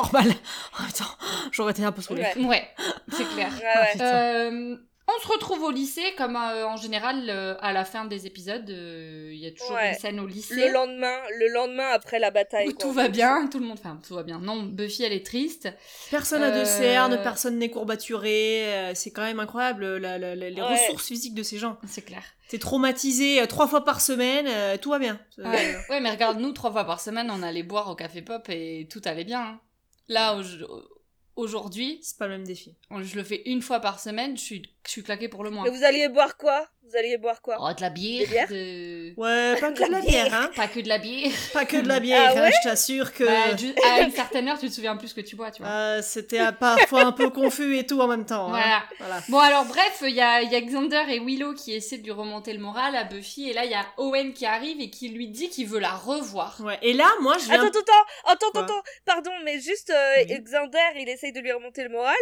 S4: Ouais.
S3: Normal. En même temps, j'aurais été un peu saoulée.
S4: Ouais.
S2: Ouais, c'est clair.
S4: Ouais, ouais.
S2: Euh, on se retrouve au lycée comme euh, en général euh, à la fin des épisodes, euh, il y a toujours
S4: Ouais.
S2: une scène au lycée.
S4: Le lendemain, le lendemain après la bataille.
S2: Où
S4: quoi.
S2: tout va bien, tout le monde, enfin tout va bien. Non, Buffy elle est triste.
S3: Personne n'a
S2: Euh,
S3: de cernes, personne n'est courbaturé. euh, C'est quand même incroyable la- la- la- les
S4: Ouais.
S3: ressources physiques de ces gens.
S2: C'est clair.
S3: T'es traumatisé euh, trois fois par semaine, euh, tout va bien. Euh,
S2: Ouais. Ouais, mais regarde, nous trois fois par semaine on allait boire au café pop et tout allait bien. hein. Là au- aujourd'hui,
S3: C'est pas le même défi.
S2: on- je le fais une fois par semaine, je suis, je suis claquée pour le moins.
S4: Mais vous alliez boire quoi Vous alliez boire quoi
S2: Oh, de la bière,
S4: Des bières
S2: de-
S3: Ouais, pas que de la bière, hein.
S2: pas que de la bière.
S3: Pas que de la bière,
S4: Ah
S3: hein, je t'assure que
S2: Bah, ju- à une certaine heure, tu te souviens plus ce que tu bois, tu vois.
S3: euh, c'était euh, parfois un peu confus et tout en même
S4: Ah.
S3: temps. hein.
S2: Voilà.
S3: Voilà.
S2: Bon alors bref, il y a, il y a Xander et Willow qui essaient de lui remonter le moral à Buffy et là il y a Owen qui arrive et qui lui dit qu'il veut la revoir.
S3: Ouais. Et là, moi, je viens...
S4: Attends, attends, attends, attends,
S3: Quoi
S4: attends, pardon, mais juste euh,
S3: Oui.
S4: Xander, il essaye de lui remonter le moral.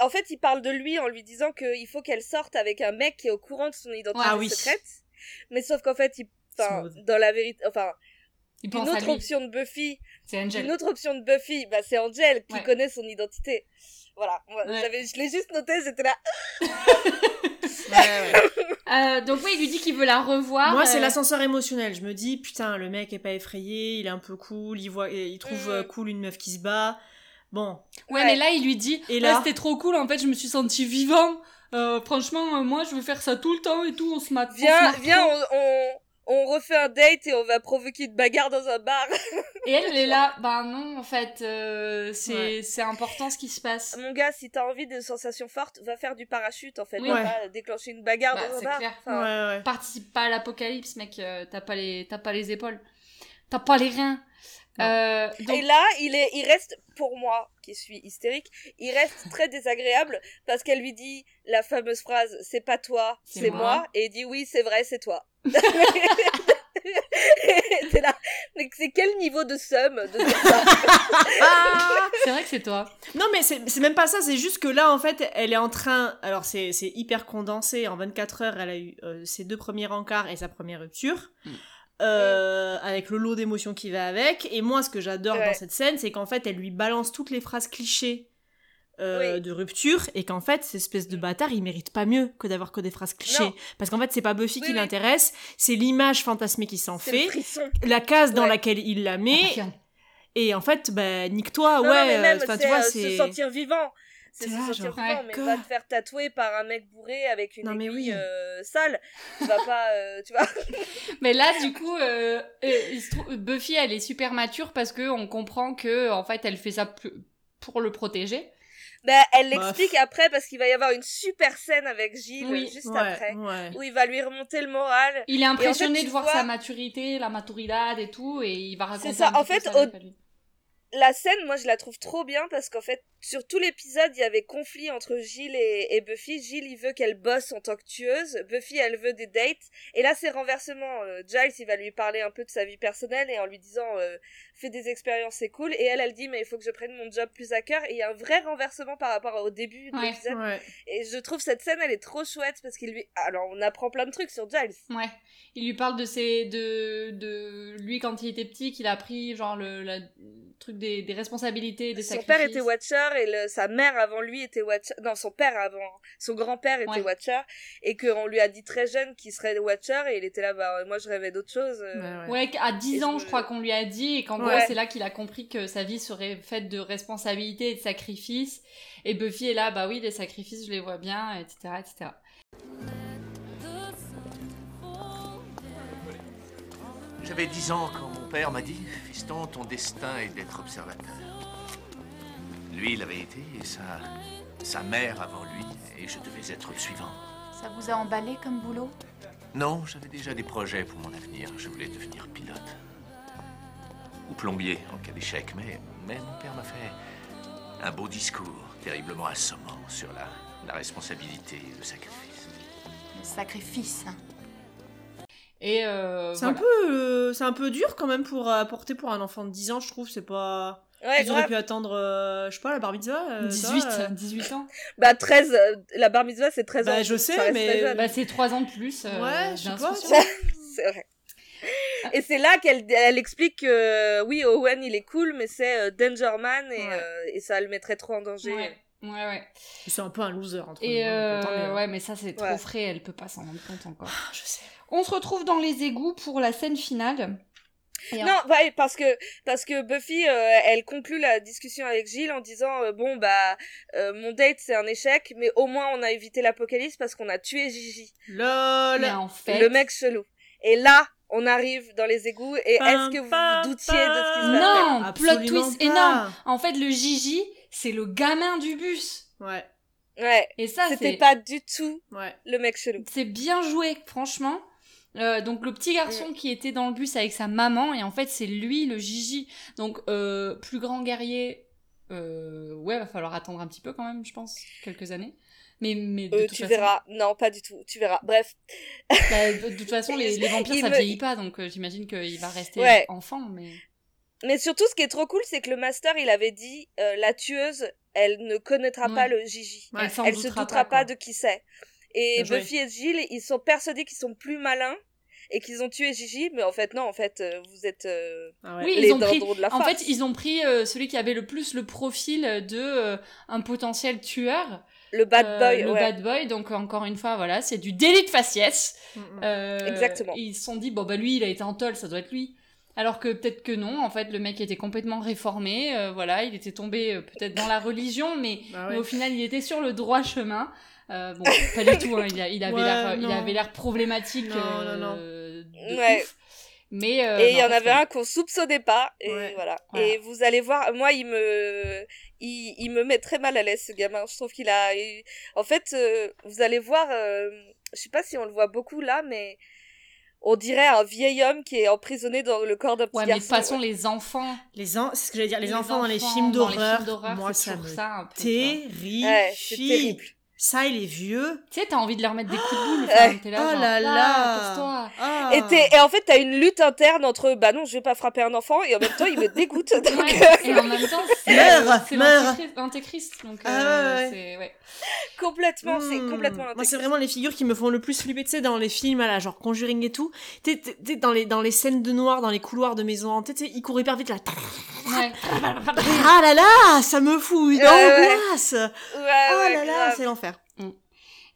S4: En fait, il parle de lui en lui disant qu'il faut qu'elle sorte avec un mec qui est au courant de son identité
S3: Ah oui.
S4: secrète. Mais sauf qu'en fait, il, enfin,
S3: Smooth.
S4: dans la vérité, enfin,
S2: Il
S4: une
S2: pense à
S4: autre
S2: lui,
S4: option de Buffy,
S2: c'est Angel.
S4: une autre option de Buffy, bah c'est Angel qui
S2: Ouais.
S4: connaît son identité. Voilà, Moi,
S2: Ouais.
S4: j'avais- je l'ai juste noté, j'étais là.
S2: Euh, donc oui, il lui dit qu'il veut la revoir.
S3: Moi, c'est
S2: euh,
S3: l'ascenseur émotionnel. Je me dis, putain, le mec est pas effrayé, il est un peu cool, il, voit, il trouve
S4: Mm.
S3: euh, cool une meuf qui se bat. Bon,
S2: Ouais,
S4: Ouais.
S2: mais là il lui dit
S3: Et
S2: et
S3: là-
S2: là c'était trop cool en fait, je me suis senti vivant. Euh, franchement, euh, moi je veux faire ça tout le temps et tout, on se mate. on se
S4: Viens,
S2: marre
S4: viens,
S2: trop.
S4: on, on, on refait un date et on va provoquer une bagarre dans un bar.
S2: Et elle elle est là, bah non en fait, euh, c'est
S3: Ouais.
S2: c'est important ce qui se passe.
S4: Mon gars, si t'as envie de sensations fortes, va faire du parachute en fait.
S2: Oui.
S4: Va
S3: Ouais.
S4: pas déclencher une bagarre
S2: Bah,
S4: dans un
S2: c'est
S4: bar.
S2: clair.
S4: Enfin,
S3: ouais, ouais.
S2: Participe pas à l'apocalypse mec, euh, t'as pas les t'as pas les épaules, t'as pas les reins.
S3: Non.
S2: Euh, donc
S4: Et là, il, est, il reste, pour moi, qui suis hystérique, il reste très désagréable parce qu'elle lui dit la fameuse phrase C'est pas toi,
S2: C'est
S4: c'est moi.
S2: moi.
S4: Et il dit Oui, c'est vrai, c'est toi. T'es là. Mais c'est quel niveau de somme de dire ça
S3: Ah
S2: c'est vrai que c'est toi.
S3: non, mais c'est c'est même pas ça, c'est juste que là, en fait, elle est en train. Alors, c'est c'est hyper condensé. En 24 heures, elle a eu euh, ses deux premiers rencarts et sa première rupture.
S2: Mm.
S3: euh, avec le lot d'émotions qui va avec. Et moi, ce que j'adore
S4: Ouais.
S3: dans cette scène, c'est qu'en fait, elle lui balance toutes les phrases clichés euh,
S4: Oui.
S3: de rupture, et qu'en fait, cette espèce de
S2: Mm.
S3: bâtard, il mérite pas mieux que d'avoir que des phrases clichés.
S4: Non.
S3: Parce qu'en fait, c'est pas Buffy
S4: Oui,
S3: qui
S4: oui.
S3: l'intéresse, c'est l'image fantasmée qui s'en
S4: C'est le
S3: fait,
S4: frisson.
S3: la case dans
S4: Ouais.
S3: laquelle il la
S2: Ah,
S3: met,
S2: putain.
S3: et en fait, bah, nique-toi,
S4: Non,
S3: ouais,
S4: non, mais même,
S3: euh, enfin,
S4: c'est
S3: tu vois,
S4: euh,
S3: c'est...
S4: se sentir vivant. C'est
S3: T'es
S4: se
S3: là,
S4: sentir
S3: genre,
S4: vivant,
S2: ouais,
S4: mais
S3: quoi.
S4: va te faire tatouer par un mec bourré avec une
S3: Non, mais
S4: aiguille
S3: oui.
S4: euh, sale. Tu vas pas, euh, tu vois.
S2: Mais là, du coup, euh, euh, il se trouve- Buffy, elle est super mature parce que on comprend que en fait, elle fait ça p- pour le protéger.
S4: Ben, elle
S3: Bof.
S4: l'explique après parce qu'il va y avoir une super scène avec Gilles
S2: Oui,
S4: juste
S3: Ouais,
S4: après
S3: ouais.
S4: où il va lui remonter le moral.
S2: Il est impressionné
S4: tu
S2: de voir
S4: vois-
S2: sa maturité, la maturidad et tout, et il va raconter.
S4: C'est ça.
S2: un petit
S4: En
S2: peu
S4: fait,
S2: sa
S4: au-
S2: vie à lui.
S4: La scène, moi, je la trouve trop bien parce qu'en fait, sur tout l'épisode, il y avait conflit entre Gilles et, et Buffy. Gilles, il veut qu'elle bosse en tant que tueuse. Buffy, elle veut des dates. Et là, c'est renversement. Euh, Giles, il va lui parler un peu de sa vie personnelle et en lui disant euh, fais des expériences, c'est cool. Et elle, elle dit mais il faut que je prenne mon job plus à cœur. Et il y a un vrai renversement par rapport au début de
S2: Ouais.
S4: l'épisode.
S3: Ouais.
S4: Et je trouve cette scène, elle est trop chouette parce qu'il lui. Alors, on apprend plein de trucs sur Giles.
S2: Ouais. Il lui parle de ses, de, de lui quand il était petit, qu'il a pris genre le, la- le truc des, des responsabilités, des
S4: Son
S2: sacrifices.
S4: père était Watcher et le- sa mère avant lui était Watcher. Non, son père avant, son grand-père était
S2: Ouais.
S4: Watcher et qu'on lui a dit très jeune qu'il serait Watcher et il était là, bah moi je rêvais d'autre chose. euh.
S3: Ouais, ouais.
S2: Ouais, à 10
S4: Et
S2: ans,
S4: je-
S2: je crois qu'on lui a dit, et qu'en
S3: Ouais.
S2: gros, c'est là qu'il a compris que sa vie serait faite de responsabilités et de sacrifices. Et Buffy est là, bah oui, les sacrifices, je les vois bien, etc., etc.
S6: J'avais 10 ans quand mon père m'a dit Fiston, ton destin est d'être observateur. Lui, il avait été, et sa, sa mère avant lui, et je devais être le suivant.
S7: Ça vous a emballé comme boulot
S6: Non, j'avais déjà des projets pour mon avenir. Je voulais devenir pilote. Ou plombier, en cas d'échec. Mais, mais mon père m'a fait un beau discours, terriblement assommant, sur la, la responsabilité et le sacrifice.
S7: Le sacrifice. hein.
S2: Et euh,
S3: C'est
S2: voilà.
S3: un peu, euh, c'est un peu dur quand même pour euh, apporter pour un enfant de 10 ans, je trouve. C'est pas.
S4: Ouais,
S3: Ils auraient
S4: grave.
S3: pu attendre, euh, je sais pas, la bar mitzvah. euh,
S2: 18,
S3: ça, euh,
S2: 18 ans.
S4: Bah 13, euh, la bar mitzvah c'est 13
S3: Bah,
S4: ans.
S3: je sais,
S4: Ça reste
S3: mais-
S4: très jeune.
S2: Bah, c'est 3 ans de plus. euh,
S3: Ouais, je sais pas.
S2: d'inscription.
S4: C'est vrai. Et c'est là qu'elle elle explique que oui, Owen il est cool, mais c'est euh, Dangerman et,
S3: Ouais.
S4: euh, et ça le mettrait trop en danger.
S2: Ouais, ouais, ouais.
S3: C'est un peu un loser entre
S2: Et
S3: nous, hein, tant
S2: euh,
S3: mieux.
S2: ouais, mais ça, c'est trop
S4: Ouais.
S2: frais, elle peut pas s'en rendre compte encore.
S3: Ah, Je sais.
S2: On se retrouve dans les égouts pour la scène finale. Et
S4: Non, ouais, parce que parce que Buffy, euh, elle conclut la discussion avec Gilles en disant euh, bon bah euh, mon date c'est un échec, mais au moins on a évité l'apocalypse parce qu'on a tué Gigi,
S3: LOL
S2: Mais en fait,
S4: le mec chelou. Et là, on arrive dans les égouts et est-ce que vous
S3: Pam,
S4: vous doutiez de ce qui
S2: pam.
S4: se passait
S2: Non, plot
S3: Absolument
S2: twist
S3: pas.
S2: énorme. en fait, le Gigi, c'est le gamin du bus.
S3: Ouais,
S4: Ouais,
S2: Et ça,
S4: c'était
S2: c'est
S4: pas du tout
S3: ouais.
S4: le mec chelou.
S2: c'est bien joué, franchement. Euh, donc le petit
S4: Mm.
S2: garçon qui était dans le bus avec sa maman et en fait c'est lui le Gigi. Donc euh, plus grand guerrier, euh, ouais va falloir attendre un petit peu quand même, je pense, quelques années. Mais mais de
S4: Euh,
S2: toute
S4: tu
S2: façon,
S4: verras, non pas du tout, tu verras. Bref,
S2: bah, de, de toute façon les, les vampires
S4: Il
S2: ça
S4: me-
S2: vieillit pas donc euh, j'imagine qu'il va rester
S4: Ouais.
S2: enfant mais
S4: mais surtout ce qui est trop cool c'est que le master il avait dit euh, la tueuse, elle ne connaîtra
S2: Ouais.
S4: pas le Gigi.
S3: Ouais.
S2: elle s'en
S4: elle se doutera
S2: quoi.
S4: pas de qui c'est. Et
S3: Bien joué.
S4: Buffy et Gilles, ils sont persuadés qu'ils sont plus malins et qu'ils ont tué Gigi, mais en fait non, en fait euh, vous êtes euh,
S3: Ah ouais.
S2: Oui, ils
S4: les
S2: ont pris-
S4: dindons de la
S2: En
S4: farce.
S2: fait, ils ont pris euh, celui qui avait le plus le profil de euh, un potentiel tueur,
S4: le bad
S2: euh,
S4: boy,
S2: le
S4: ouais.
S2: bad boy. Donc encore une fois, voilà, c'est du délit de faciès.
S3: Mm, mm.
S2: Euh,
S4: Exactement.
S2: Ils se sont dit, bon, bah lui, il a été en tol, ça doit être lui. Alors que peut-être que non, en fait, le mec était complètement réformé, euh, voilà, il était tombé euh, peut-être dans la religion, mais,
S3: Bah
S2: mais
S3: ouais.
S2: au final, il était sur le droit chemin. Euh, bon, pas du tout, hein, il, a- il avait
S3: Ouais,
S2: l'air- il
S3: non.
S2: avait l'air problématique.
S3: Non,
S2: euh,
S3: non, non.
S2: de
S4: Ouais.
S2: ouf. Mais, euh,
S4: et il
S2: non,
S4: y en
S2: parce
S4: avait
S2: que-
S4: un qu'on soupçonnait pas, et
S3: Ouais.
S4: voilà.
S2: Voilà.
S4: Et vous allez voir, moi, il me, il, il me met très mal à l'aise, ce gamin. Je trouve qu'il a, il- en fait, euh, vous allez voir, euh, je sais pas si on le voit beaucoup là, mais on dirait un vieil homme qui est emprisonné dans le corps d'un petit
S2: Ouais, mais de toute
S4: garçon.
S2: façon, les enfants.
S3: Les en- C'est ce que j'allais dire, les,
S2: les
S3: enfants, dans les
S2: enfants
S3: films
S2: dans les films
S3: d'horreur.
S2: d'horreur,
S3: Moi,
S2: c'est
S3: ça
S2: toujours
S3: me
S2: ça un peu, tu vois.
S3: terrifie.
S4: Ouais, c'est terrible.
S9: Ça, il est vieux.
S2: Tu sais, t'as envie de leur mettre des coups de boule. enfin,
S4: Ouais.
S2: t'es là,
S9: Oh
S2: genre,
S9: là
S2: ah,
S9: là.
S2: casse-toi.
S9: Ah.
S4: Et, t'es- et en fait, t'as une lutte interne entre bah non, je vais pas frapper un enfant, et en même temps, il me dégoûte. donc, euh,
S2: Ouais, et en même temps, c'est
S9: Meurs,
S2: c'est
S9: meurs.
S2: l'antéchrist- l'antéchrist, donc
S9: Ah,
S2: euh,
S9: ouais, ouais.
S2: c'est ouais.
S4: complètement, c'est
S9: Hmm.
S4: complètement
S9: Moi, c'est
S4: intégré.
S9: vraiment les figures qui me font le plus flipper, tu sais, dans les films, là, genre Conjuring et tout. Tu sais, tu sais, dans les, dans les scènes de noir, dans les couloirs de maisons hantées, tu sais, ils couraient hyper vite, là.
S2: Ouais.
S9: Ah là là, ça me fout une
S4: bah Ouais, ouais.
S9: angoisse
S4: Ouais,
S9: Oh
S4: ouais,
S9: là là,
S4: grave.
S9: c'est l'enfer.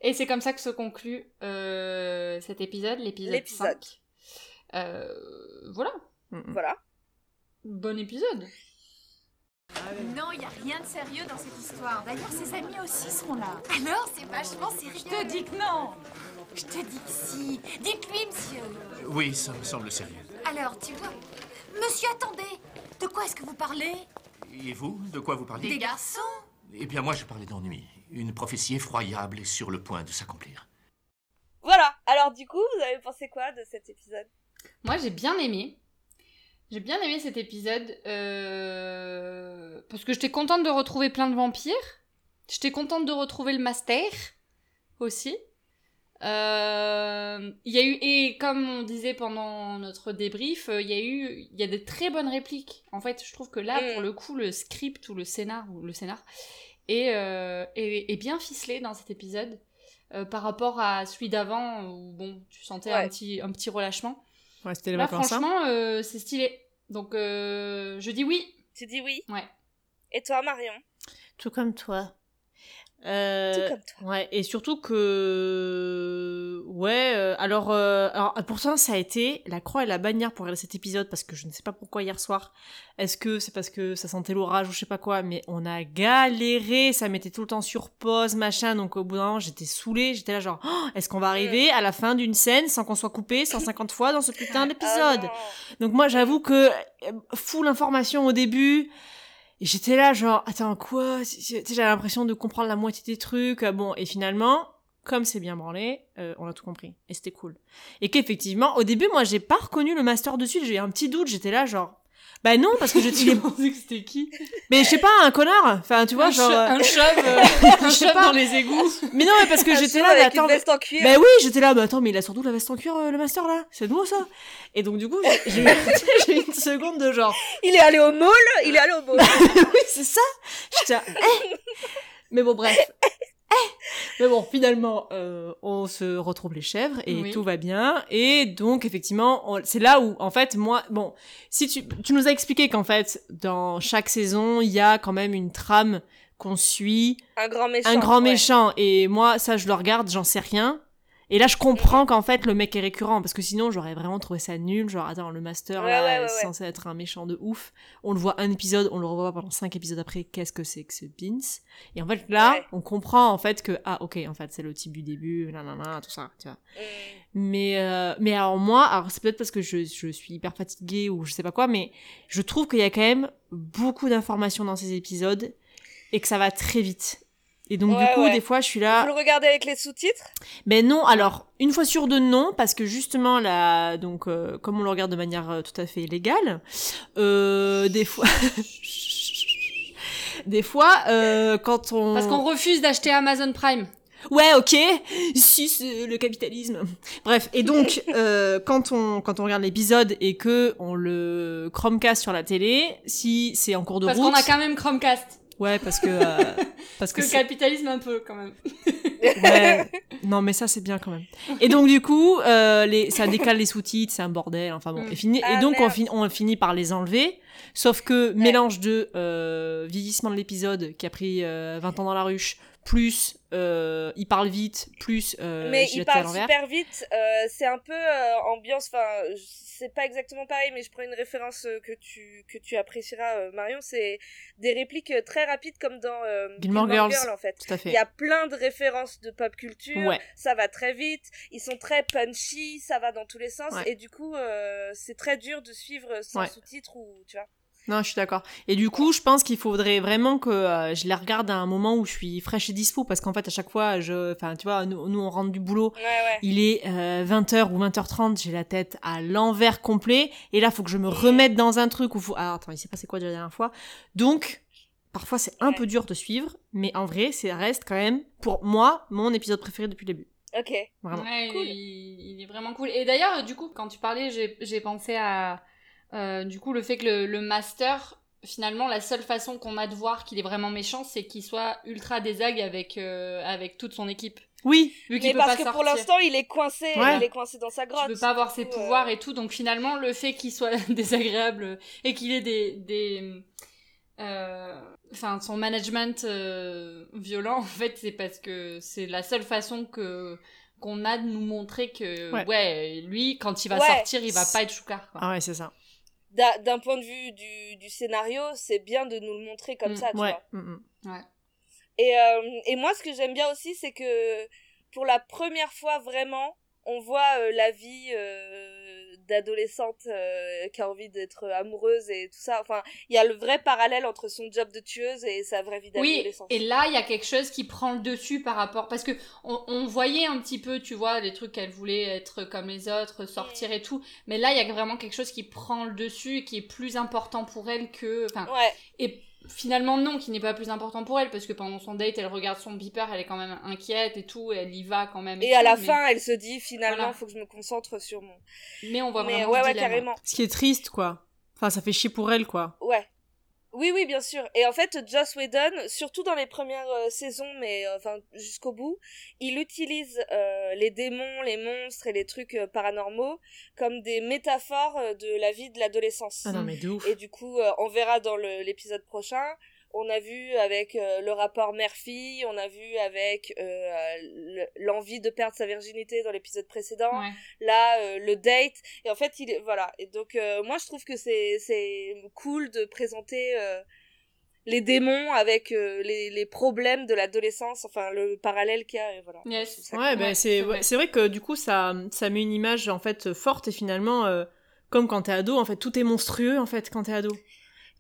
S2: Et c'est comme ça que se conclut euh, cet épisode, l'épisode
S4: L'épisode.
S2: 5. Euh, voilà,
S4: Voilà.
S2: bon épisode.
S5: Non, il n'y a rien de sérieux dans cette histoire. D'ailleurs, ses amis aussi seront là.
S10: Ah
S5: Alors, c'est vachement sérieux. Je te dis que non.
S10: Je te dis que si. Dites-lui, monsieur.
S6: Oui, ça me semble sérieux.
S10: Alors, tu vois. Monsieur, attendez. De quoi est-ce que vous parlez
S6: Et vous, de quoi vous parlez
S10: Des garçons
S6: Eh bien, moi, je parlais d'ennui. Une prophétie effroyable est sur le point de s'accomplir.
S4: Voilà. Alors, du coup, vous avez pensé quoi de cet épisode
S2: Moi, j'ai bien aimé. J'ai bien aimé cet épisode euh, parce que j'étais contente de retrouver plein de vampires. J'étais contente de retrouver le master aussi. Euh, Il y a eu et comme on disait pendant notre débrief, euh, il y a eu il y a des très bonnes répliques. En fait, je trouve que là
S4: Mm.
S2: pour le coup le script ou le scénar ou le scénar est, euh, est- est bien ficelé dans cet épisode euh, par rapport à celui d'avant où bon tu sentais un
S4: Ouais.
S2: petit un petit relâchement.
S3: Ouais, c'était les
S2: Là,
S3: vacances. hein.
S2: franchement, euh, c'est stylé. Donc, euh, je dis oui.
S4: Tu dis oui.
S2: Ouais.
S4: Et toi, Marion
S3: Tout comme toi. Euh,
S4: Tout comme toi.
S3: Ouais, et surtout que. Ouais, euh, alors, euh, alors. Pourtant, ça a été la croix et la bannière pour regarder cet épisode, parce que je ne sais pas pourquoi hier soir. Est-ce que c'est parce que ça sentait l'orage ou je sais pas quoi, mais on a galéré, ça mettait tout le temps sur pause, machin, donc au bout d'un moment, j'étais saoulée, j'étais là genre, Oh, est-ce qu'on va arriver à la fin d'une scène sans qu'on soit coupé 150 fois dans ce putain
S4: Ah,
S3: d'épisode
S4: non.
S3: donc moi j'avoue que euh, full information au début et j'étais là genre attends quoi Si- si- tu sais, j'avais l'impression de comprendre la moitié des trucs Euh, bon et finalement comme c'est bien branlé euh, on a tout compris et c'était cool et qu'effectivement au début moi j'ai pas reconnu le master de suite j'ai eu un petit doute j'étais là genre bah non parce que je il est-
S2: pensais que c'était qui
S3: mais je sais pas un connard enfin tu vois genre euh,
S2: Un chauve, euh, un
S3: sais
S2: chauve
S3: pas.
S2: dans les égouts.
S3: mais non mais parce que
S4: Un
S3: j'étais
S4: chou
S3: là mais
S4: Ah, avec
S3: attends
S4: une veste en cuir.
S3: bah oui, j'étais là, bah attends, mais il a surtout la veste en cuir, euh, le master là, c'est nouveau ça. Et donc du coup, j'ai- j'ai j'ai eu une seconde de genre,
S4: Il est allé au mall. Il est allé au mall.
S3: oui, c'est ça. J'étais là, eh. Mais bon, bref. Eh. Mais bon, finalement, euh, on se retrouve les chèvres et
S2: Oui.
S3: tout va bien. Et donc, effectivement, on- c'est là où, en fait, moi, bon, si tu, tu nous as expliqué qu'en fait, dans chaque saison, il y a quand même une trame qu'on suit,
S4: Un grand méchant.
S3: un grand
S4: ouais.
S3: méchant. Et moi, ça, je le regarde, j'en sais rien. Et là, je comprends qu'en fait, le mec est récurrent, parce que sinon, j'aurais vraiment trouvé ça nul. Genre, attends, le master,
S4: Ouais,
S3: là,
S4: ouais, ouais,
S3: c'est
S4: ouais.
S3: censé être un méchant de ouf. On le voit un épisode, on le revoit pendant cinq épisodes après. Qu'est-ce que c'est que ce pins Et en fait, là,
S4: Ouais.
S3: on comprend en fait que, ah, ok, en fait, c'est le type du début, nanana, tout ça, tu vois.
S4: Mm.
S3: Mais, euh, mais alors moi, alors c'est peut-être parce que je, je suis hyper fatiguée ou je sais pas quoi, mais je trouve qu'il y a quand même beaucoup d'informations dans ces épisodes et que ça va très vite. Et donc
S4: Ouais,
S3: du coup,
S4: ouais.
S3: des fois, je suis
S4: Vous le
S3: là.
S4: regardez avec les sous-titres
S3: Mais non, alors une fois sur deux, non, parce que justement là, donc euh, comme on le regarde de manière euh, tout à fait légale, euh, des fois, des fois, euh, quand on
S2: Parce qu'on refuse d'acheter Amazon Prime.
S3: Ouais, ok, si c'est le capitalisme. Bref, et donc euh, quand on quand on regarde l'épisode et que on le Chromecast sur la télé, si c'est en cours de
S2: Parce
S3: route,
S2: qu'on a quand même Chromecast.
S3: ouais, parce que euh,
S2: Parce
S3: parce
S2: que
S3: que
S2: le capitalisme, un peu, quand même.
S3: c'est- ouais. non mais ça c'est bien quand même. Et donc du coup, euh, les ça décale les sous-titres, c'est un bordel. Enfin bon,
S2: Mm.
S3: et, fini, et
S4: Ah,
S3: donc on
S4: merde.
S3: finit on finit par les enlever. Sauf que mélange de euh, vieillissement de l'épisode qui a pris euh, 20 ans dans la ruche, plus euh, il parle vite, plus euh,
S4: mais
S3: je
S4: il
S3: l'ai tout à
S4: parle
S3: l'envers.
S4: super vite. euh, c'est un peu euh, ambiance. Enfin, je- c'est pas exactement pareil, mais je prends une référence euh, que tu que tu apprécieras, euh, Marion. C'est des répliques euh, très rapides, comme dans euh,
S3: Gilmore Girls.
S4: Girl, en fait.
S3: Tout à fait.
S4: Il y a plein de références de pop culture.
S3: Ouais.
S4: Ça va très vite. Ils sont très punchy. Ça va dans tous les sens.
S3: Ouais.
S4: Et du coup, euh, c'est très dur de suivre sans
S3: Ouais.
S4: sous-titres ou tu vois.
S3: Non, je suis d'accord. Et du coup, je pense qu'il faudrait vraiment que euh, je les regarde à un moment où je suis fraîche et dispo, parce qu'en fait, à chaque fois, je, enfin, tu vois, nous, nous, on rentre du boulot.
S4: Ouais, ouais.
S3: Il est 20h ou 20h30, j'ai la tête à l'envers complet. Et là, faut que je me remette dans un truc où faut... Ah, attends, il s'est passé quoi déjà la dernière fois Donc, Parfois, c'est un
S4: Ouais.
S3: peu dur de suivre, mais en vrai, ça reste quand même, pour moi, mon épisode préféré depuis le début.
S4: Ok.
S3: Vraiment.
S2: Ouais,
S4: Cool.
S2: il, il est vraiment cool. Et d'ailleurs, euh, du coup, quand tu parlais, j'ai- j'ai pensé à euh, du coup le fait que le, le master, finalement, la seule façon qu'on a de voir qu'il est vraiment méchant, c'est qu'il soit ultra désag avec euh, avec toute son équipe.
S3: Oui,
S2: Vu qu'il
S4: Mais
S2: peut
S4: parce
S2: pas
S4: que
S2: sortir.
S4: pour l'instant, il est coincé,
S3: Ouais.
S4: il est coincé dans sa grotte.
S2: tu peux pas avoir ses
S4: du coup,
S2: pouvoirs
S4: euh,
S2: et tout. Donc finalement, le fait qu'il soit désagréable et qu'il ait des, des euh, enfin son management euh, violent, en fait, c'est parce que c'est la seule façon que qu'on a de nous montrer que
S3: Ouais.
S2: ouais, lui, quand il va
S4: Ouais.
S2: sortir, il va pas être choucard. quoi.
S3: ah ouais, c'est ça.
S4: d'a- D'un point de vue du, du scénario, c'est bien de nous le montrer comme
S2: Mm,
S4: ça, tu
S3: Ouais.
S4: vois.
S3: Mm, mm.
S4: Et, euh, et moi, ce que j'aime bien aussi, c'est que pour la première fois vraiment, on voit euh, la vie euh, d'adolescente euh, qui a envie d'être amoureuse et tout ça. Enfin, il y a le vrai parallèle entre son job de tueuse et sa vraie vie
S2: Oui,
S4: d'adolescente.
S2: et là, il y a quelque chose qui prend le dessus par rapport. Parce que on, on voyait un petit peu, tu vois, les trucs qu'elle voulait être comme les autres, sortir et tout. Mais là, il y a vraiment quelque chose qui prend le dessus et qui est plus important pour elle que. Enfin,
S4: Ouais,
S2: finalement, non, qui n'est pas plus important pour elle. Parce que pendant son date, elle regarde son beeper, elle est quand même inquiète et tout. Elle y va quand même.
S4: et à
S2: tout,
S4: la
S2: mais-
S4: fin, elle se dit finalement,
S2: Voilà.
S4: faut que je me concentre sur mon.
S2: Mais on voit
S4: Mais
S2: vraiment.
S4: ouais,
S2: ce
S4: ouais,
S2: dilemme.
S4: carrément.
S3: Ce qui est triste, quoi. Enfin, ça fait chier pour elle, quoi.
S4: Ouais. Oui, oui, bien sûr. Et en fait, Joss Whedon, surtout dans les premières euh, saisons, mais euh, enfin jusqu'au bout, il utilise euh, les démons, les monstres et les trucs euh, paranormaux comme des métaphores euh, de la vie de l'adolescence.
S3: Ah non, mais de ouf.
S4: Et du coup, euh, on verra dans le- l'épisode prochain. On a vu avec euh, le rapport mère-fille, on a vu avec euh, le- l'envie de perdre sa virginité dans l'épisode précédent
S2: Ouais.
S4: là euh, le date et en fait il est- voilà et donc euh, moi je trouve que c'est c'est cool de présenter euh, les démons avec euh, les, les problèmes de l'adolescence enfin le parallèle qu'il y a et voilà
S2: Yes.
S4: C'est ça.
S3: Ouais, bah,
S2: Ouais,
S3: c'est
S2: c'est vrai.
S3: ouais, c'est vrai que du coup, ça, ça met une image en fait forte et finalement, euh, comme quand t'es ado, en fait, tout est monstrueux en fait quand t'es ado.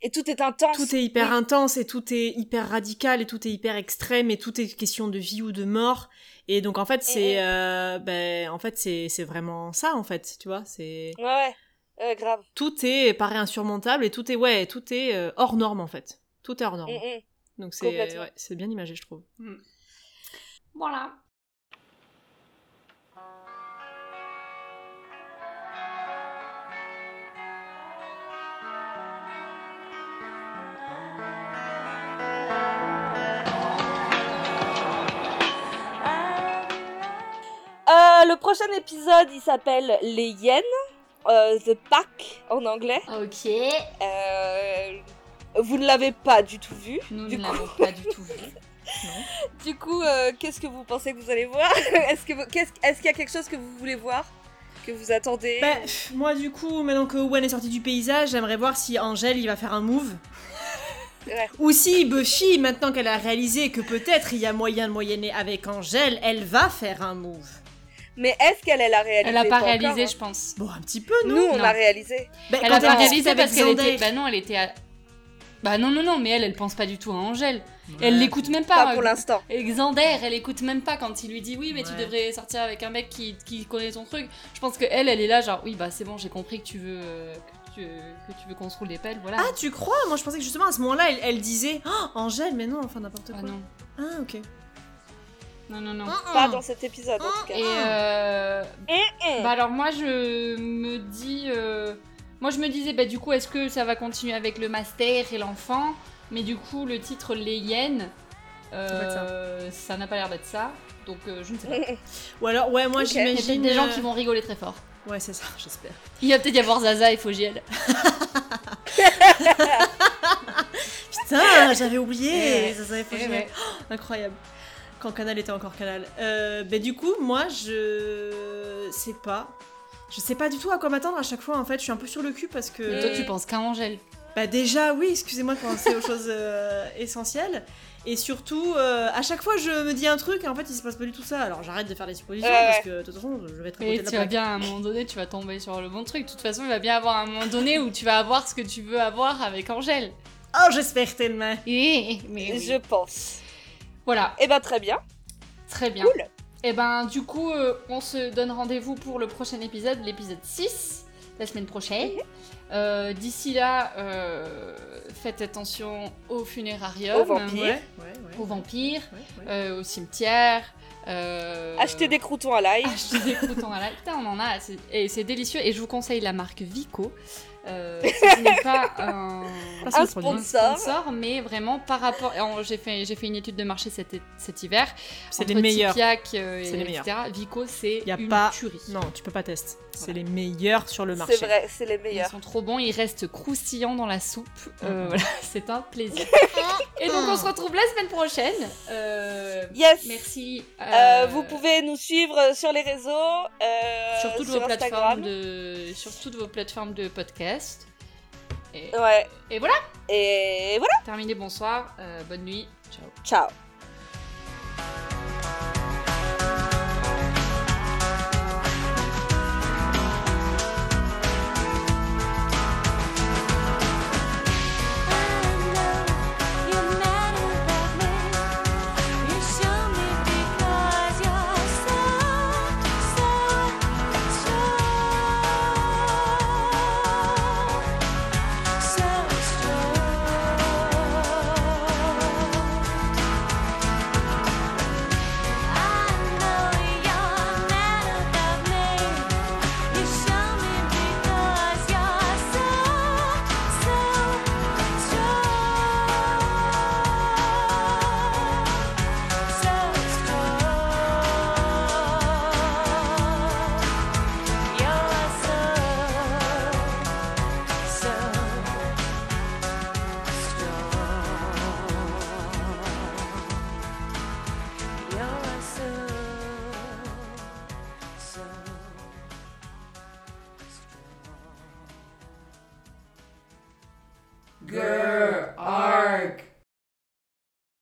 S4: et tout est intense
S3: Tout est hyper intense et tout est hyper radical et tout est hyper extrême et tout est question de vie ou de mort. Et donc en fait,
S4: Mm,
S3: c'est euh, ben, en fait c'est c'est vraiment ça en fait, tu vois, c'est
S4: ouais ouais Euh, grave
S3: tout est paraît insurmontable et tout est ouais, tout est euh, hors norme en fait. Tout est hors norme.
S4: Mm, mm.
S3: Donc c'est
S4: complètement.
S3: ouais, c'est bien imagé, je trouve.
S2: Voilà.
S4: Euh, le prochain épisode il s'appelle les hyènes euh, the pack en anglais
S2: Ok.
S4: Euh, vous ne l'avez pas du tout vu
S2: Nous
S4: du
S2: ne
S4: coup
S2: l'avons pas du tout vu.
S4: Du coup, euh, qu'est-ce que vous pensez que vous allez voir Est-ce que vous- qu'est-ce- est-ce qu'il y a quelque chose que vous voulez voir Que vous attendez
S3: Bah, pff, moi du coup, maintenant que Owen est sorti du paysage, j'aimerais voir si Angèle il va faire un move.
S4: Ouais.
S3: Ou si Buffy, maintenant qu'elle a réalisé que peut-être il y a moyen de moyenner avec Angèle, elle va faire un move.
S4: Mais est-ce qu'elle elle a réalisé
S2: Elle a pas
S4: encore,
S2: réalisé,
S4: hein.
S2: je pense.
S3: Bon, un petit peu, non
S4: Nous, on
S2: non.
S4: a réalisé.
S3: Ben,
S2: Elle
S3: quand
S2: a pas
S3: discutait
S2: réalisé
S3: avec
S2: parce qu'elle était.
S3: Xander-
S2: Bah non, elle était à. Bah non, non, non, mais elle, elle pense pas du tout à Angèle. Elle l'écoute même pas.
S4: Pas pour l'instant.
S2: Et Xander, elle écoute même pas quand il lui dit oui, mais tu
S3: Ouais.
S2: devrais sortir avec un mec qui, qui connaît ton truc. Je pense que elle, elle est là, genre oui, bah c'est bon, j'ai compris que tu veux. euh, que tu, que tu veux qu'on se roule des pelles, voilà.
S3: Ah, tu crois Moi, je pensais que justement à ce moment-là, elle, elle disait oh, Angèle, mais non, enfin n'importe quoi.
S2: Ah non,
S3: Ah, ok.
S2: non, non,
S3: Ah,
S2: non.
S4: Pas dans cet épisode, en tout cas.
S2: Et euh,
S4: Mm.
S2: bah alors moi je me dis, euh, moi je me disais bah du coup est-ce que ça va continuer avec le master et l'enfant, mais du coup le titre les hyènes, euh, ça n'a pas l'air d'être ça, donc euh, je ne sais pas.
S3: Ou alors, ouais, moi
S4: Ok.
S2: Il y a peut-être
S3: j'imagine.
S2: des gens
S3: euh,
S2: qui vont rigoler très fort.
S3: Ouais, c'est ça, j'espère.
S2: Il va peut-être y avoir Zaza et Fogiel.
S3: Putain, j'avais oublié
S2: Eh,
S3: ça, ça avait pas
S2: Eh
S3: gêné.
S2: ouais.
S3: Incroyable. Quand Canal était encore Canal. Euh, ben, du coup, moi, je sais pas. Je sais pas du tout à quoi m'attendre à chaque fois, en fait. Je suis un peu sur le cul parce que.
S2: Et Toi, tu penses qu'à Angèle.
S3: Bah déjà oui, excusez-moi de penser aux choses euh, essentielles. Et surtout, euh, à chaque fois je me dis un truc et en fait il se passe pas du tout ça. Alors j'arrête de faire des suppositions
S4: Ouais,
S3: parce que de toute façon je vais être à côté
S2: Et
S3: de la
S2: tu vas
S3: plaque.
S2: bien, à un moment donné, tu vas tomber sur le bon truc. De toute façon, il va bien avoir un moment donné où tu vas avoir ce que tu veux avoir avec Angèle.
S3: Oh j'espère tellement.
S2: Eh, mais oui.
S4: Je pense.
S2: Voilà,
S4: Eh ben, très bien.
S2: très bien.
S4: Cool.
S2: Eh Et ben, du coup, euh, on se donne rendez-vous pour le prochain épisode, l'épisode 6. la semaine prochaine. Euh, D'ici là, euh, faites attention au funérarium,
S4: Aux vampires.
S3: Ouais, ouais, ouais.
S2: aux vampires,
S3: Ouais, ouais.
S2: euh, au cimetière. euh, Ah,
S4: Achetez des croutons à l'ail.
S2: acheter des croutons à la... Putain, on en a, c'est- et c'est délicieux. Et je vous conseille la marque Vico. Euh, ce n'est pas un,
S11: Parce
S4: Un
S11: que produit,
S4: sponsor.
S2: sponsor, mais vraiment par rapport. et en- J'ai fait, j'ai fait une étude de marché cet, é- cet hiver.
S11: C'est
S2: Entre
S11: les meilleurs.
S2: Tipiak, euh,
S11: C'est
S2: et
S11: les meilleurs.
S2: etc. Vico, c'est
S11: Y a
S2: une
S11: pas-
S2: tuerie.
S11: Non, tu peux pas tester. C'est
S2: Voilà.
S11: les meilleurs sur le marché.
S4: C'est vrai, c'est les
S2: Ils
S4: meilleurs.
S2: sont trop bons, ils restent croustillants dans la soupe. Euh,
S11: Mhm.
S2: voilà, c'est un plaisir. et donc on se retrouve la semaine prochaine. Euh,
S4: Yes.
S2: merci.
S4: Euh,
S2: euh,
S4: vous pouvez nous suivre sur les réseaux, euh,
S2: sur toutes
S4: sur
S2: vos
S4: Instagram.
S2: plateformes de sur toutes vos plateformes de podcast. Et,
S4: Ouais.
S2: et voilà.
S4: Et voilà,
S2: Terminé. Bonsoir. euh, bonne nuit. Ciao.
S4: ciao.
S5: Girl.